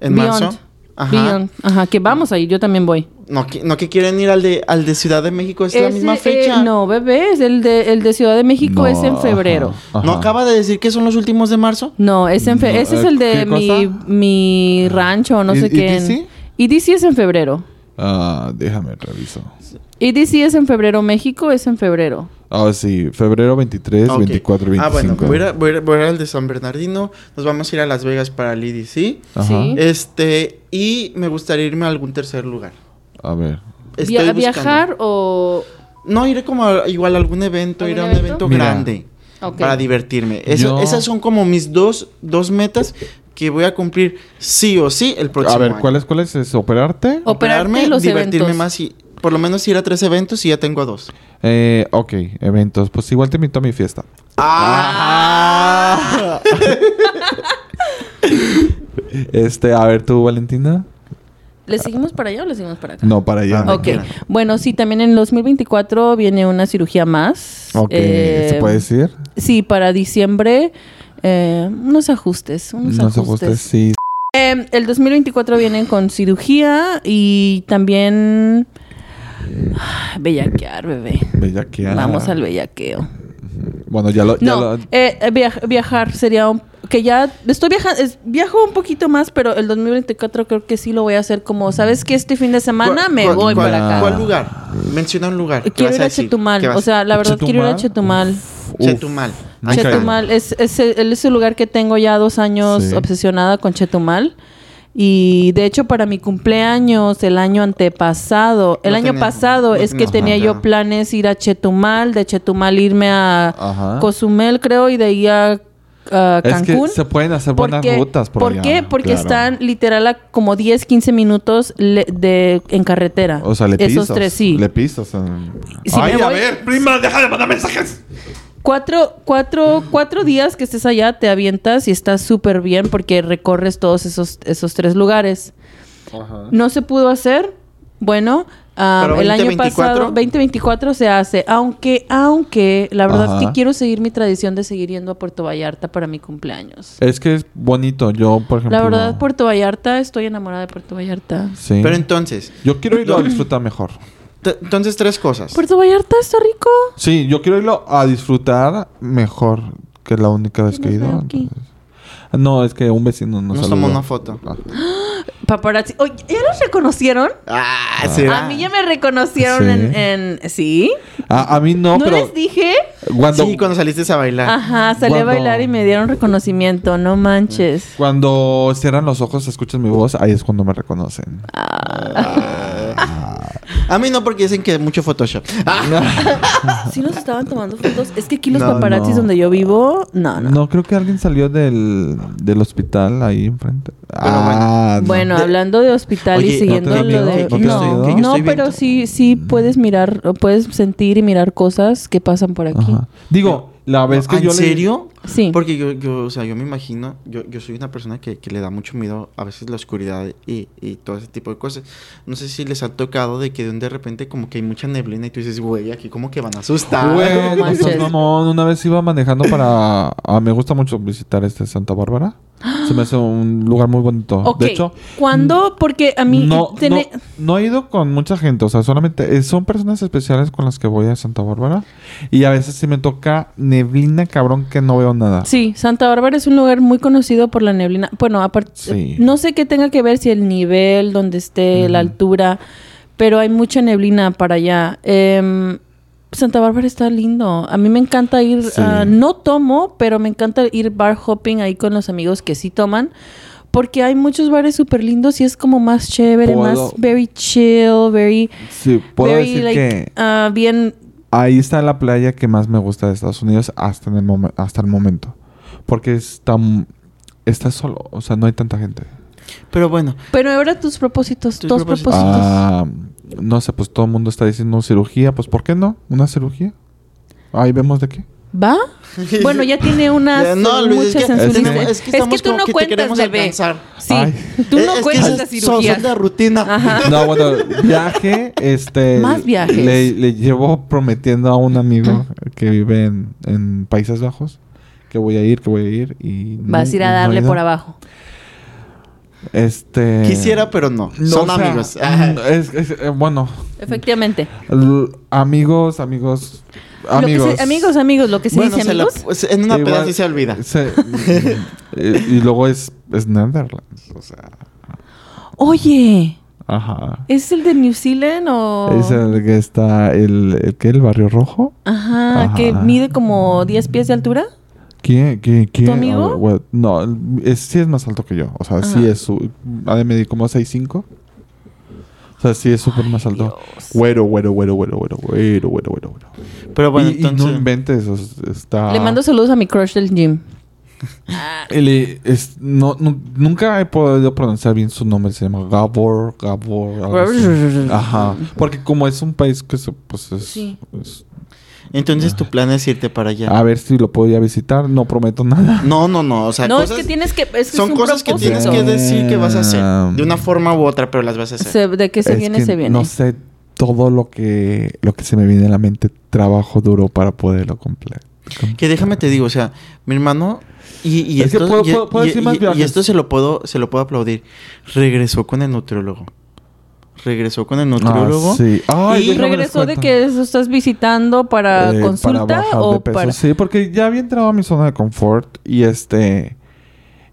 Speaker 1: en
Speaker 3: Beyond.
Speaker 1: marzo. Ajá.
Speaker 3: Beyond. Ajá, que vamos ahí, yo también voy.
Speaker 1: No, que, no que quieren ir al de al de Ciudad de México, es Pues la
Speaker 3: Ese,
Speaker 1: misma
Speaker 3: eh,
Speaker 1: fecha.
Speaker 3: no, bebé, es el de, el de Ciudad de México
Speaker 2: No,
Speaker 3: es en febrero.
Speaker 2: ajá, ajá.
Speaker 1: ¿No acaba de decir que son los últimos de marzo?
Speaker 3: No, es en fe-
Speaker 2: No,
Speaker 3: ese es
Speaker 2: eh,
Speaker 3: el de
Speaker 2: ¿qué
Speaker 3: mi,
Speaker 2: cosa?
Speaker 3: mi rancho, no
Speaker 2: ¿Y-
Speaker 3: sé
Speaker 2: y
Speaker 3: qué. en-
Speaker 2: DC?
Speaker 3: Y DC es en febrero.
Speaker 2: Ah, déjame reviso.
Speaker 3: Y DC es en febrero, México es en febrero.
Speaker 2: Ah, sí, febrero 23,
Speaker 1: Ok.
Speaker 2: 24 y 25.
Speaker 1: Ah, bueno, voy a, ir a- voy a ir- voy a ir al de San Bernardino. Nos vamos a ir a Las Vegas para el EDC.
Speaker 2: Ajá.
Speaker 3: Sí.
Speaker 1: Este, y me gustaría irme a algún tercer lugar.
Speaker 2: A ver.
Speaker 1: Estoy
Speaker 3: Via-
Speaker 1: buscando.
Speaker 3: ¿Viajar o...?
Speaker 1: No, iré como a- igual a algún evento, ir a un
Speaker 3: ¿Algún
Speaker 1: evento,
Speaker 2: evento? Mira.
Speaker 1: grande
Speaker 3: Ok.
Speaker 1: para divertirme. Eso-
Speaker 2: Yo-
Speaker 1: Esas son como mis dos, dos metas que voy a cumplir sí o sí el próximo
Speaker 2: A ver,
Speaker 1: año.
Speaker 2: ¿cuál es, cuál es? ¿Es operarte?
Speaker 3: O- Operarte y los
Speaker 1: divertirme
Speaker 3: eventos.
Speaker 1: más y por lo menos ir a tres eventos y ya tengo a dos.
Speaker 2: Eh, ok, eventos. Pues igual te invito a mi fiesta. Ah.
Speaker 1: Ah.
Speaker 2: *laughs* Este, a ver, tú, Valentina.
Speaker 3: ¿Le seguimos para allá o le seguimos para acá?
Speaker 2: No, para allá.
Speaker 1: Ah,
Speaker 3: Ok.
Speaker 1: Mira.
Speaker 3: Bueno, sí, también en 2024 viene una cirugía más.
Speaker 2: Ok,
Speaker 3: Eh,
Speaker 2: ¿se puede decir?
Speaker 3: Sí, para diciembre eh, unos ajustes, unos
Speaker 2: No se
Speaker 3: ajustes.
Speaker 2: guste, sí.
Speaker 3: Eh, el 2024 vienen con cirugía y también ah, bellaquear, bebé.
Speaker 2: Bellaquear.
Speaker 3: Vamos al bellaqueo.
Speaker 2: Bueno, ya lo. ya
Speaker 3: No,
Speaker 2: lo-
Speaker 3: eh, eh, viaj- viajar sería un- que ya estoy viajando, viajo un poquito más, pero el 2024 creo que sí lo voy a hacer como, ¿sabes qué? Este fin de semana
Speaker 1: ¿Cuál-
Speaker 3: me
Speaker 1: cuál-
Speaker 3: voy
Speaker 1: cuál-
Speaker 3: para acá.
Speaker 1: ¿Cuál lugar? Menciona un lugar. ¿Qué
Speaker 3: Quiero
Speaker 1: vas
Speaker 3: ir a
Speaker 1: decir?
Speaker 3: Chetumal,
Speaker 1: ¿Qué vas-
Speaker 3: o sea, la verdad quiero ir a Chetumal.
Speaker 2: Uf,
Speaker 1: Chetumal.
Speaker 2: Nunca he ido.
Speaker 3: Chetumal es, es el, es el lugar que tengo ya dos años
Speaker 2: Sí.
Speaker 3: obsesionada con Chetumal. Y de hecho para mi cumpleaños, el año antepasado, el
Speaker 4: No
Speaker 3: año
Speaker 4: tenías-
Speaker 3: pasado
Speaker 4: no
Speaker 3: es que
Speaker 4: tenías
Speaker 3: tenía
Speaker 4: nada.
Speaker 3: yo planes ir a Chetumal, de Chetumal irme a
Speaker 2: Ajá.
Speaker 3: Cozumel creo y de ahí a, a
Speaker 2: Ah. Es que
Speaker 3: Cancún.
Speaker 2: se pueden hacer buenas
Speaker 3: Porque-
Speaker 2: rutas por,
Speaker 3: ¿Por
Speaker 2: allá.
Speaker 3: qué? Porque
Speaker 2: Claro.
Speaker 3: están literal a como 10, 15 minutos le- de, en carretera.
Speaker 2: O sea, le pisas.
Speaker 3: Esos tres sí.
Speaker 2: Le pisas. en-
Speaker 3: Y si
Speaker 2: Ay,
Speaker 3: me
Speaker 2: a
Speaker 3: voy-
Speaker 2: ver, prima, deja de mandar mensajes.
Speaker 3: Cuatro, cuatro, cuatro días que estés allá te avientas y estás súper bien porque recorres todos esos, esos tres lugares. No se pudo hacer. Bueno, ah,
Speaker 1: Pero
Speaker 3: el
Speaker 1: 20,
Speaker 3: año pasado, 2024 se hace. Aunque, aunque, la verdad es
Speaker 2: Ajá.
Speaker 3: que quiero seguir mi tradición de seguir yendo a Puerto Vallarta para mi cumpleaños.
Speaker 2: Es que es bonito. Yo, por ejemplo.
Speaker 3: La verdad, Puerto Vallarta, estoy enamorada de Puerto Vallarta.
Speaker 2: Sí.
Speaker 1: Pero entonces,
Speaker 2: Yo quiero
Speaker 1: *clears throat*
Speaker 2: irlo a disfrutar mejor.
Speaker 1: t- entonces tres cosas.
Speaker 3: Puerto Vallarta está rico.
Speaker 2: Sí, yo quiero irlo a disfrutar mejor que la única vez
Speaker 3: Yo
Speaker 2: que he
Speaker 3: los
Speaker 2: ido.
Speaker 3: veo aquí.
Speaker 2: entonces. No, es que un vecino nos,
Speaker 1: Nos tomó
Speaker 2: saludó.
Speaker 1: una foto.
Speaker 2: Ah.
Speaker 3: Paparazzi. Oye, ¿Ya los reconocieron?
Speaker 1: Ah, será.
Speaker 3: A mí ya me reconocieron
Speaker 2: Sí.
Speaker 3: en, en- ¿Sí?
Speaker 2: Ah, A, a mí no,
Speaker 3: ¿No
Speaker 2: pero
Speaker 3: les dije?
Speaker 2: cuando
Speaker 1: Sí, cuando saliste a
Speaker 2: Ah,
Speaker 1: bailar.
Speaker 3: Ajá, salí
Speaker 2: Cuando-
Speaker 3: a bailar y me dieron reconocimiento. No manches.
Speaker 2: cuando cierran los ojos, escuchan mi voz, ahí es cuando me reconocen.
Speaker 1: A mí no, porque dicen que mucho Photoshop. Ah,
Speaker 3: Sí nos estaban tomando fotos. Es que aquí los
Speaker 2: No,
Speaker 3: paparazzis
Speaker 2: no.
Speaker 3: donde yo vivo... No, no.
Speaker 2: No, creo que alguien salió del, del hospital ahí enfrente. ah, no.
Speaker 3: Bueno,
Speaker 1: De-
Speaker 3: hablando de hospital
Speaker 1: Oye,
Speaker 3: y
Speaker 1: ¿no
Speaker 3: siguiendo
Speaker 2: te da
Speaker 3: lo
Speaker 2: miedo?
Speaker 3: de...
Speaker 2: ¿No te da
Speaker 3: No,
Speaker 2: miedo?
Speaker 3: no,
Speaker 1: Yo estoy
Speaker 3: pero
Speaker 1: viendo.
Speaker 3: sí, sí puedes mirar, o puedes sentir y mirar cosas que pasan por aquí.
Speaker 2: Ajá. Digo, la vez que
Speaker 1: ¿En
Speaker 2: yo le-
Speaker 1: serio?
Speaker 3: Sí.
Speaker 1: Porque yo, yo, o sea, yo me imagino, yo, yo soy una persona que, que le da mucho miedo a veces la oscuridad y, y todo ese tipo de cosas. No sé si les ha tocado de que de un de repente como que hay mucha neblina y tú dices, güey, aquí como que van a asustar.
Speaker 2: Güey,
Speaker 3: no
Speaker 2: no seas
Speaker 3: manches.
Speaker 2: mamón. Una vez iba manejando para... ah, me gusta mucho visitar este Santa Bárbara. Se me hace un lugar muy bonito.
Speaker 3: Ok.
Speaker 2: De hecho... mm,
Speaker 3: ¿Cuándo? Porque a mí... eh,
Speaker 2: no,
Speaker 3: tené-
Speaker 2: no, no he ido con mucha gente, o sea, solamente eh, son personas especiales con las que voy a Santa Bárbara y a veces sí me toca neblina cabrón que no veo nada.
Speaker 3: Sí, Santa Bárbara es un lugar muy conocido por la neblina. Bueno, aparte,
Speaker 2: Sí.
Speaker 3: no sé qué tenga que ver si el nivel, donde esté, la altura, pero hay mucha neblina para allá. Em, Santa Bárbara está lindo. A mí me encanta ir,
Speaker 2: Sí.
Speaker 3: ah, no tomo, pero me encanta ir bar hopping ahí con los amigos que sí toman. Porque hay muchos bares súper lindos y es como más chévere,
Speaker 2: Puedo-
Speaker 3: más very chill, very,
Speaker 2: Sí, puedo
Speaker 3: very,
Speaker 2: decir
Speaker 3: like,
Speaker 2: que
Speaker 3: ah, bien
Speaker 2: ahí está la playa que más me gusta de Estados Unidos hasta en el momen- hasta el momento, porque es tan- está solo, o sea, no hay tanta gente.
Speaker 1: Pero bueno,
Speaker 3: Pero ahora tus propósitos,
Speaker 1: Tus
Speaker 3: tus
Speaker 1: propósitos.
Speaker 3: propósitos.
Speaker 2: Ah, no sé, pues todo el mundo está diciendo cirugía, pues ¿por qué no? Una cirugía. Ahí
Speaker 1: *laughs*
Speaker 2: vemos de qué.
Speaker 3: ¿Va? Bueno, ya tiene unas
Speaker 1: no, Luis, es
Speaker 3: muchas
Speaker 1: que,
Speaker 3: en su
Speaker 1: es que-
Speaker 3: lista.
Speaker 1: es que estamos
Speaker 3: tú
Speaker 1: como
Speaker 3: no
Speaker 1: que te
Speaker 3: cuentas,
Speaker 1: queremos
Speaker 3: bebé.
Speaker 1: alcanzar.
Speaker 3: Sí,
Speaker 2: Ay.
Speaker 3: tú
Speaker 1: es-
Speaker 3: no
Speaker 1: es que
Speaker 3: cuentas
Speaker 1: esas
Speaker 3: la
Speaker 1: son-
Speaker 3: cirugía.
Speaker 1: Son de rutina.
Speaker 3: Ajá.
Speaker 2: No, bueno, viaje, este...
Speaker 3: Más viajes.
Speaker 2: Le, le llevo prometiendo a un amigo que vive en, en Países Bajos que voy a ir, que voy a ir y... no-
Speaker 3: Vas a ir a
Speaker 2: no he
Speaker 3: darle
Speaker 2: ido.
Speaker 3: por abajo.
Speaker 2: Este...
Speaker 1: Quisiera, pero no.
Speaker 2: no,
Speaker 1: Son
Speaker 2: o sea,
Speaker 1: amigos. Ajá.
Speaker 2: mm, es- es- eh, bueno,
Speaker 3: Efectivamente.
Speaker 2: l- amigos, amigos,
Speaker 3: Lo que se-
Speaker 2: amigos.
Speaker 3: amigos, amigos, lo que se
Speaker 1: Bueno,
Speaker 3: dice
Speaker 1: se la-
Speaker 3: amigos.
Speaker 1: pues, en una
Speaker 2: Igual- eh,
Speaker 1: peda sí se olvida.
Speaker 2: se- y, y luego es, es Netherlands, o sea...
Speaker 3: Oye,
Speaker 2: Ajá.
Speaker 3: ¿es el de New Zealand o...?
Speaker 2: Es el que está... El, el, ¿Qué? ¿El Barrio Rojo?
Speaker 3: Ajá,
Speaker 2: Ajá.
Speaker 3: que mide como 10 pies de altura.
Speaker 2: ¿Quién? ¿Quién? ¿Quién?
Speaker 3: amigo?
Speaker 2: Ah, bueno, no, es- sí es más alto que yo. O sea, sí
Speaker 3: Ajá.
Speaker 2: es... su- Ha de medir como 6'5". O sea, sí es súper más alto.
Speaker 3: Dios.
Speaker 2: Güero, güero, güero, güero, güero, güero, güero, güero, güero.
Speaker 1: Pero bueno,
Speaker 2: y, y
Speaker 1: entonces...
Speaker 2: no inventes, o sea, está...
Speaker 3: Le mando saludos a mi crush del gym.
Speaker 2: Él eh, es- no, nu- nunca he podido pronunciar bien su nombre. Se llama Gabor, Gabor... algo así. Ajá. Porque como es un país que se, pues es...
Speaker 3: Sí.
Speaker 2: es-
Speaker 1: Entonces tu plan es irte para allá.
Speaker 2: a ver si lo podía visitar. No prometo nada.
Speaker 1: *laughs* No, no, no. O sea,
Speaker 3: no,
Speaker 1: cosas-
Speaker 3: es que tienes que... es que
Speaker 1: son
Speaker 3: es un
Speaker 1: cosas que
Speaker 3: propósito.
Speaker 1: tienes que decir que vas a hacer.
Speaker 2: Damn.
Speaker 1: De una forma u otra, pero las vas a hacer.
Speaker 3: Se- de que se
Speaker 2: Es
Speaker 3: viene,
Speaker 2: que
Speaker 3: se viene.
Speaker 2: No sé todo lo que lo que se me viene a la mente. Trabajo duro para poderlo cumplir.
Speaker 1: Que déjame te digo, o sea, mi hermano y, y
Speaker 2: Es que
Speaker 1: esto
Speaker 2: puedo-
Speaker 1: y-
Speaker 2: puedo- puedo
Speaker 1: y-
Speaker 2: decir más
Speaker 1: y-
Speaker 2: viajes.
Speaker 1: y esto se lo puedo se lo puedo aplaudir. Regresó con el nutriólogo. Regresó con el nutriólogo.
Speaker 2: Ah, sí. Ay,
Speaker 1: Y
Speaker 3: ¿Y
Speaker 2: déjame les
Speaker 3: regresó de
Speaker 2: cuento.
Speaker 3: que eso estás visitando para
Speaker 2: Eh,
Speaker 3: consulta
Speaker 2: bajar de
Speaker 3: o
Speaker 2: peso.
Speaker 3: para...?
Speaker 2: Sí, porque ya había entrado a mi zona de confort y este...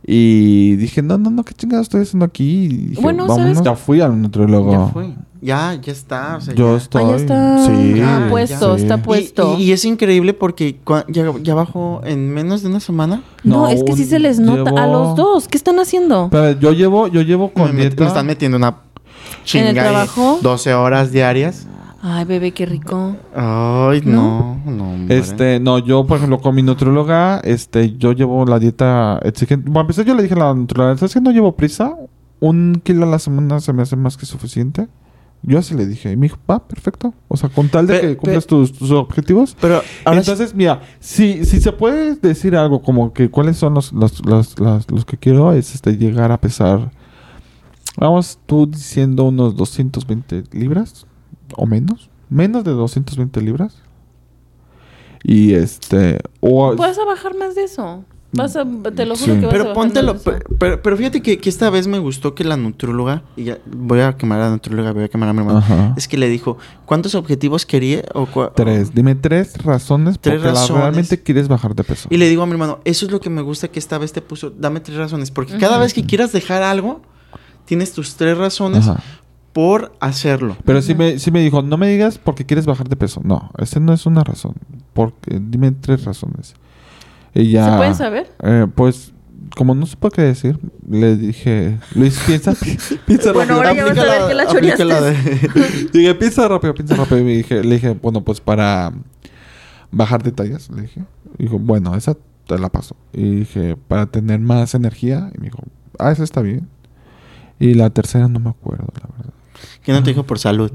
Speaker 2: Y dije, no, no, no, ¿qué chingados estoy haciendo aquí? Y dije,
Speaker 3: Bueno, ¿sabes?
Speaker 2: vámonos. Ya fui al nutriólogo.
Speaker 1: Ya fue. Ya, ya está. O sea, ya.
Speaker 2: Yo estoy.
Speaker 3: Ah, ya está.
Speaker 2: Sí.
Speaker 1: Ah,
Speaker 3: puesto,
Speaker 2: sí.
Speaker 3: está
Speaker 1: Y-
Speaker 3: puesto.
Speaker 1: Y, y es increíble porque cua- ya, ya bajó en menos de una semana.
Speaker 3: no,
Speaker 2: No,
Speaker 3: es que sí
Speaker 2: un-
Speaker 3: se les nota a
Speaker 2: llevo-
Speaker 3: los dos. ¿Qué están haciendo?
Speaker 2: Pero yo llevo, yo llevo
Speaker 1: Me,
Speaker 2: con
Speaker 1: met-
Speaker 2: dieta.
Speaker 1: me están metiendo una chinga.
Speaker 3: ¿En el
Speaker 1: ahí,
Speaker 3: trabajo?
Speaker 1: 12 horas diarias.
Speaker 3: Ay, bebé, qué rico.
Speaker 1: Ay, no, no. hombre.
Speaker 2: Este, no, yo, por ejemplo, con mi nutrióloga, este, yo llevo la dieta exigente. Bueno, a empezar, yo le dije a la nutrióloga, ¿sabes que no llevo prisa? Un kilo a la semana se me hace más que suficiente. Yo así le dije. Y me dijo, va, perfecto. O sea, con tal de
Speaker 1: Pe-
Speaker 2: que
Speaker 1: pe-
Speaker 2: cumplas tus, tus objetivos.
Speaker 1: Pero ahora sí-
Speaker 2: Entonces, mira, si, si se puede decir algo como que cuáles son los, los, los, los- los que quiero, es este, llegar a pesar, vamos tú diciendo unos 220 libras o menos, menos de 220 libras. Y este, o
Speaker 3: ¿Puedes a bajar más de eso? Vas a, te lo juro
Speaker 2: Sí.
Speaker 3: que vas a
Speaker 1: Pero
Speaker 3: bajar más de
Speaker 1: póntelo.
Speaker 3: eso.
Speaker 1: Pero, pero- pero fíjate que, que esta vez me gustó que la nutróloga. Y ya voy a quemar a la nutróloga, voy a quemar a mi hermano.
Speaker 2: Ajá.
Speaker 1: Es que le dijo: ¿Cuántos objetivos quería? O cua-
Speaker 2: tres, dime tres razones por
Speaker 1: Tres
Speaker 2: las que
Speaker 1: razones.
Speaker 2: realmente quieres bajar de peso.
Speaker 1: Y le digo a mi hermano: Eso es lo que me gusta que esta vez te puso. Dame tres razones. Porque cada vez que quieras dejar algo, tienes tus tres razones
Speaker 2: Ajá.
Speaker 1: por hacerlo.
Speaker 2: Pero sí me, sí me dijo, no me digas porque quieres bajar de peso. No, esa no es una razón. Porque, dime tres razones. Y ya,
Speaker 3: ¿Se pueden saber?
Speaker 2: eh, pues, como no supo qué decir, le dije, Luis, piensa, pi-
Speaker 3: *laughs*
Speaker 2: piensa rápido.
Speaker 3: Bueno, ahora ya vas a
Speaker 1: Aplícala-
Speaker 3: ver que la
Speaker 1: aplícala de- *laughs*
Speaker 2: Dije, piensa rápido, piensa rápido. Y me dije, le dije, bueno, pues para bajar de tallas, le dije. Dijo, bueno, esa te la paso. Y dije, para tener más energía. Y me dijo, ah, esa está bien. Y la tercera no me acuerdo, la verdad.
Speaker 1: que no te dijo por salud.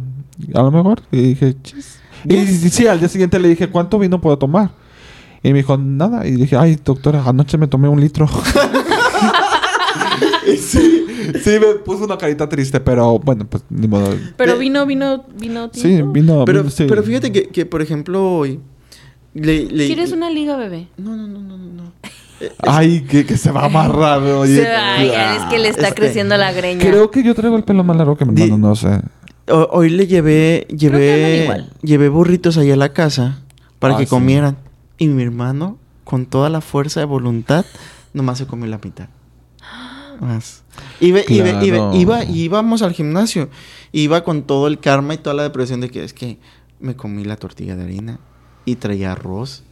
Speaker 2: A lo mejor. Y dije, chis. Y, y- sí, al día siguiente le dije, ¿cuánto vino puedo tomar? Y me dijo, nada. Y dije, ay, doctora, anoche me tomé un litro. Y *laughs* sí, sí, me puso una carita triste, pero bueno, pues ni modo.
Speaker 1: Eh,
Speaker 3: Pero vino, vino, vino.
Speaker 2: Sí,
Speaker 3: tinto.
Speaker 2: vino.
Speaker 1: Pero,
Speaker 2: vino, sí.
Speaker 1: pero fíjate que, que, por ejemplo, hoy. Le, le-
Speaker 3: ¿Quieres una liga, bebé?
Speaker 1: No, no, no, no, no, no.
Speaker 2: Ay, que, que se va a amarrar,
Speaker 3: *laughs*
Speaker 2: oye.
Speaker 3: Ay, es que le está
Speaker 1: Este,
Speaker 3: creciendo la greña.
Speaker 2: Creo que yo traigo el pelo más largo que mi
Speaker 1: Di-
Speaker 2: hermano, no sé.
Speaker 1: Ho- Hoy le llevé,
Speaker 3: andan
Speaker 1: llevé,
Speaker 3: igual.
Speaker 1: llevé burritos allá a la casa para
Speaker 2: Ah,
Speaker 1: que
Speaker 2: sí.
Speaker 1: comieran. Y mi hermano, con toda la fuerza de voluntad, nomás se comió la mitad. Más. Y ve- y ve- y ve-
Speaker 2: Claro.
Speaker 1: iba, y íbamos al gimnasio. Iba con todo el karma y toda la depresión de que es que me comí la tortilla de harina y traía arroz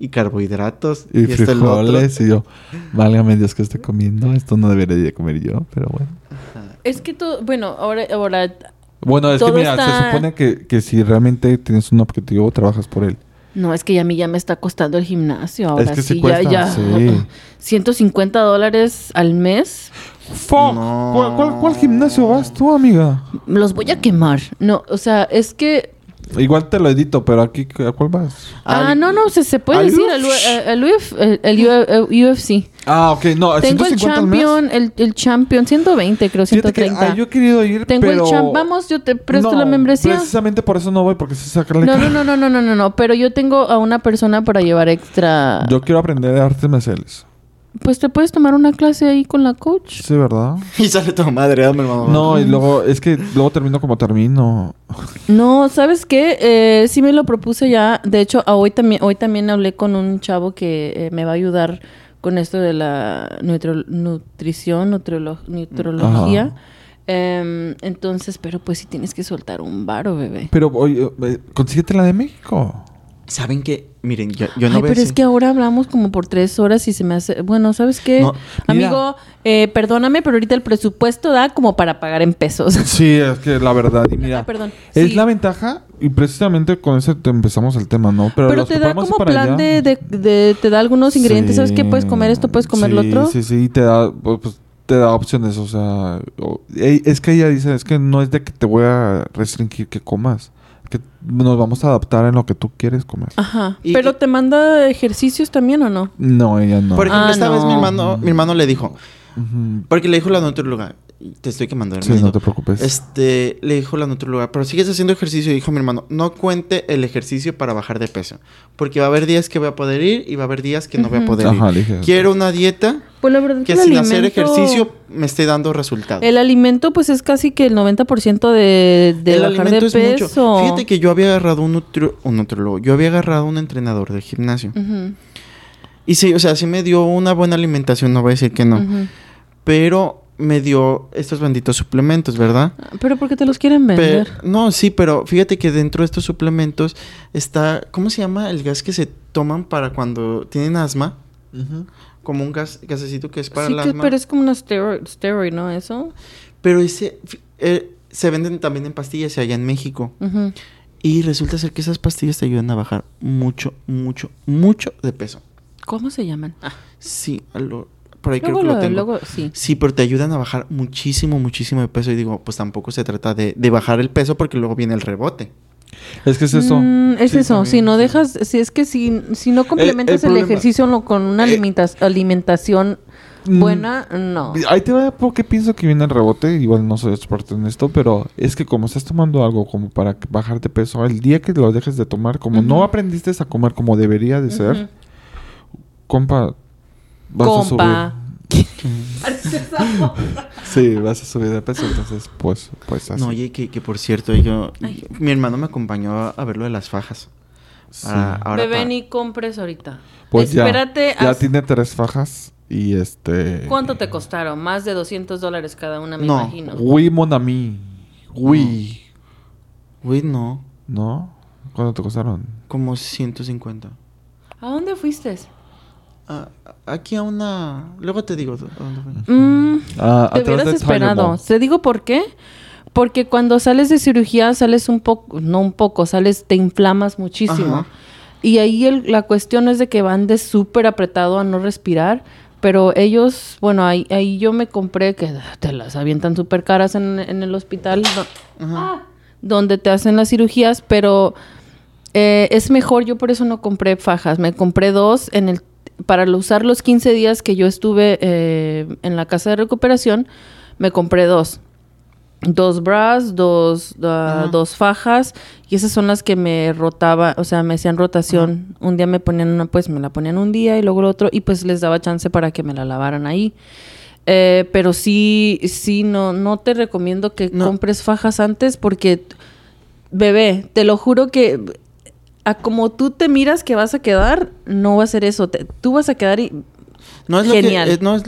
Speaker 1: y carbohidratos
Speaker 2: Y,
Speaker 1: y, esto y lo otro.
Speaker 2: frijoles, y yo, válgame Dios que estoy comiendo. Esto no debería de comer yo, pero bueno.
Speaker 3: Es que todo, bueno, ahora, ahora,
Speaker 2: Bueno, es
Speaker 3: Todo
Speaker 2: que mira,
Speaker 3: está-
Speaker 2: se supone que, que si realmente tienes un objetivo, trabajas por él.
Speaker 3: no, es que ya a mí ya me está costando el gimnasio, ahora
Speaker 2: Es que sí
Speaker 3: sí, ya,
Speaker 2: cuesta,
Speaker 3: ya. *laughs*
Speaker 2: sí.
Speaker 3: 150 dólares al mes,
Speaker 2: ¡Fuck!
Speaker 1: No.
Speaker 2: ¿Cuál, cuál, cuál gimnasio vas tú, amiga?
Speaker 3: los voy a quemar. No, o sea, es que,
Speaker 2: Igual te lo edito, pero aquí, ¿a cuál vas?
Speaker 3: ah,
Speaker 1: Al-
Speaker 3: no, no, se, se puede
Speaker 1: al
Speaker 3: decir,
Speaker 1: Uf.
Speaker 3: el, el, Uf- el- el U- el UFC.
Speaker 2: Ah, ok, no,
Speaker 3: Tengo el
Speaker 2: 150 al mes.
Speaker 3: champion, el, el champion, 120 creo,
Speaker 2: Fíjate que,
Speaker 3: 130.
Speaker 2: ah, yo he querido ir,
Speaker 3: Tengo el
Speaker 2: pero-
Speaker 3: champ, vamos, yo te presto
Speaker 2: No, pues,
Speaker 3: la membresía.
Speaker 2: Precisamente por eso no voy, porque se saca la
Speaker 3: No, no, no, no, no, no, no, no, pero yo tengo a una persona para llevar extra.
Speaker 2: Yo quiero aprender artes marciales.
Speaker 3: Pues te puedes tomar una clase ahí con la coach.
Speaker 2: Sí, ¿verdad?
Speaker 1: *laughs* Y sale tu madre, dame el mamá.
Speaker 2: No, y luego, es que luego termino como termino.
Speaker 3: No, ¿sabes qué? Eh, sí me lo propuse ya. De hecho, a hoy también, hoy también hablé con un chavo que eh, me va a ayudar con esto de la nutro- nutrición, nutriolo- nutrología.
Speaker 2: Ajá.
Speaker 3: Em, entonces, pero pues sí tienes que soltar un varo, bebé.
Speaker 2: Pero, oye, eh, consíguete la de México.
Speaker 1: ¿Saben qué? Miren, yo, yo no
Speaker 3: Ay,
Speaker 1: veo
Speaker 3: pero es
Speaker 1: así.
Speaker 3: que ahora hablamos como por tres horas y se me hace... Bueno, ¿sabes qué?
Speaker 1: No,
Speaker 2: mira.
Speaker 3: Amigo, eh, perdóname, pero ahorita el presupuesto da como para pagar en pesos.
Speaker 2: Sí, es que la verdad, y
Speaker 3: *laughs*
Speaker 2: mira,
Speaker 3: Ah, perdón.
Speaker 2: es
Speaker 3: Sí.
Speaker 2: la ventaja y precisamente con eso te empezamos el tema, ¿no?
Speaker 3: Pero,
Speaker 2: los
Speaker 3: te
Speaker 2: que
Speaker 3: da
Speaker 2: podemos ir
Speaker 3: como
Speaker 2: para
Speaker 3: plan
Speaker 2: allá-
Speaker 3: de, de- de- Te da algunos ingredientes. ¿Sabes qué? Puedes comer esto, puedes comer
Speaker 2: Sí,
Speaker 3: lo otro.
Speaker 2: Sí, sí, y te da, pues, pues, te da opciones, o sea, o- e- es que ella dice, es que no es de que te voy a restringir que comas, que nos vamos a adaptar en lo que tú quieres comer.
Speaker 3: Ajá.
Speaker 1: Y-
Speaker 3: ¿Pero
Speaker 1: y-
Speaker 3: te manda ejercicios también o no?
Speaker 2: No, ella no.
Speaker 1: Por ejemplo,
Speaker 3: Ah,
Speaker 1: esta vez mi
Speaker 3: no.
Speaker 1: hermano, mi hermano le dijo,
Speaker 2: Ujú.
Speaker 1: Porque le dijo la nutróloga, te estoy quemando,
Speaker 2: Sí,
Speaker 1: hermano.
Speaker 2: no te preocupes.
Speaker 1: Este, le dijo la nutróloga, pero sigues haciendo ejercicio. Y dijo mi hermano, no cuente el ejercicio para bajar de peso. Porque va a haber días que voy a poder ir y va a haber días que no voy a poder
Speaker 2: Ajá,
Speaker 1: ir.
Speaker 2: le dije.
Speaker 1: Quiero una dieta
Speaker 3: Pues la verdad
Speaker 1: que
Speaker 3: el
Speaker 1: sin hacer
Speaker 3: alimento-
Speaker 1: ejercicio me esté dando resultados.
Speaker 3: El alimento, pues es casi que el 90% de, de
Speaker 1: El
Speaker 3: bajar de peso.
Speaker 1: Fíjate que yo había agarrado un, nutri- un nutriólogo, yo había agarrado un entrenador del gimnasio.
Speaker 3: Ujú,
Speaker 1: Y sí, o sea, sí me dio una buena alimentación, no voy a decir que no.
Speaker 3: ujú.
Speaker 1: Pero me dio estos benditos suplementos, ¿verdad?
Speaker 3: Ah, Pero porque te los quieren
Speaker 1: Pero-
Speaker 3: vender.
Speaker 1: no, sí, pero fíjate que dentro de estos suplementos está, ¿cómo se llama el gas que se toman para cuando tienen asma? Como un gas, gasecito que es para
Speaker 3: sí,
Speaker 1: el
Speaker 3: que-
Speaker 1: asma.
Speaker 3: pero es como una steroid, steroid, ¿no? Eso.
Speaker 1: Pero ese fi- eh, se venden también en pastillas allá en México.
Speaker 3: Ujú.
Speaker 1: Y resulta ser que esas pastillas te ayudan a bajar mucho, mucho, mucho de peso.
Speaker 3: ¿Cómo se llaman? Ah,
Speaker 1: Sí, lo- por ahí creo
Speaker 3: luego,
Speaker 1: que
Speaker 3: lo-
Speaker 1: lo tengo.
Speaker 3: luego, sí.
Speaker 1: Sí, pero te ayudan a bajar muchísimo, muchísimo de peso. Y digo, pues tampoco se trata de, de bajar el peso porque luego viene el rebote.
Speaker 2: Es que es eso.
Speaker 3: Mm, es
Speaker 2: Sí,
Speaker 3: eso,
Speaker 2: también,
Speaker 3: si no
Speaker 2: sí.
Speaker 3: dejas, si es que si, si no complementas el,
Speaker 2: problema-
Speaker 3: ejercicio lo- con una
Speaker 2: Eh,
Speaker 3: limita- alimentación
Speaker 2: Mm,
Speaker 3: buena, no.
Speaker 2: Ahí te va porque pienso que viene el rebote. Igual no soy experto en esto, pero es que como estás tomando algo como para que- bajar de peso, el día que lo dejes de tomar, como no
Speaker 3: Ujú.
Speaker 2: aprendiste a comer como debería de ser,
Speaker 3: Ujú.
Speaker 2: compa, vas
Speaker 3: Compa.
Speaker 2: a
Speaker 3: *laughs*
Speaker 2: *laughs* subir. Sí, vas a subir de peso, entonces pues, pues así.
Speaker 1: No, oye, que, que por cierto, yo...
Speaker 3: Ay.
Speaker 1: Mi hermano me acompañó a, a ver lo de las fajas.
Speaker 2: Sí.
Speaker 1: Para- ahora
Speaker 3: Bebé,
Speaker 1: para-
Speaker 3: ni compres ahorita.
Speaker 2: Pues ya,
Speaker 3: Espérate.
Speaker 2: ya
Speaker 3: haz-
Speaker 2: tiene tres fajas y este...
Speaker 3: ¿Cuánto te costaron? Más de 200 dólares cada una, me
Speaker 1: No.
Speaker 3: imagino.
Speaker 2: Oui, mon ami. Oui.
Speaker 1: Uy, no.
Speaker 3: Mm.
Speaker 2: ¿No? ¿Cuánto te costaron?
Speaker 1: Como 150.
Speaker 3: ¿A dónde fuiste?
Speaker 1: Ah, aquí a una... Luego te digo a dónde fue.
Speaker 3: Mm,
Speaker 2: Ah,
Speaker 3: te
Speaker 2: atrás de
Speaker 3: hubieras
Speaker 2: Tiger
Speaker 3: esperado.
Speaker 2: Mall.
Speaker 3: Te digo por qué. Porque cuando sales de cirugía, sales un poco, no un poco, sales, te inflamas muchísimo.
Speaker 1: Ajá.
Speaker 3: Y ahí el- la cuestión es de que van de súper apretado a no respirar. Pero ellos, bueno, ahí, ahí yo me compré que te las avientan súper caras en, en el hospital. do- Ah, donde te hacen las cirugías, pero eh, es mejor, yo por eso no compré fajas, me compré dos en el para lo- usar los 15 días que yo estuve eh, en la casa de recuperación, me compré dos. Dos bras, dos, ah,
Speaker 1: Ajá.
Speaker 3: dos fajas, y esas son las que me rotaba, o sea, me hacían rotación. Un día me ponían una, pues me la ponían un día y luego el otro, y pues les daba chance para que me la lavaran ahí. Eh, pero sí, sí, no, no te recomiendo que
Speaker 1: No.
Speaker 3: compres fajas antes porque, bebé, te lo juro que a como tú te miras que vas a quedar, no va a ser eso. Te- tú vas a quedar y...
Speaker 1: No es
Speaker 3: Genial.
Speaker 1: lo que... eh, no es-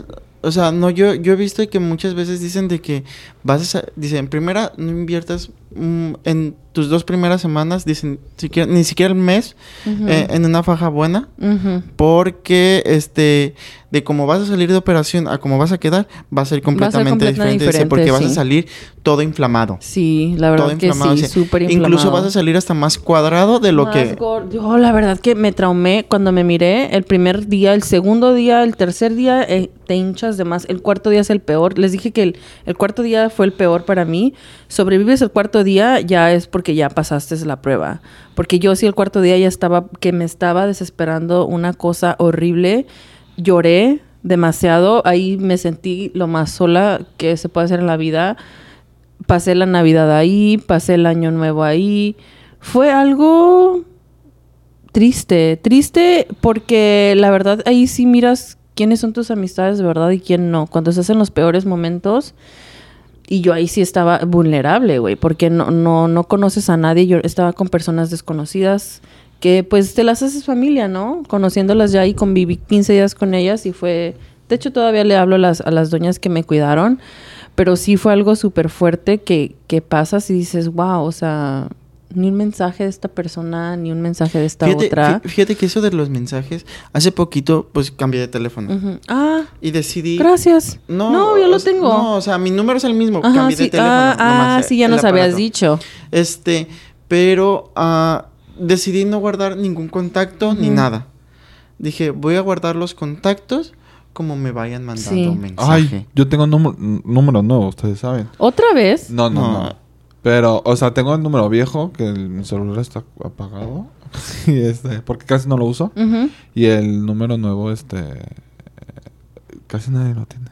Speaker 1: o sea, no, yo, yo he visto que muchas veces dicen de que vas a... sa- Dicen, primera, no inviertas mm, en tus dos primeras semanas, dicen, siquiera- ni siquiera el mes,
Speaker 3: Ujú.
Speaker 1: eh, en una faja buena.
Speaker 3: Ujú.
Speaker 1: Porque, este, de cómo vas a salir de operación a cómo vas a quedar, va a ser completamente
Speaker 3: completamente
Speaker 1: diferente. dice,
Speaker 3: diferente,
Speaker 1: porque vas a
Speaker 3: sí.
Speaker 1: salir todo inflamado.
Speaker 3: Sí, la verdad
Speaker 1: todo
Speaker 3: que
Speaker 1: inflamado.
Speaker 3: sí,
Speaker 1: dice,
Speaker 3: súper inflamado.
Speaker 1: Incluso vas a salir hasta más cuadrado de lo
Speaker 3: Más
Speaker 1: que...
Speaker 3: gor- Yo la verdad que me traumé cuando me miré el primer día, el segundo día, el tercer día eh, te hinchas de más. El cuarto día es el peor. Les dije que el, el cuarto día fue el peor para mí. Sobrevives el cuarto día ya es porque ya pasaste la prueba. Porque yo sí el cuarto día ya estaba, que me estaba desesperando una cosa horrible. Lloré demasiado. Ahí me sentí lo más sola que se puede hacer en la vida pasé la Navidad ahí, pasé el Año Nuevo ahí. Fue algo triste, triste porque la verdad ahí sí miras quiénes son tus amistades de verdad y quién no. Cuando estás en los peores momentos y yo ahí sí estaba vulnerable, güey, porque no, no, no conoces a nadie. Yo estaba con personas desconocidas que pues te las haces familia, ¿no? Conociéndolas ya y conviví 15 días con ellas y fue... De hecho, todavía le hablo a las, a las doñas que me cuidaron, pero sí fue algo súper fuerte que, que pasas y dices, wow, o sea, ni un mensaje de esta persona, ni un mensaje de esta
Speaker 1: Fíjate,
Speaker 3: otra.
Speaker 1: fí- fíjate que eso de los mensajes, hace poquito, pues cambié de teléfono.
Speaker 3: Ujú. Ah,
Speaker 1: Y decidí...
Speaker 3: gracias. No,
Speaker 1: No,
Speaker 3: yo lo
Speaker 1: o sea,
Speaker 3: tengo.
Speaker 1: No, o sea, mi número es el mismo.
Speaker 3: Ajá,
Speaker 1: cambié
Speaker 3: sí.
Speaker 1: de teléfono.
Speaker 3: ah, ah,
Speaker 1: nomás
Speaker 3: sí, ya
Speaker 1: el
Speaker 3: nos habías
Speaker 1: aparato.
Speaker 3: dicho.
Speaker 1: Este, pero ah, decidí no guardar ningún contacto ni
Speaker 3: Ujú.
Speaker 1: nada. Dije, voy a guardar los contactos como me vayan mandando
Speaker 3: Sí.
Speaker 1: un mensaje.
Speaker 2: Ay, yo tengo número, número nuevo, ustedes saben.
Speaker 3: ¿Otra vez?
Speaker 2: No, no, no,
Speaker 1: No.
Speaker 2: Pero, o sea, tengo el número viejo, que el- mi celular está apagado. *laughs* y este, porque casi no lo uso.
Speaker 3: Ujú.
Speaker 2: Y el número nuevo, este. eh, Casi nadie lo tiene.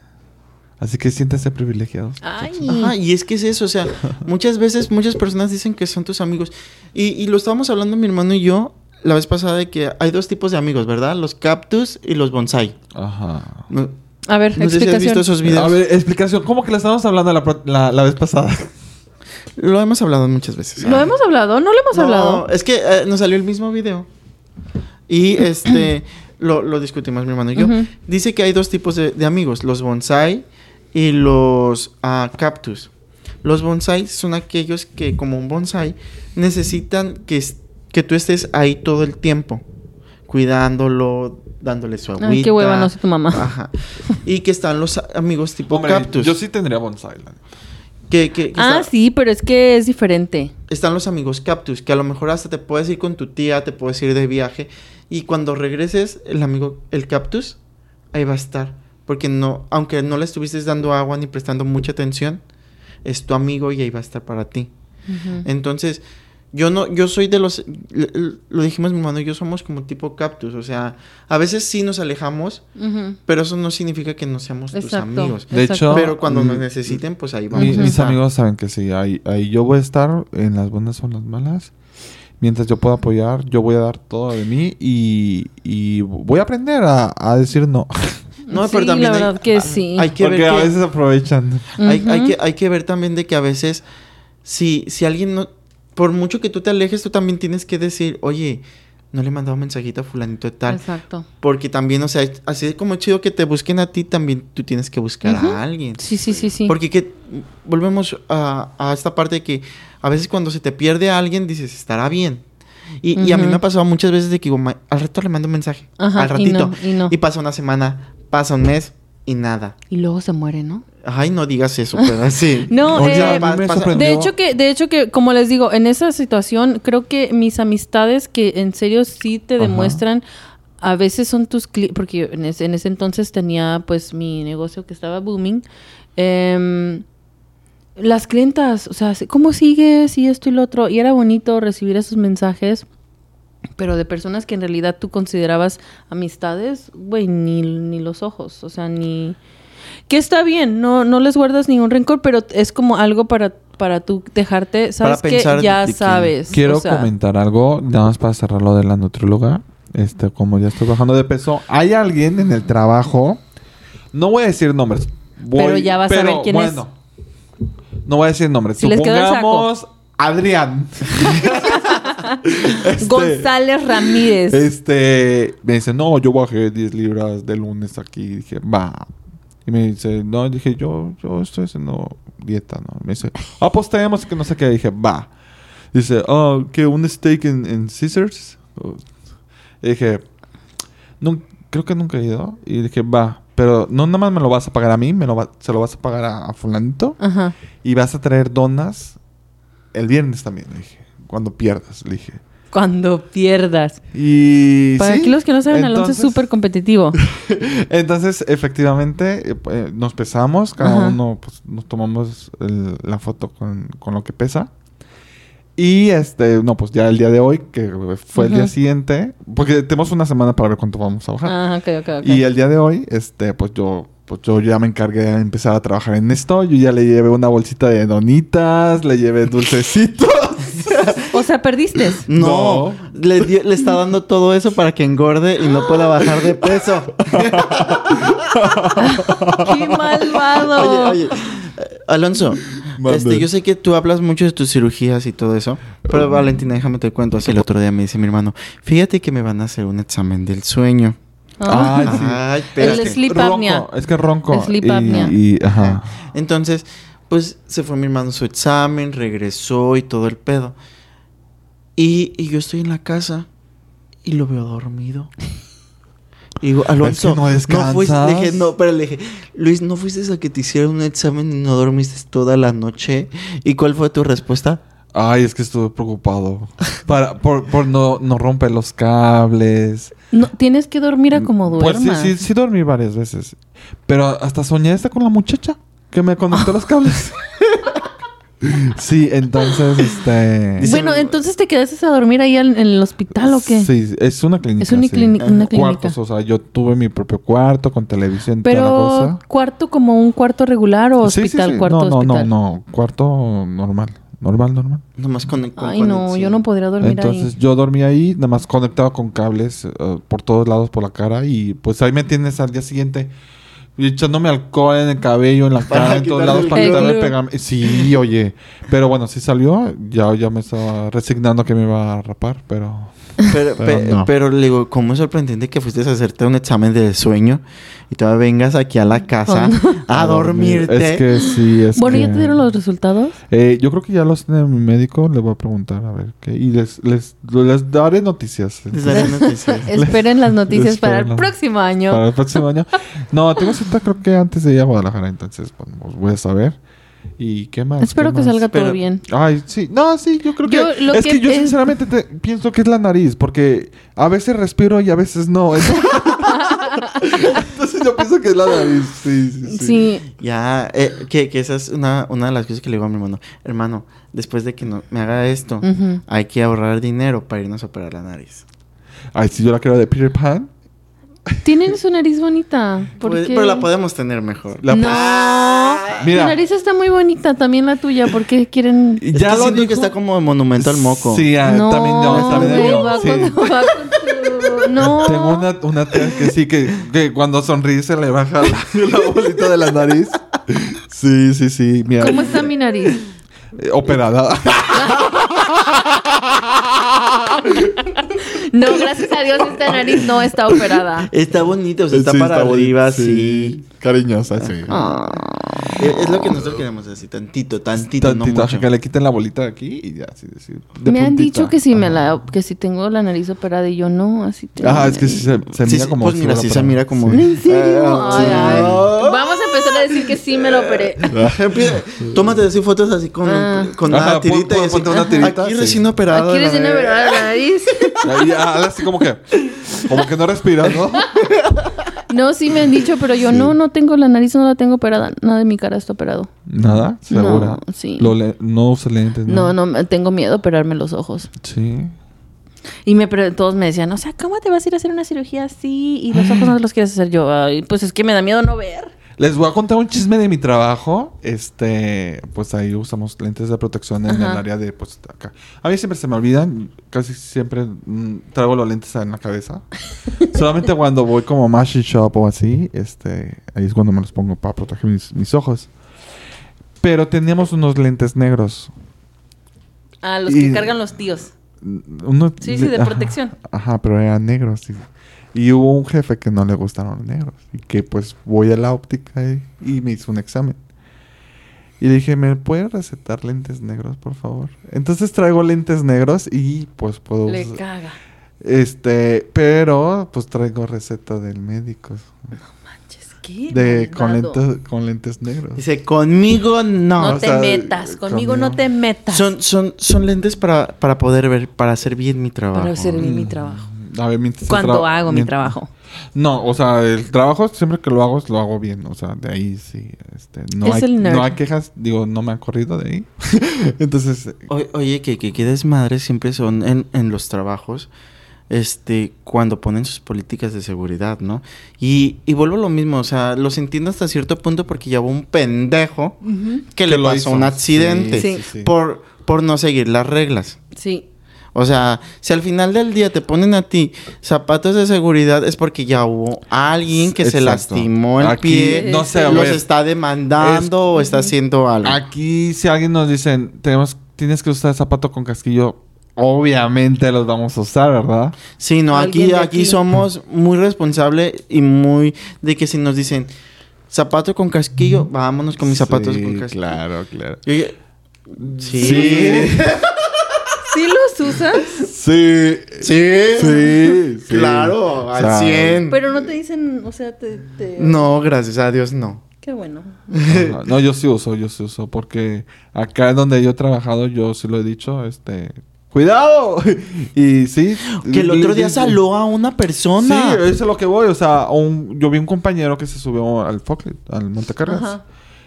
Speaker 2: Así que siéntense privilegiados.
Speaker 3: Ay.
Speaker 1: Ajá, y es que es eso, o
Speaker 2: *laughs*
Speaker 1: sea, muchas veces muchas personas dicen que son tus amigos. Y, y lo estábamos hablando mi hermano y yo la vez pasada de que hay dos tipos de amigos, ¿verdad? Los cactus y los bonsai.
Speaker 2: Ajá.
Speaker 1: No,
Speaker 3: A ver,
Speaker 1: no sé si has
Speaker 3: explicación.
Speaker 1: visto esos
Speaker 2: A
Speaker 1: videos.
Speaker 2: ver, explicación. ¿Cómo que la estábamos hablando la, pro- la, la
Speaker 1: *laughs*
Speaker 2: vez pasada?
Speaker 1: Lo hemos hablado muchas veces.
Speaker 3: ¿Lo hemos hablado? No lo hemos
Speaker 1: No,
Speaker 3: hablado.
Speaker 1: Es que eh, nos salió el mismo video.
Speaker 3: *clears throat*
Speaker 1: Y este lo, lo discutimos mi hermano y yo.
Speaker 3: Ujú.
Speaker 1: Dice que hay dos tipos de, de amigos, los bonsai y los ah, cactus. Los bonsais son aquellos que, como un bonsai, necesitan que, es- que tú estés ahí todo el tiempo, cuidándolo, dándole su agüita.
Speaker 3: Ay, qué hueva, no sé tu mamá.
Speaker 1: Ajá. Y que están los a- amigos tipo
Speaker 2: Hombre,
Speaker 1: cactus.
Speaker 2: yo sí tendría bonsai. la neta.
Speaker 1: Que, que- que
Speaker 3: Ah,
Speaker 1: está-
Speaker 3: sí, pero es que es diferente.
Speaker 1: Están los amigos cactus, que a lo mejor hasta te puedes ir con tu tía, te puedes ir de viaje. Y cuando regreses, el amigo, el cactus, ahí va a estar. Porque no, aunque no le estuviste dando agua ni prestando mucha atención, es tu amigo y ahí va a estar para ti.
Speaker 3: Ujú.
Speaker 1: Entonces, yo no, yo soy de los, l- l- lo dijimos mi hermano, y yo somos como tipo cactus, o sea, a veces sí nos alejamos,
Speaker 3: Ujú.
Speaker 1: pero eso no significa que no seamos tus
Speaker 3: Exacto.
Speaker 1: amigos.
Speaker 2: De
Speaker 3: Exacto.
Speaker 2: hecho,
Speaker 1: Pero cuando nos
Speaker 2: mm,
Speaker 1: necesiten, pues ahí vamos.
Speaker 2: Mi-
Speaker 1: a
Speaker 2: mis
Speaker 1: estar.
Speaker 2: amigos saben que sí, ahí, ahí yo voy a estar en las buenas o en las malas. Mientras yo pueda apoyar, yo voy a dar todo de mí y, y voy a aprender a, a decir no.
Speaker 1: No,
Speaker 3: Sí,
Speaker 1: pero también
Speaker 3: la
Speaker 1: hay- Ah,
Speaker 3: verdad que sí.
Speaker 1: Hay que
Speaker 2: *laughs* Porque
Speaker 1: ver
Speaker 2: a
Speaker 1: que-
Speaker 2: veces aprovechan.
Speaker 1: Hay, hay
Speaker 3: Ujú.
Speaker 1: que, hay que ver también de que a veces, si, si alguien no, por mucho que tú te alejes, tú también tienes que decir, oye, no le he mandado mensajito a fulanito de tal.
Speaker 3: Exacto.
Speaker 1: Porque también, o sea, así es como chido que te busquen a ti, también tú tienes que buscar
Speaker 3: Ujú.
Speaker 1: a alguien.
Speaker 3: Sí, sí, sí, sí.
Speaker 1: Porque que volvemos a, a esta parte de que a veces cuando se te pierde a alguien, dices, estará bien. Y, y a mí
Speaker 3: Ujú.
Speaker 1: me ha pasado muchas veces de que digo, "Ma- al rato le mando un mensaje,
Speaker 3: Ajá,
Speaker 1: al
Speaker 3: y
Speaker 1: ratito.
Speaker 3: no, y no.
Speaker 1: y pasa una semana, pasa un mes y nada.
Speaker 3: Y luego se muere, ¿no?
Speaker 1: Ay, no digas eso, pero sí.
Speaker 3: *laughs* No,
Speaker 2: Oye,
Speaker 3: eh,
Speaker 2: a mí me
Speaker 1: pasa-
Speaker 2: sorprendió.
Speaker 3: De hecho que, de hecho que, como les digo, en esa situación creo que mis amistades que en serio sí te
Speaker 2: Ajá.
Speaker 3: demuestran, a veces son tus clientes, porque yo en ese, en ese entonces tenía pues mi negocio que estaba booming. Em, las clientas, o sea, así, ¿cómo sigues? Y esto y lo otro. Y era bonito recibir esos mensajes, pero de personas que en realidad tú considerabas amistades, güey, ni, ni los ojos, o sea, ni... Que está bien, no, no les guardas ningún rencor, pero es como algo para, para tú dejarte, sabes
Speaker 1: Para
Speaker 3: que
Speaker 1: pensar
Speaker 3: ya
Speaker 1: de que
Speaker 3: sabes.
Speaker 2: Quiero
Speaker 3: o sea,
Speaker 2: comentar algo, nada más para cerrar lo de la nutrióloga. Este, como ya estoy bajando de peso, hay alguien en el trabajo. No voy a decir nombres. voy-
Speaker 3: Pero ya vas a ver quién es.
Speaker 2: es. No voy a decir nombres.
Speaker 3: Si les quedó el saco.
Speaker 2: Supongamos
Speaker 3: *laughs*
Speaker 2: Adrián. *laughs* Este-
Speaker 3: González Ramírez.
Speaker 2: Este, me dice, no, yo bajé 10 libras de lunes aquí. Y dije, va. Y me dice, no, dije, yo, yo estoy haciendo dieta, ¿no? Me dice, apostemos que no sé qué. Dije, va. Dice, ah, que un steak en, en Caesars. O- Y dije, no, creo que nunca he ido. Y dije, va. Pero no nada más me lo vas a pagar a mí, me lo va- se lo vas a pagar a, a fulanito.
Speaker 3: Ajá.
Speaker 2: Y vas a traer donas el viernes también, le dije. Cuando pierdas, le dije.
Speaker 3: Cuando pierdas.
Speaker 2: Y
Speaker 3: Para
Speaker 2: sí,
Speaker 3: aquí los que no saben, Alonso es
Speaker 2: entonces-
Speaker 3: súper
Speaker 2: *laughs*
Speaker 3: competitivo.
Speaker 2: Entonces, efectivamente, eh, eh, nos pesamos, cada
Speaker 3: Ajá.
Speaker 2: uno pues, nos tomamos el- la foto con, con lo que pesa. Y este, no, pues ya el día de hoy, que fue el
Speaker 3: Ujú.
Speaker 2: día siguiente, porque tenemos una semana para ver cuánto vamos a bajar.
Speaker 3: Ajá, ok, Ah, ok, ok.
Speaker 2: Y el día de hoy, este, pues yo, pues yo ya me encargué de empezar a trabajar en esto. Yo ya le llevé una bolsita de donitas, le llevé dulcecitos.
Speaker 3: O sea,
Speaker 2: *laughs*
Speaker 3: perdiste.
Speaker 1: No, Le, dio- le está dando todo eso para que engorde y no pueda bajar de
Speaker 3: *laughs*
Speaker 1: peso.
Speaker 3: ¡Qué malvado!
Speaker 1: Oye, oye. eh, Alonso,
Speaker 2: Mande.
Speaker 1: este, yo sé que tú hablas mucho de tus cirugías y todo eso, pero Valentina, déjame te cuento. Así el otro día me dice mi hermano, fíjate que me van a hacer un examen del sueño.
Speaker 3: Ah.
Speaker 2: Ay, sí.
Speaker 1: Ay,
Speaker 3: *laughs* El
Speaker 1: espérate.
Speaker 3: sleep apnea.
Speaker 2: Ronco, es que ronco.
Speaker 3: Sleep
Speaker 2: y,
Speaker 3: apnea.
Speaker 2: y- ajá.
Speaker 1: Entonces, pues se fue mi hermano a su examen, regresó y todo el pedo. Y, y yo estoy en la casa y lo veo dormido. Y
Speaker 2: *laughs*
Speaker 1: digo, Alonso,
Speaker 2: no descansas".
Speaker 1: fuiste, le dije, no, pero le dije, Luis, ¿no fuiste a que te hicieran un examen y no dormiste toda la noche? ¿Y cuál fue tu respuesta?
Speaker 2: Ay, es que estuve preocupado. Para, por por no, no romper los cables.
Speaker 3: No, tienes que dormir a como
Speaker 2: Pues sí,
Speaker 3: duermas.
Speaker 2: sí, sí dormí varias veces. Pero hasta soñé esta con la muchacha que me conectó los cables.
Speaker 3: *laughs*
Speaker 2: sí, entonces, este...
Speaker 1: Dice-
Speaker 3: Bueno, entonces te quedaste a dormir ahí en, en el hospital o qué?
Speaker 2: Sí, es una clínica.
Speaker 3: Es una,
Speaker 2: sí.
Speaker 3: clini-
Speaker 1: Ajá.
Speaker 3: una clínica.
Speaker 2: Cuartos, o sea, yo tuve mi propio cuarto con televisión y toda la
Speaker 3: Pero
Speaker 2: cosa.
Speaker 3: cuarto como un cuarto regular o
Speaker 2: Sí, sí,
Speaker 3: hospital,
Speaker 2: sí.
Speaker 3: cuarto
Speaker 2: no, no,
Speaker 3: hospital.
Speaker 2: no, no, cuarto normal, normal, normal.
Speaker 1: Nomás con, con
Speaker 3: Ay, no,
Speaker 1: conexión.
Speaker 3: yo no podría dormir
Speaker 2: Entonces
Speaker 3: ahí.
Speaker 2: yo dormí ahí, nada más conectado con cables eh, por todos lados por la cara y pues ahí me tienes al día siguiente echándome alcohol en el cabello, en
Speaker 1: *laughs*
Speaker 2: la
Speaker 1: Para
Speaker 2: cara, en todos
Speaker 1: quitarle
Speaker 2: lados
Speaker 1: el
Speaker 2: para
Speaker 3: glue.
Speaker 2: quitarme
Speaker 3: El glue.
Speaker 2: pegamento. Sí, oye, pero bueno, sí salió, ya, ya me estaba resignando que me iba a rapar, pero
Speaker 1: Pero,
Speaker 2: Pero
Speaker 1: pe-
Speaker 2: no.
Speaker 1: pero le digo, ¿cómo es sorprendente que fuiste a hacerte un examen de sueño y todavía vengas aquí a la
Speaker 3: *laughs*
Speaker 1: casa a dormirte?
Speaker 2: Es que sí, es
Speaker 3: Bueno,
Speaker 2: que-
Speaker 3: ¿ya te dieron los resultados?
Speaker 2: *laughs* Eh, yo creo que ya los tiene mi médico. Le voy a preguntar a ver qué. Y les, les, les daré noticias.
Speaker 1: Les daré noticias.
Speaker 3: Esperen las noticias
Speaker 2: Esperen
Speaker 3: para el
Speaker 2: las-
Speaker 3: próximo año.
Speaker 2: Para el próximo
Speaker 3: *laughs*
Speaker 2: año. No, tengo cita creo que antes de ir a Guadalajara. Entonces, bueno, pues voy a saber. ¿Y qué más?
Speaker 3: Espero
Speaker 2: ¿Qué
Speaker 3: que
Speaker 2: más?
Speaker 3: salga todo
Speaker 1: Pero-
Speaker 3: bien.
Speaker 2: Ay, sí. No, sí, yo creo
Speaker 3: Yo
Speaker 2: que...
Speaker 3: lo
Speaker 2: es
Speaker 3: que
Speaker 2: que, yo
Speaker 3: es-
Speaker 2: sinceramente
Speaker 3: *laughs*
Speaker 2: te- pienso que es la nariz. Porque a veces respiro y a veces no. *laughs* Entonces yo pienso que es la nariz. Sí, sí, sí.
Speaker 3: Sí.
Speaker 1: Ya, eh, que, que esa es una, una de las cosas que le digo a mi hermano. Hermano, después de que no, me haga esto,
Speaker 3: Ujú.
Speaker 1: hay que ahorrar dinero para irnos a operar la nariz.
Speaker 2: Ay, si yo la quiero de Peter Pan.
Speaker 3: Tienen su nariz bonita. ¿Por
Speaker 1: Pues-
Speaker 3: qué?
Speaker 1: Pero la podemos tener mejor.
Speaker 2: La
Speaker 3: no.
Speaker 2: Mira.
Speaker 3: Tu nariz está muy bonita, también la tuya. ¿Por qué quieren...?
Speaker 2: Y
Speaker 1: ya lo
Speaker 2: dijo-
Speaker 1: que está como el monumento al moco.
Speaker 2: Sí, ah,
Speaker 3: no,
Speaker 2: también no, también
Speaker 3: güey,
Speaker 2: no,
Speaker 3: va
Speaker 2: sí.
Speaker 3: con- va con tu- No.
Speaker 2: *laughs* Tengo una, una tía que sí, que, que cuando sonríe se le baja la, *laughs* la bolita de la nariz. Sí, sí, sí. Mira,
Speaker 3: ¿Cómo está mi nariz?
Speaker 2: eh,
Speaker 1: *laughs*
Speaker 2: operada.
Speaker 3: *laughs* No, gracias a Dios esta nariz no está operada.
Speaker 1: Está bonito, o sea, está
Speaker 2: Sí,
Speaker 1: para
Speaker 2: bonita,
Speaker 1: arriba, sí. Ah, E,
Speaker 2: Cariñosa, sí.
Speaker 1: Es, es lo que nosotros queremos así, tantito, tantito,
Speaker 2: Tantito,
Speaker 1: no
Speaker 2: ajá,
Speaker 1: mucho.
Speaker 2: que le quiten la bolita de aquí y ya, sí, sí.
Speaker 3: Me
Speaker 2: de
Speaker 3: han
Speaker 2: puntita.
Speaker 3: dicho que si me
Speaker 2: Ajá.
Speaker 3: la que si tengo la nariz operada y yo no, así tengo.
Speaker 2: Ajá,
Speaker 3: la
Speaker 2: es que sí
Speaker 3: nariz.
Speaker 2: se, se
Speaker 1: Sí,
Speaker 2: mira
Speaker 1: sí,
Speaker 2: como.
Speaker 1: pues
Speaker 2: si
Speaker 1: mira,
Speaker 2: fuera
Speaker 1: sí se
Speaker 2: operada.
Speaker 1: mira como-
Speaker 2: Sí.
Speaker 3: ¿En serio?
Speaker 1: Ah,
Speaker 3: Ay,
Speaker 1: sí.
Speaker 3: ay. Vamos a empezar a decir que sí me lo operé.
Speaker 1: Empieza- Tómate así fotos así con,
Speaker 3: Ah.
Speaker 1: con
Speaker 2: Ajá,
Speaker 1: una tirita y
Speaker 2: pon-
Speaker 1: así. Ah,
Speaker 2: ponte una tirita,
Speaker 1: Aquí
Speaker 2: sí.
Speaker 1: recién operado.
Speaker 3: Aquí
Speaker 1: la
Speaker 3: recién
Speaker 1: verdad.
Speaker 3: operada la nariz.
Speaker 2: *laughs* Ahí, ah, así como que. Como que no respira,
Speaker 3: *laughs*
Speaker 2: ¿no?
Speaker 3: No, sí me han dicho, pero yo no, no tengo la nariz, no la tengo operada. Nada de mi cara está operado.
Speaker 2: Nada, segura.
Speaker 3: No, sí.
Speaker 2: Lo le- no usa lentes, Pues ¿no?
Speaker 3: No, no, me- tengo miedo de operarme los ojos.
Speaker 2: Sí.
Speaker 3: Y me pre- todos me decían, o sea, ¿cómo te vas a ir a hacer una cirugía así? Y los ojos no te los quieres hacer yo. Ay, pues es que me da miedo no ver.
Speaker 2: Les voy a contar un chisme de mi trabajo. Este, pues ahí usamos lentes de protección en
Speaker 3: Ajá.
Speaker 2: el área de, pues acá. A mí siempre se me olvidan, casi siempre mm, traigo los lentes en la cabeza. Solamente cuando voy como a Mashing Shop o así, este, ahí es cuando me los pongo para proteger mis, mis ojos. Pero teníamos unos lentes negros.
Speaker 3: A los que
Speaker 2: Y-
Speaker 3: cargan los tíos.
Speaker 2: Mm, unos-
Speaker 3: Sí, sí, de
Speaker 2: ajá,
Speaker 3: protección.
Speaker 2: Ajá, pero eran negros. sí. Y hubo un jefe que no le gustaron los negros. Y que pues voy a la óptica y, y me hizo un examen. Y le dije, ¿me puede recetar lentes negros, por favor? Entonces traigo lentes negros y pues puedo...
Speaker 3: Le
Speaker 2: usar-
Speaker 3: caga.
Speaker 2: Este, pero pues traigo receta del médico.
Speaker 3: Manches, ¿qué?
Speaker 2: De, con,
Speaker 3: malvado.
Speaker 2: lentes, con lentes negros.
Speaker 1: Dice, conmigo no.
Speaker 3: No
Speaker 2: o
Speaker 3: te
Speaker 2: sea,
Speaker 3: metas, conmigo
Speaker 2: conmigo.
Speaker 3: no te metas.
Speaker 1: Son, son, son lentes para, para poder ver, para hacer bien mi trabajo.
Speaker 3: para hacer bien mi trabajo.
Speaker 2: Mm, A ver, mientras
Speaker 3: Cuando
Speaker 2: tra-
Speaker 3: hago mi
Speaker 2: mien-
Speaker 3: trabajo.
Speaker 2: No, o sea, el trabajo siempre que lo hago, lo hago bien. O sea, de ahí sí. Este, no,
Speaker 3: Es
Speaker 2: hay,
Speaker 3: el nerd.
Speaker 2: no hay quejas. Digo, no me han corrido de ahí. *laughs* Entonces,
Speaker 1: O- oye, que, que, que desmadres siempre son en, en los trabajos, este, cuando ponen sus políticas de seguridad, ¿no? Y, y vuelvo a lo mismo, o sea, los entiendo hasta cierto punto porque ya hubo un pendejo que, le
Speaker 2: lo
Speaker 1: pasó
Speaker 2: hizo?
Speaker 1: un accidente
Speaker 3: Sí, sí,
Speaker 2: sí.
Speaker 1: Por, por no seguir las reglas.
Speaker 3: Sí.
Speaker 1: O sea, si al final del día te ponen a ti zapatos de seguridad es porque ya hubo alguien que se
Speaker 2: Exacto.
Speaker 1: lastimó el
Speaker 2: Aquí,
Speaker 1: pie,
Speaker 2: no sé, a
Speaker 1: los
Speaker 2: ver.
Speaker 1: está demandando o está haciendo algo.
Speaker 2: aquí si alguien nos dicen, tenemos, tienes que usar zapato con casquillo, obviamente los vamos a usar, ¿verdad?
Speaker 1: Sí, no,
Speaker 3: Alguien
Speaker 1: aquí,
Speaker 3: de
Speaker 1: aquí
Speaker 3: aquí.
Speaker 1: somos muy responsables y muy de que si nos dicen zapato con casquillo, vámonos con mis zapatos
Speaker 2: Sí,
Speaker 1: con casquillo.
Speaker 2: Claro, claro.
Speaker 1: Yo- yo- sí.
Speaker 2: Sí.
Speaker 3: ¿Sí los usas?
Speaker 2: Sí.
Speaker 1: Sí.
Speaker 2: Sí, sí.
Speaker 1: Claro, al
Speaker 2: O sea,
Speaker 1: 100.
Speaker 3: *laughs* Pero no te dicen, o sea, te... te-
Speaker 1: No, gracias a Dios, no.
Speaker 3: Qué bueno.
Speaker 2: Ajá. No, yo sí uso, yo sí uso, porque acá en donde yo he trabajado, yo sí lo he dicho, este, cuidado. *laughs* y sí.
Speaker 1: Que el otro día saló a una
Speaker 2: Sí,
Speaker 1: persona.
Speaker 2: eso es lo que voy, o sea, un- yo vi un compañero que se subió al forklift, al montacargas.
Speaker 3: Ajá.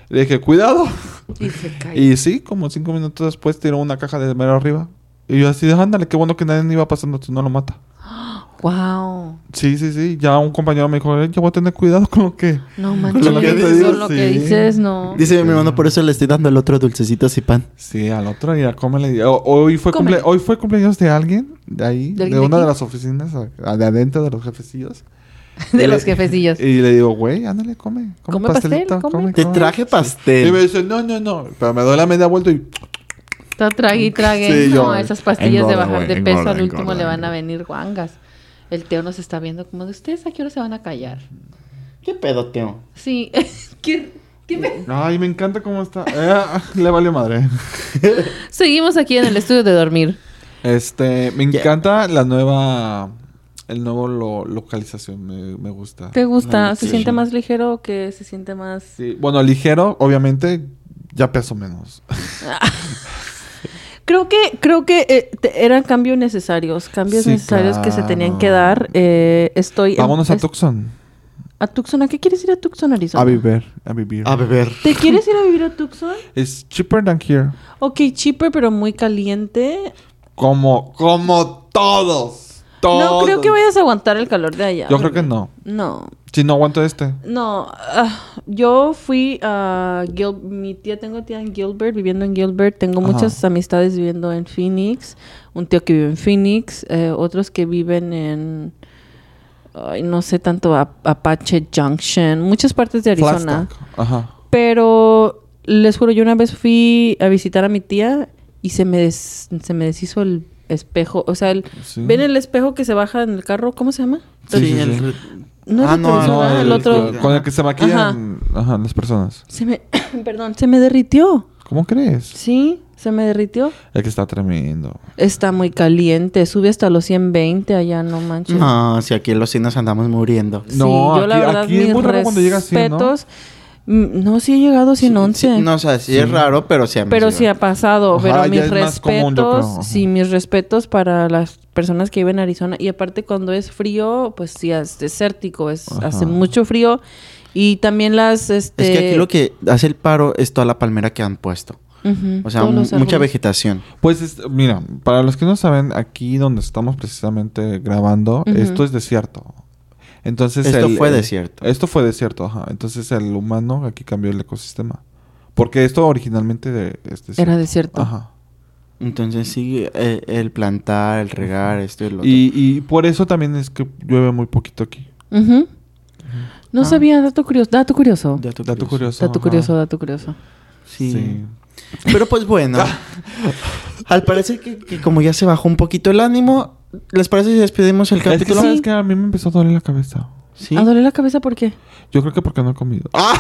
Speaker 2: Le dije, cuidado.
Speaker 3: Y se cae.
Speaker 2: Y sí, como cinco minutos después tiró una caja de mero arriba. Y yo así, de, ándale, qué bueno que nadie iba pasando, tú no lo mata.
Speaker 3: Wow.
Speaker 2: Sí, sí, sí. Ya un compañero me dijo, "Eh, yo voy a tener cuidado con lo que...
Speaker 3: No
Speaker 2: Con lo que
Speaker 3: manches,
Speaker 2: te
Speaker 3: con
Speaker 2: digo,
Speaker 3: lo que
Speaker 2: sí.
Speaker 3: dices, no.
Speaker 1: Dice mi hermano, por eso le estoy dando el otro dulcecito y pan.
Speaker 2: Sí, al otro día, cómele. O- hoy, fue
Speaker 3: Cómele.
Speaker 2: cumple- hoy fue cumpleaños de alguien, de ahí,
Speaker 3: ¿De
Speaker 2: de,
Speaker 3: alguien de
Speaker 2: una de
Speaker 3: aquí?
Speaker 2: las oficinas, a- de adentro de los jefecillos.
Speaker 3: De los jefecillos.
Speaker 2: Y le digo, güey, ándale, come. Come,
Speaker 3: Come pastel,
Speaker 2: pastelito,
Speaker 3: come".
Speaker 2: come,
Speaker 1: Te
Speaker 2: come".
Speaker 1: traje
Speaker 2: Y
Speaker 1: pastel.
Speaker 2: me dice, no, no, no. Pero me doy la media vuelta y...
Speaker 5: Está trague y trague.
Speaker 1: Sí,
Speaker 5: no,
Speaker 1: yo-
Speaker 5: esas pastillas
Speaker 1: engorda,
Speaker 5: de bajar
Speaker 1: güey,
Speaker 5: de peso
Speaker 1: engorda,
Speaker 5: al último
Speaker 1: engorda,
Speaker 5: le van a
Speaker 1: engorda.
Speaker 5: venir guangas. El Teo nos está viendo como de ustedes a qué hora se van a callar.
Speaker 4: ¿Qué pedo, Teo?
Speaker 5: Sí, *laughs* ¿Qué, qué me-
Speaker 2: Ay, me encanta cómo está. Eh, *laughs* le valió madre.
Speaker 5: Seguimos aquí en el estudio de dormir.
Speaker 2: Este, me encanta la nueva. El nuevo lo- localización, me, me gusta.
Speaker 3: ¿Te
Speaker 2: La
Speaker 3: gusta? ¿Se
Speaker 2: location.
Speaker 3: siente más ligero o que se siente más...?
Speaker 2: Sí, Bueno, ligero, obviamente, ya peso menos.
Speaker 3: *laughs* Creo que, creo que eh, te- eran cambios necesarios, cambios
Speaker 2: Sí,
Speaker 3: necesarios que se tenían que dar.
Speaker 2: claro.
Speaker 3: Eh, estoy... en-
Speaker 2: Vámonos a
Speaker 3: es-
Speaker 2: Tucson.
Speaker 3: ¿A Tucson? ¿A qué quieres ir a Tucson, Arizona?
Speaker 2: A vivir, a vivir.
Speaker 4: A beber.
Speaker 3: ¿Te quieres ir a vivir a Tucson?
Speaker 2: Es cheaper than here.
Speaker 3: Ok, cheaper, pero muy caliente.
Speaker 2: Como, como todos. Todos.
Speaker 3: No creo que vayas a aguantar el calor de allá.
Speaker 2: Yo creo que no.
Speaker 3: No,
Speaker 2: Si no aguanto este.
Speaker 3: no. ah, yo fui a Gil- mi tía, tengo tía en Gilbert, viviendo en Gilbert. Tengo
Speaker 2: Ajá.
Speaker 3: muchas amistades viviendo en Phoenix. Un tío que vive en Phoenix, eh, otros que viven en, ay, no sé tanto, a- Apache Junction, muchas partes de Arizona.
Speaker 2: Flagstaff. Ajá.
Speaker 3: Pero les juro, yo una vez fui a visitar a mi tía y se me, des- se me deshizo el espejo. O sea, el-
Speaker 2: Sí.
Speaker 3: ¿ven el espejo que se baja en el carro? ¿Cómo se llama?
Speaker 2: Sí, sí, sí.
Speaker 3: No es
Speaker 4: Ah, no,
Speaker 3: retrovisor,
Speaker 2: No,
Speaker 3: ¿verdad? el,
Speaker 2: el-
Speaker 3: otro.
Speaker 2: Con el que se maquillan ajá, las personas.
Speaker 3: Se me, *coughs* perdón, se me derritió.
Speaker 2: ¿Cómo crees?
Speaker 3: Sí, se me derritió.
Speaker 2: El que está tremendo.
Speaker 3: Está muy caliente, sube hasta los 120 allá, no manches.
Speaker 4: No, si aquí en los cines andamos muriendo.
Speaker 3: Sí,
Speaker 2: Ah, No,
Speaker 3: yo la
Speaker 2: aquí-
Speaker 3: verdad,
Speaker 2: aquí es
Speaker 3: mis
Speaker 2: muy raro cuando llega a 100, ¿no?
Speaker 3: respetos. Mm, No, sí he llegado a 111.
Speaker 4: Sí, no, o sea, sí, es raro, pero sí. hemos
Speaker 3: Pero
Speaker 4: ido.
Speaker 3: sí ha pasado,
Speaker 2: Ajá,
Speaker 3: pero
Speaker 2: ya
Speaker 3: mis
Speaker 2: es más común, yo
Speaker 3: respetos,
Speaker 2: creo.
Speaker 3: sí, mis respetos para las personas que viven en Arizona. Y aparte cuando es frío, pues sí, es desértico, es,
Speaker 2: Ajá.
Speaker 3: hace mucho frío. Y también las, este...
Speaker 4: Es que aquí lo que hace el paro es toda la palmera que han puesto.
Speaker 3: Ujú,
Speaker 4: O sea,
Speaker 3: todos
Speaker 4: mu-
Speaker 3: los
Speaker 4: mucha
Speaker 3: árboles.
Speaker 4: vegetación.
Speaker 2: Pues, es- mira, para los que no saben, aquí donde estamos precisamente grabando,
Speaker 3: Ujú.
Speaker 2: esto es desierto. Entonces,
Speaker 4: Esto
Speaker 2: el-
Speaker 4: fue
Speaker 2: el-
Speaker 4: desierto.
Speaker 2: Esto fue desierto, ajá. Entonces, el humano aquí cambió el ecosistema. Porque esto originalmente de, es desierto.
Speaker 3: Era desierto.
Speaker 2: Ajá.
Speaker 4: Entonces sí, eh, el, plantar, el regar, esto y lo otro.
Speaker 2: Y, y por eso también es que llueve muy poquito aquí.
Speaker 3: Ujú.
Speaker 2: Ah.
Speaker 3: No sabía, dato curioso, dato curioso.
Speaker 4: Dato
Speaker 2: Dato curioso.
Speaker 3: Dato
Speaker 2: ajá.
Speaker 3: curioso, dato curioso.
Speaker 4: Sí.
Speaker 2: Sí.
Speaker 4: Pero
Speaker 2: *laughs*
Speaker 4: pues bueno. al parecer que, que como ya se bajó un poquito el ánimo, ¿les parece si despedimos el
Speaker 2: Es que
Speaker 4: capítulo?
Speaker 2: sabes que a mí me empezó a doler la cabeza.
Speaker 4: Sí.
Speaker 3: ¿A doler la cabeza por qué?
Speaker 2: Yo creo que porque no he comido.
Speaker 4: Ah,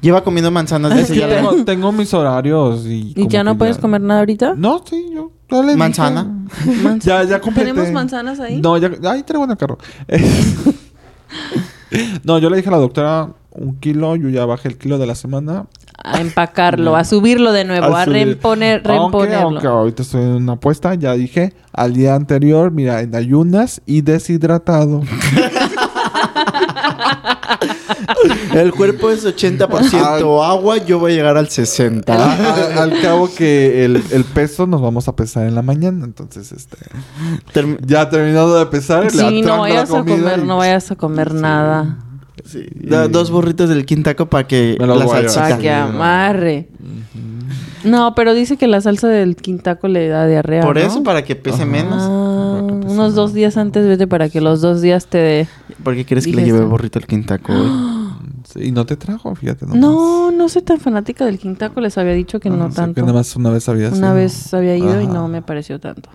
Speaker 4: Lleva comiendo manzanas desde
Speaker 2: Sí,
Speaker 4: ya. la-
Speaker 2: tengo, tengo mis horarios y...
Speaker 3: ¿Y
Speaker 2: como
Speaker 3: ya no
Speaker 2: que
Speaker 3: puedes comer nada ahorita?
Speaker 2: No, sí, yo... ya le dije.
Speaker 4: Manzana.
Speaker 3: Manzana.
Speaker 2: *laughs* Ya, ya completé.
Speaker 3: ¿Tenemos manzanas ahí?
Speaker 2: No, ya... Ahí traigo en el carro. *laughs* no, yo le dije a la doctora un kilo, yo ya bajé el kilo de la semana.
Speaker 3: A empacarlo, a subirlo de nuevo, a,
Speaker 2: Así-
Speaker 3: reponer,
Speaker 2: aunque,
Speaker 3: reponerlo.
Speaker 2: aunque ahorita estoy en una apuesta, ya dije al día anterior, mira, en ayunas y
Speaker 3: *laughs*
Speaker 2: deshidratado.
Speaker 4: El cuerpo es 80%
Speaker 2: Ah.
Speaker 4: agua, yo voy a llegar al 60.
Speaker 2: A- a- Ah, al cabo que el, el peso nos vamos a pesar en la mañana, entonces este
Speaker 4: Term-
Speaker 2: ya terminado de pesar, le
Speaker 3: Sí,
Speaker 2: atranco la
Speaker 3: no vayas a
Speaker 2: comida
Speaker 3: comer,
Speaker 2: y-
Speaker 3: no vayas a comer nada.
Speaker 4: sí, da- dos burritos del quintaco para que
Speaker 2: Me los
Speaker 4: la
Speaker 2: voy a
Speaker 4: salsita.
Speaker 3: Para que amarre. No, pero dice que la salsa del quintaco le da diarrea.
Speaker 4: Por
Speaker 3: ¿no?
Speaker 4: eso, para que pese
Speaker 2: Ajá.
Speaker 4: menos.
Speaker 3: Ah,
Speaker 2: Para que pese
Speaker 3: unos dos
Speaker 2: menos.
Speaker 3: días antes, vete para que los dos días te dé.
Speaker 4: ¿Por qué quieres que le
Speaker 3: Dije
Speaker 4: lleve
Speaker 3: eso.
Speaker 4: burrito al
Speaker 3: *gasps*
Speaker 4: quintaco? güey?
Speaker 2: Sí, y no te trajo, fíjate nomás.
Speaker 3: No, no soy tan fanática del quintaco. Les había dicho que
Speaker 2: Ah,
Speaker 3: no
Speaker 2: o sea,
Speaker 3: tanto.
Speaker 2: Que nada más una vez había
Speaker 3: Una
Speaker 2: sido.
Speaker 3: vez había ido y
Speaker 2: Ajá.
Speaker 3: no me pareció tanto.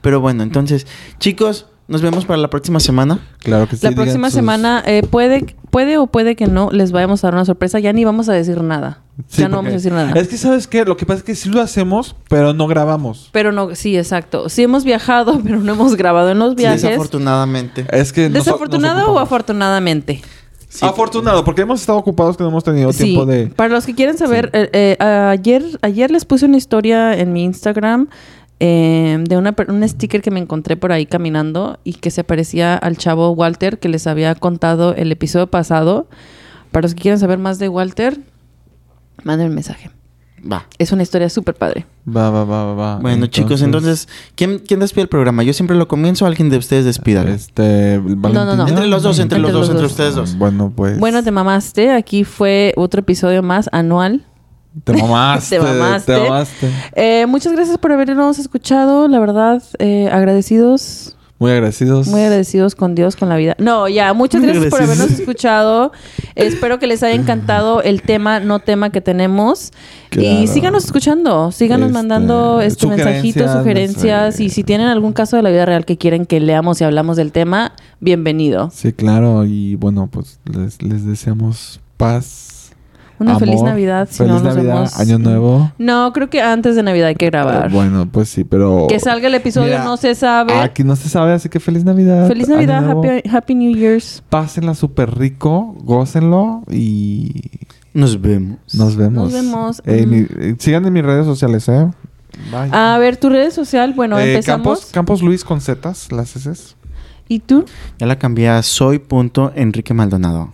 Speaker 4: Pero bueno, entonces, chicos, nos vemos para la próxima semana.
Speaker 2: Claro que sí.
Speaker 3: La
Speaker 2: digan
Speaker 3: próxima
Speaker 2: sus-
Speaker 3: semana eh, puede, puede o puede que no les vayamos a dar una sorpresa. Ya ni vamos a decir nada.
Speaker 2: Sí,
Speaker 3: ya no vamos
Speaker 2: porque-
Speaker 3: a decir nada.
Speaker 2: Es que, ¿sabes qué? Lo que pasa es que sí lo hacemos, pero no grabamos.
Speaker 3: Pero no, sí, exacto. Sí hemos viajado, *laughs* pero no hemos grabado en los viajes.
Speaker 4: Desafortunadamente.
Speaker 2: Es que nos- nos
Speaker 3: ¿Desafortunado o
Speaker 2: ocupamos.
Speaker 3: afortunadamente?
Speaker 4: Sí.
Speaker 2: Afortunado, porque hemos estado ocupados que no hemos tenido tiempo de...
Speaker 3: Para los que quieren saber, eh, eh, ayer, ayer les puse una historia en mi Instagram eh, de una, per- un sticker que me encontré por ahí caminando y que se parecía al chavo Walter que les había contado el episodio pasado. Para los que quieren saber más de Walter, manden un mensaje.
Speaker 4: Va.
Speaker 3: Es una historia súper padre.
Speaker 2: Va, va, va, va, va.
Speaker 1: Ah,
Speaker 4: Bueno, chicos, entonces, ¿quién, ¿quién despide el programa? Yo siempre lo comienzo, alguien de ustedes despídalo.
Speaker 1: Pues,
Speaker 2: Este, Valentina.
Speaker 3: no, no.
Speaker 4: Entre los dos, entre,
Speaker 3: Entre
Speaker 4: los dos,
Speaker 3: los
Speaker 4: entre
Speaker 3: dos.
Speaker 4: ustedes dos.
Speaker 2: Bueno, pues.
Speaker 3: Bueno, te mamaste. Aquí fue otro episodio más anual.
Speaker 2: Te mamaste.
Speaker 3: *laughs* Te mamaste.
Speaker 2: Te mamaste.
Speaker 3: Eh, muchas gracias por habernos escuchado. La verdad, eh, agradecidos.
Speaker 2: Muy agradecidos.
Speaker 3: Muy agradecidos con Dios, con la vida. No, ya, muchas
Speaker 1: Muy
Speaker 3: gracias por
Speaker 1: agradecidos.
Speaker 3: habernos escuchado. Espero que les
Speaker 2: *laughs*
Speaker 3: haya encantado el tema, no tema que tenemos.
Speaker 2: Claro.
Speaker 3: Y síganos escuchando, síganos
Speaker 2: Este,
Speaker 3: mandando este mensajito,
Speaker 2: sugerencias, no
Speaker 3: sugerencias.
Speaker 2: sé.
Speaker 3: Y si tienen algún caso de la vida real que quieren que leamos y hablamos del tema, bienvenido.
Speaker 2: Sí, claro. Y bueno, pues les, les deseamos paz.
Speaker 3: Una feliz
Speaker 2: amor,
Speaker 3: Navidad. Si
Speaker 2: feliz
Speaker 3: no, nos
Speaker 2: Navidad,
Speaker 3: vemos-
Speaker 2: Año Nuevo.
Speaker 3: No, creo que antes de Navidad hay que grabar.
Speaker 2: Eh, Bueno, pues sí, pero.
Speaker 3: Que salga el episodio,
Speaker 2: Mira,
Speaker 3: no se sabe.
Speaker 2: Aquí no se sabe, así que feliz Navidad.
Speaker 3: Feliz
Speaker 2: Año
Speaker 3: Navidad,
Speaker 2: Nuevo.
Speaker 3: happy, happy New Year's.
Speaker 2: Pásenla súper rico, gócenlo y
Speaker 1: Nos vemos.
Speaker 2: nos vemos.
Speaker 3: Nos vemos.
Speaker 2: Eh,
Speaker 3: Mm.
Speaker 2: mi- eh, sigan en mis redes sociales, ¿eh? Bye.
Speaker 3: A ver, tu red social, Ah, bueno,
Speaker 2: Eh,
Speaker 3: empezamos.
Speaker 2: Campos, Campos Luis con Zetas, las heces.
Speaker 3: ¿Y tú?
Speaker 1: Ya la cambié a soy.enrique Maldonado.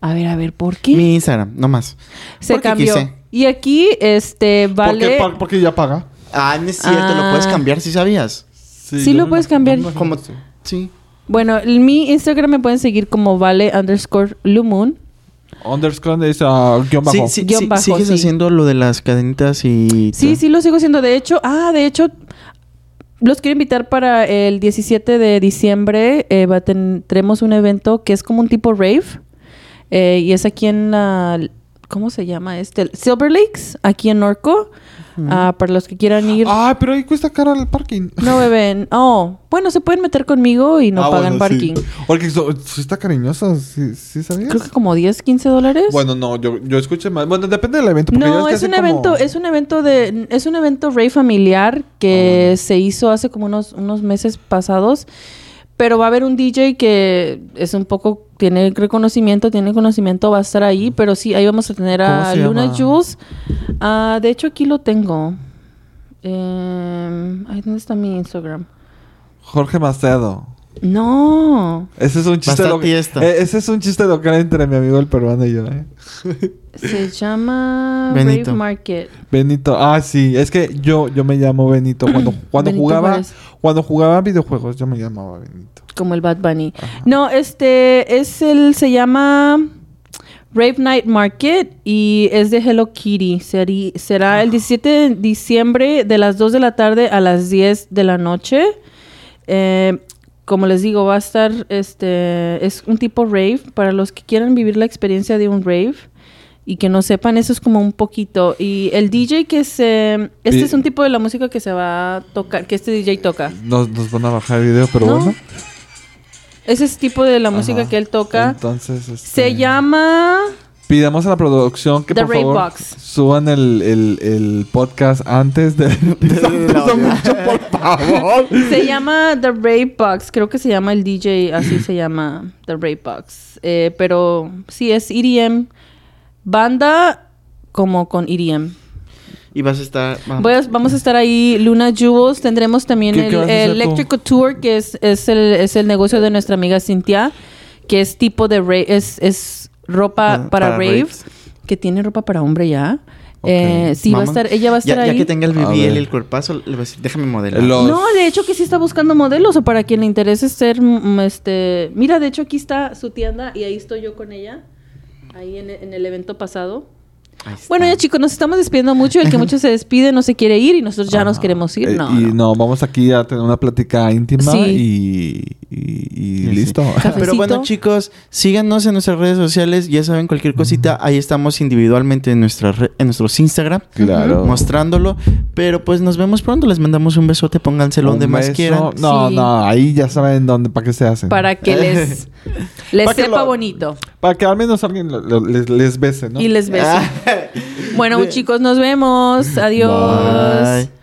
Speaker 3: A ver, a ver, ¿por qué?
Speaker 1: Mi Instagram, no más.
Speaker 3: se
Speaker 1: porque
Speaker 3: cambió.
Speaker 1: quise.
Speaker 3: Y aquí, este, vale.
Speaker 2: Porque, pa- porque ya paga.
Speaker 1: Ah, no es cierto, lo puedes
Speaker 3: Ah.
Speaker 1: cambiar si sabías.
Speaker 3: Sí, lo puedes cambiar.
Speaker 1: Como- Sí.
Speaker 3: Bueno, el- mi Instagram me pueden seguir como vale underscore lumun.
Speaker 2: Underscore es ah, guión
Speaker 1: Sí,
Speaker 2: bajo.
Speaker 1: sí,
Speaker 3: Guión
Speaker 1: sí,
Speaker 3: bajo,
Speaker 1: sigues
Speaker 3: sí.
Speaker 1: haciendo lo de las cadenitas y.
Speaker 3: Sí, sí, lo sigo haciendo. De hecho, ah, de hecho, los quiero invitar para el 17 de diciembre. Eh, va a ten- tenemos un evento que es como un tipo rave. Eh, y es aquí en la... ¿Cómo se llama este? Silver Lakes, aquí en Norco. Ah, para los que quieran ir.
Speaker 2: Ah, pero ahí cuesta caro el parking.
Speaker 3: No beben. Oh, bueno, se pueden meter conmigo y no
Speaker 2: Ah, bueno,
Speaker 3: pagan parking.
Speaker 2: Sí. Porque so- sí está cariñosa, sí, sí sabías.
Speaker 3: Creo que como 10, 15 dólares.
Speaker 2: Bueno, no, yo, yo escuché más. Bueno, depende del evento. porque ya ves
Speaker 3: No,
Speaker 2: que
Speaker 3: es un
Speaker 2: hacen como-
Speaker 3: evento, es un evento de, es un evento rey familiar
Speaker 2: Ah,
Speaker 3: que se hizo hace como unos, unos meses pasados, pero va a haber un DJ que es un poco, tiene reconocimiento, tiene conocimiento, va a estar ahí, pero sí, ahí vamos a tener
Speaker 2: ¿Cómo
Speaker 3: a
Speaker 2: se
Speaker 3: Luna
Speaker 2: llama?
Speaker 3: Jules. Ah, de hecho, aquí lo tengo. Em, ay, ¿Dónde está mi Instagram?
Speaker 2: Jorge Macedo.
Speaker 3: No.
Speaker 2: Ese es un chiste
Speaker 1: Bastante
Speaker 2: local.
Speaker 1: fiesta.
Speaker 2: Eh, ese es un chiste local entre mi amigo el peruano y yo, ¿eh?
Speaker 3: Se llama
Speaker 1: Benito.
Speaker 3: Rave Market.
Speaker 2: Benito. Ah, sí. Es que yo, yo me llamo Benito.
Speaker 3: *clears throat*
Speaker 2: Cuando, cuando
Speaker 3: Benito
Speaker 2: jugaba,
Speaker 3: Juárez.
Speaker 2: cuando jugaba videojuegos, yo me llamaba Benito.
Speaker 3: Como el Bad Bunny.
Speaker 2: Ajá.
Speaker 3: No, este es el, se llama Rave Night Market y es de Hello Kitty. Seri- será el 17 de diciembre de las 2 de la tarde a las 10 de la noche. Eh, como les digo, va a estar, este, es un tipo rave para los que quieran vivir la experiencia de un rave. Y que no sepan, eso es como un poquito. Y el DJ que se... Este
Speaker 2: Pi-
Speaker 3: es un tipo de la música que se va a tocar, que este DJ toca.
Speaker 2: Nos, nos van a bajar el video, pero
Speaker 3: No,
Speaker 2: bueno.
Speaker 3: Ese es tipo de la música
Speaker 2: Ajá.
Speaker 3: que él toca.
Speaker 2: Entonces, este,
Speaker 1: Eh.
Speaker 3: Se llama...
Speaker 2: Pidamos a la producción que
Speaker 3: The
Speaker 2: por
Speaker 3: Rape
Speaker 2: favor
Speaker 3: Box.
Speaker 2: suban el, el, el podcast antes de. *laughs* Eso mucho, por favor.
Speaker 3: Se llama The Rape Box. Creo que se llama el DJ, así se llama The Rape Box. Eh, pero sí, es EDM. Banda como con EDM.
Speaker 4: Y vas a estar... va-
Speaker 3: Voy a- vamos a estar ahí, Luna Jewels. Tendremos también
Speaker 2: ¿Qué-
Speaker 3: el,
Speaker 2: qué vas a hacer
Speaker 3: el
Speaker 2: tú?
Speaker 3: Electric Couture, que es, es, el, es el negocio de nuestra amiga Cintia, que es tipo de rave, es, es ropa
Speaker 1: Ah,
Speaker 3: para,
Speaker 1: para
Speaker 3: rave,
Speaker 1: raves.
Speaker 3: que tiene ropa para hombre ya.
Speaker 2: Ok.
Speaker 3: Eh, sí, va a
Speaker 1: Mamá.
Speaker 3: estar, ella va a estar
Speaker 1: Ya,
Speaker 3: ahí.
Speaker 1: ya que tenga el
Speaker 2: A
Speaker 1: BBL y
Speaker 2: ver.
Speaker 1: el cuerpazo, le voy a decir, déjame modelar.
Speaker 2: Los-
Speaker 3: No, de hecho que sí está buscando modelos o para quien le interese ser, mm, este, mira, de hecho aquí está su tienda y ahí estoy yo con ella, ahí en, en el evento pasado.
Speaker 1: Ahí está.
Speaker 3: Bueno, ya chicos, nos estamos despidiendo
Speaker 2: *laughs*
Speaker 3: mucho, el que mucho se despide no se quiere ir y nosotros Pues ya nos
Speaker 2: Ajá.
Speaker 3: queremos
Speaker 2: Eh,
Speaker 3: ir, no.
Speaker 2: y
Speaker 3: no.
Speaker 2: no. vamos aquí a tener una plática íntima y, y- y
Speaker 1: Sí, sí.
Speaker 2: listo. *laughs*
Speaker 3: Café.
Speaker 1: Pero bueno,
Speaker 3: Besito.
Speaker 1: chicos, síganos en nuestras redes sociales. Ya saben, cualquier cosita, ahí estamos individualmente en, nuestra re- en nuestros Instagram.
Speaker 2: Claro.
Speaker 1: Mostrándolo. Pero pues nos vemos pronto. Les mandamos un besote. Pónganselo donde
Speaker 2: Un
Speaker 1: más
Speaker 2: beso.
Speaker 1: quieran.
Speaker 2: No,
Speaker 3: Sí.
Speaker 2: no, ahí ya saben dónde, para qué se hacen.
Speaker 3: Para
Speaker 1: *laughs*
Speaker 2: *laughs*
Speaker 3: que les, les
Speaker 2: Pa' que
Speaker 3: sepa
Speaker 2: lo-
Speaker 3: bonito
Speaker 2: Para que al menos alguien lo- lo- les, les bese, ¿no?
Speaker 1: Ah.
Speaker 2: Ah. *laughs*
Speaker 3: y les bese. bueno, chicos, nos vemos. Adiós.
Speaker 1: Bye.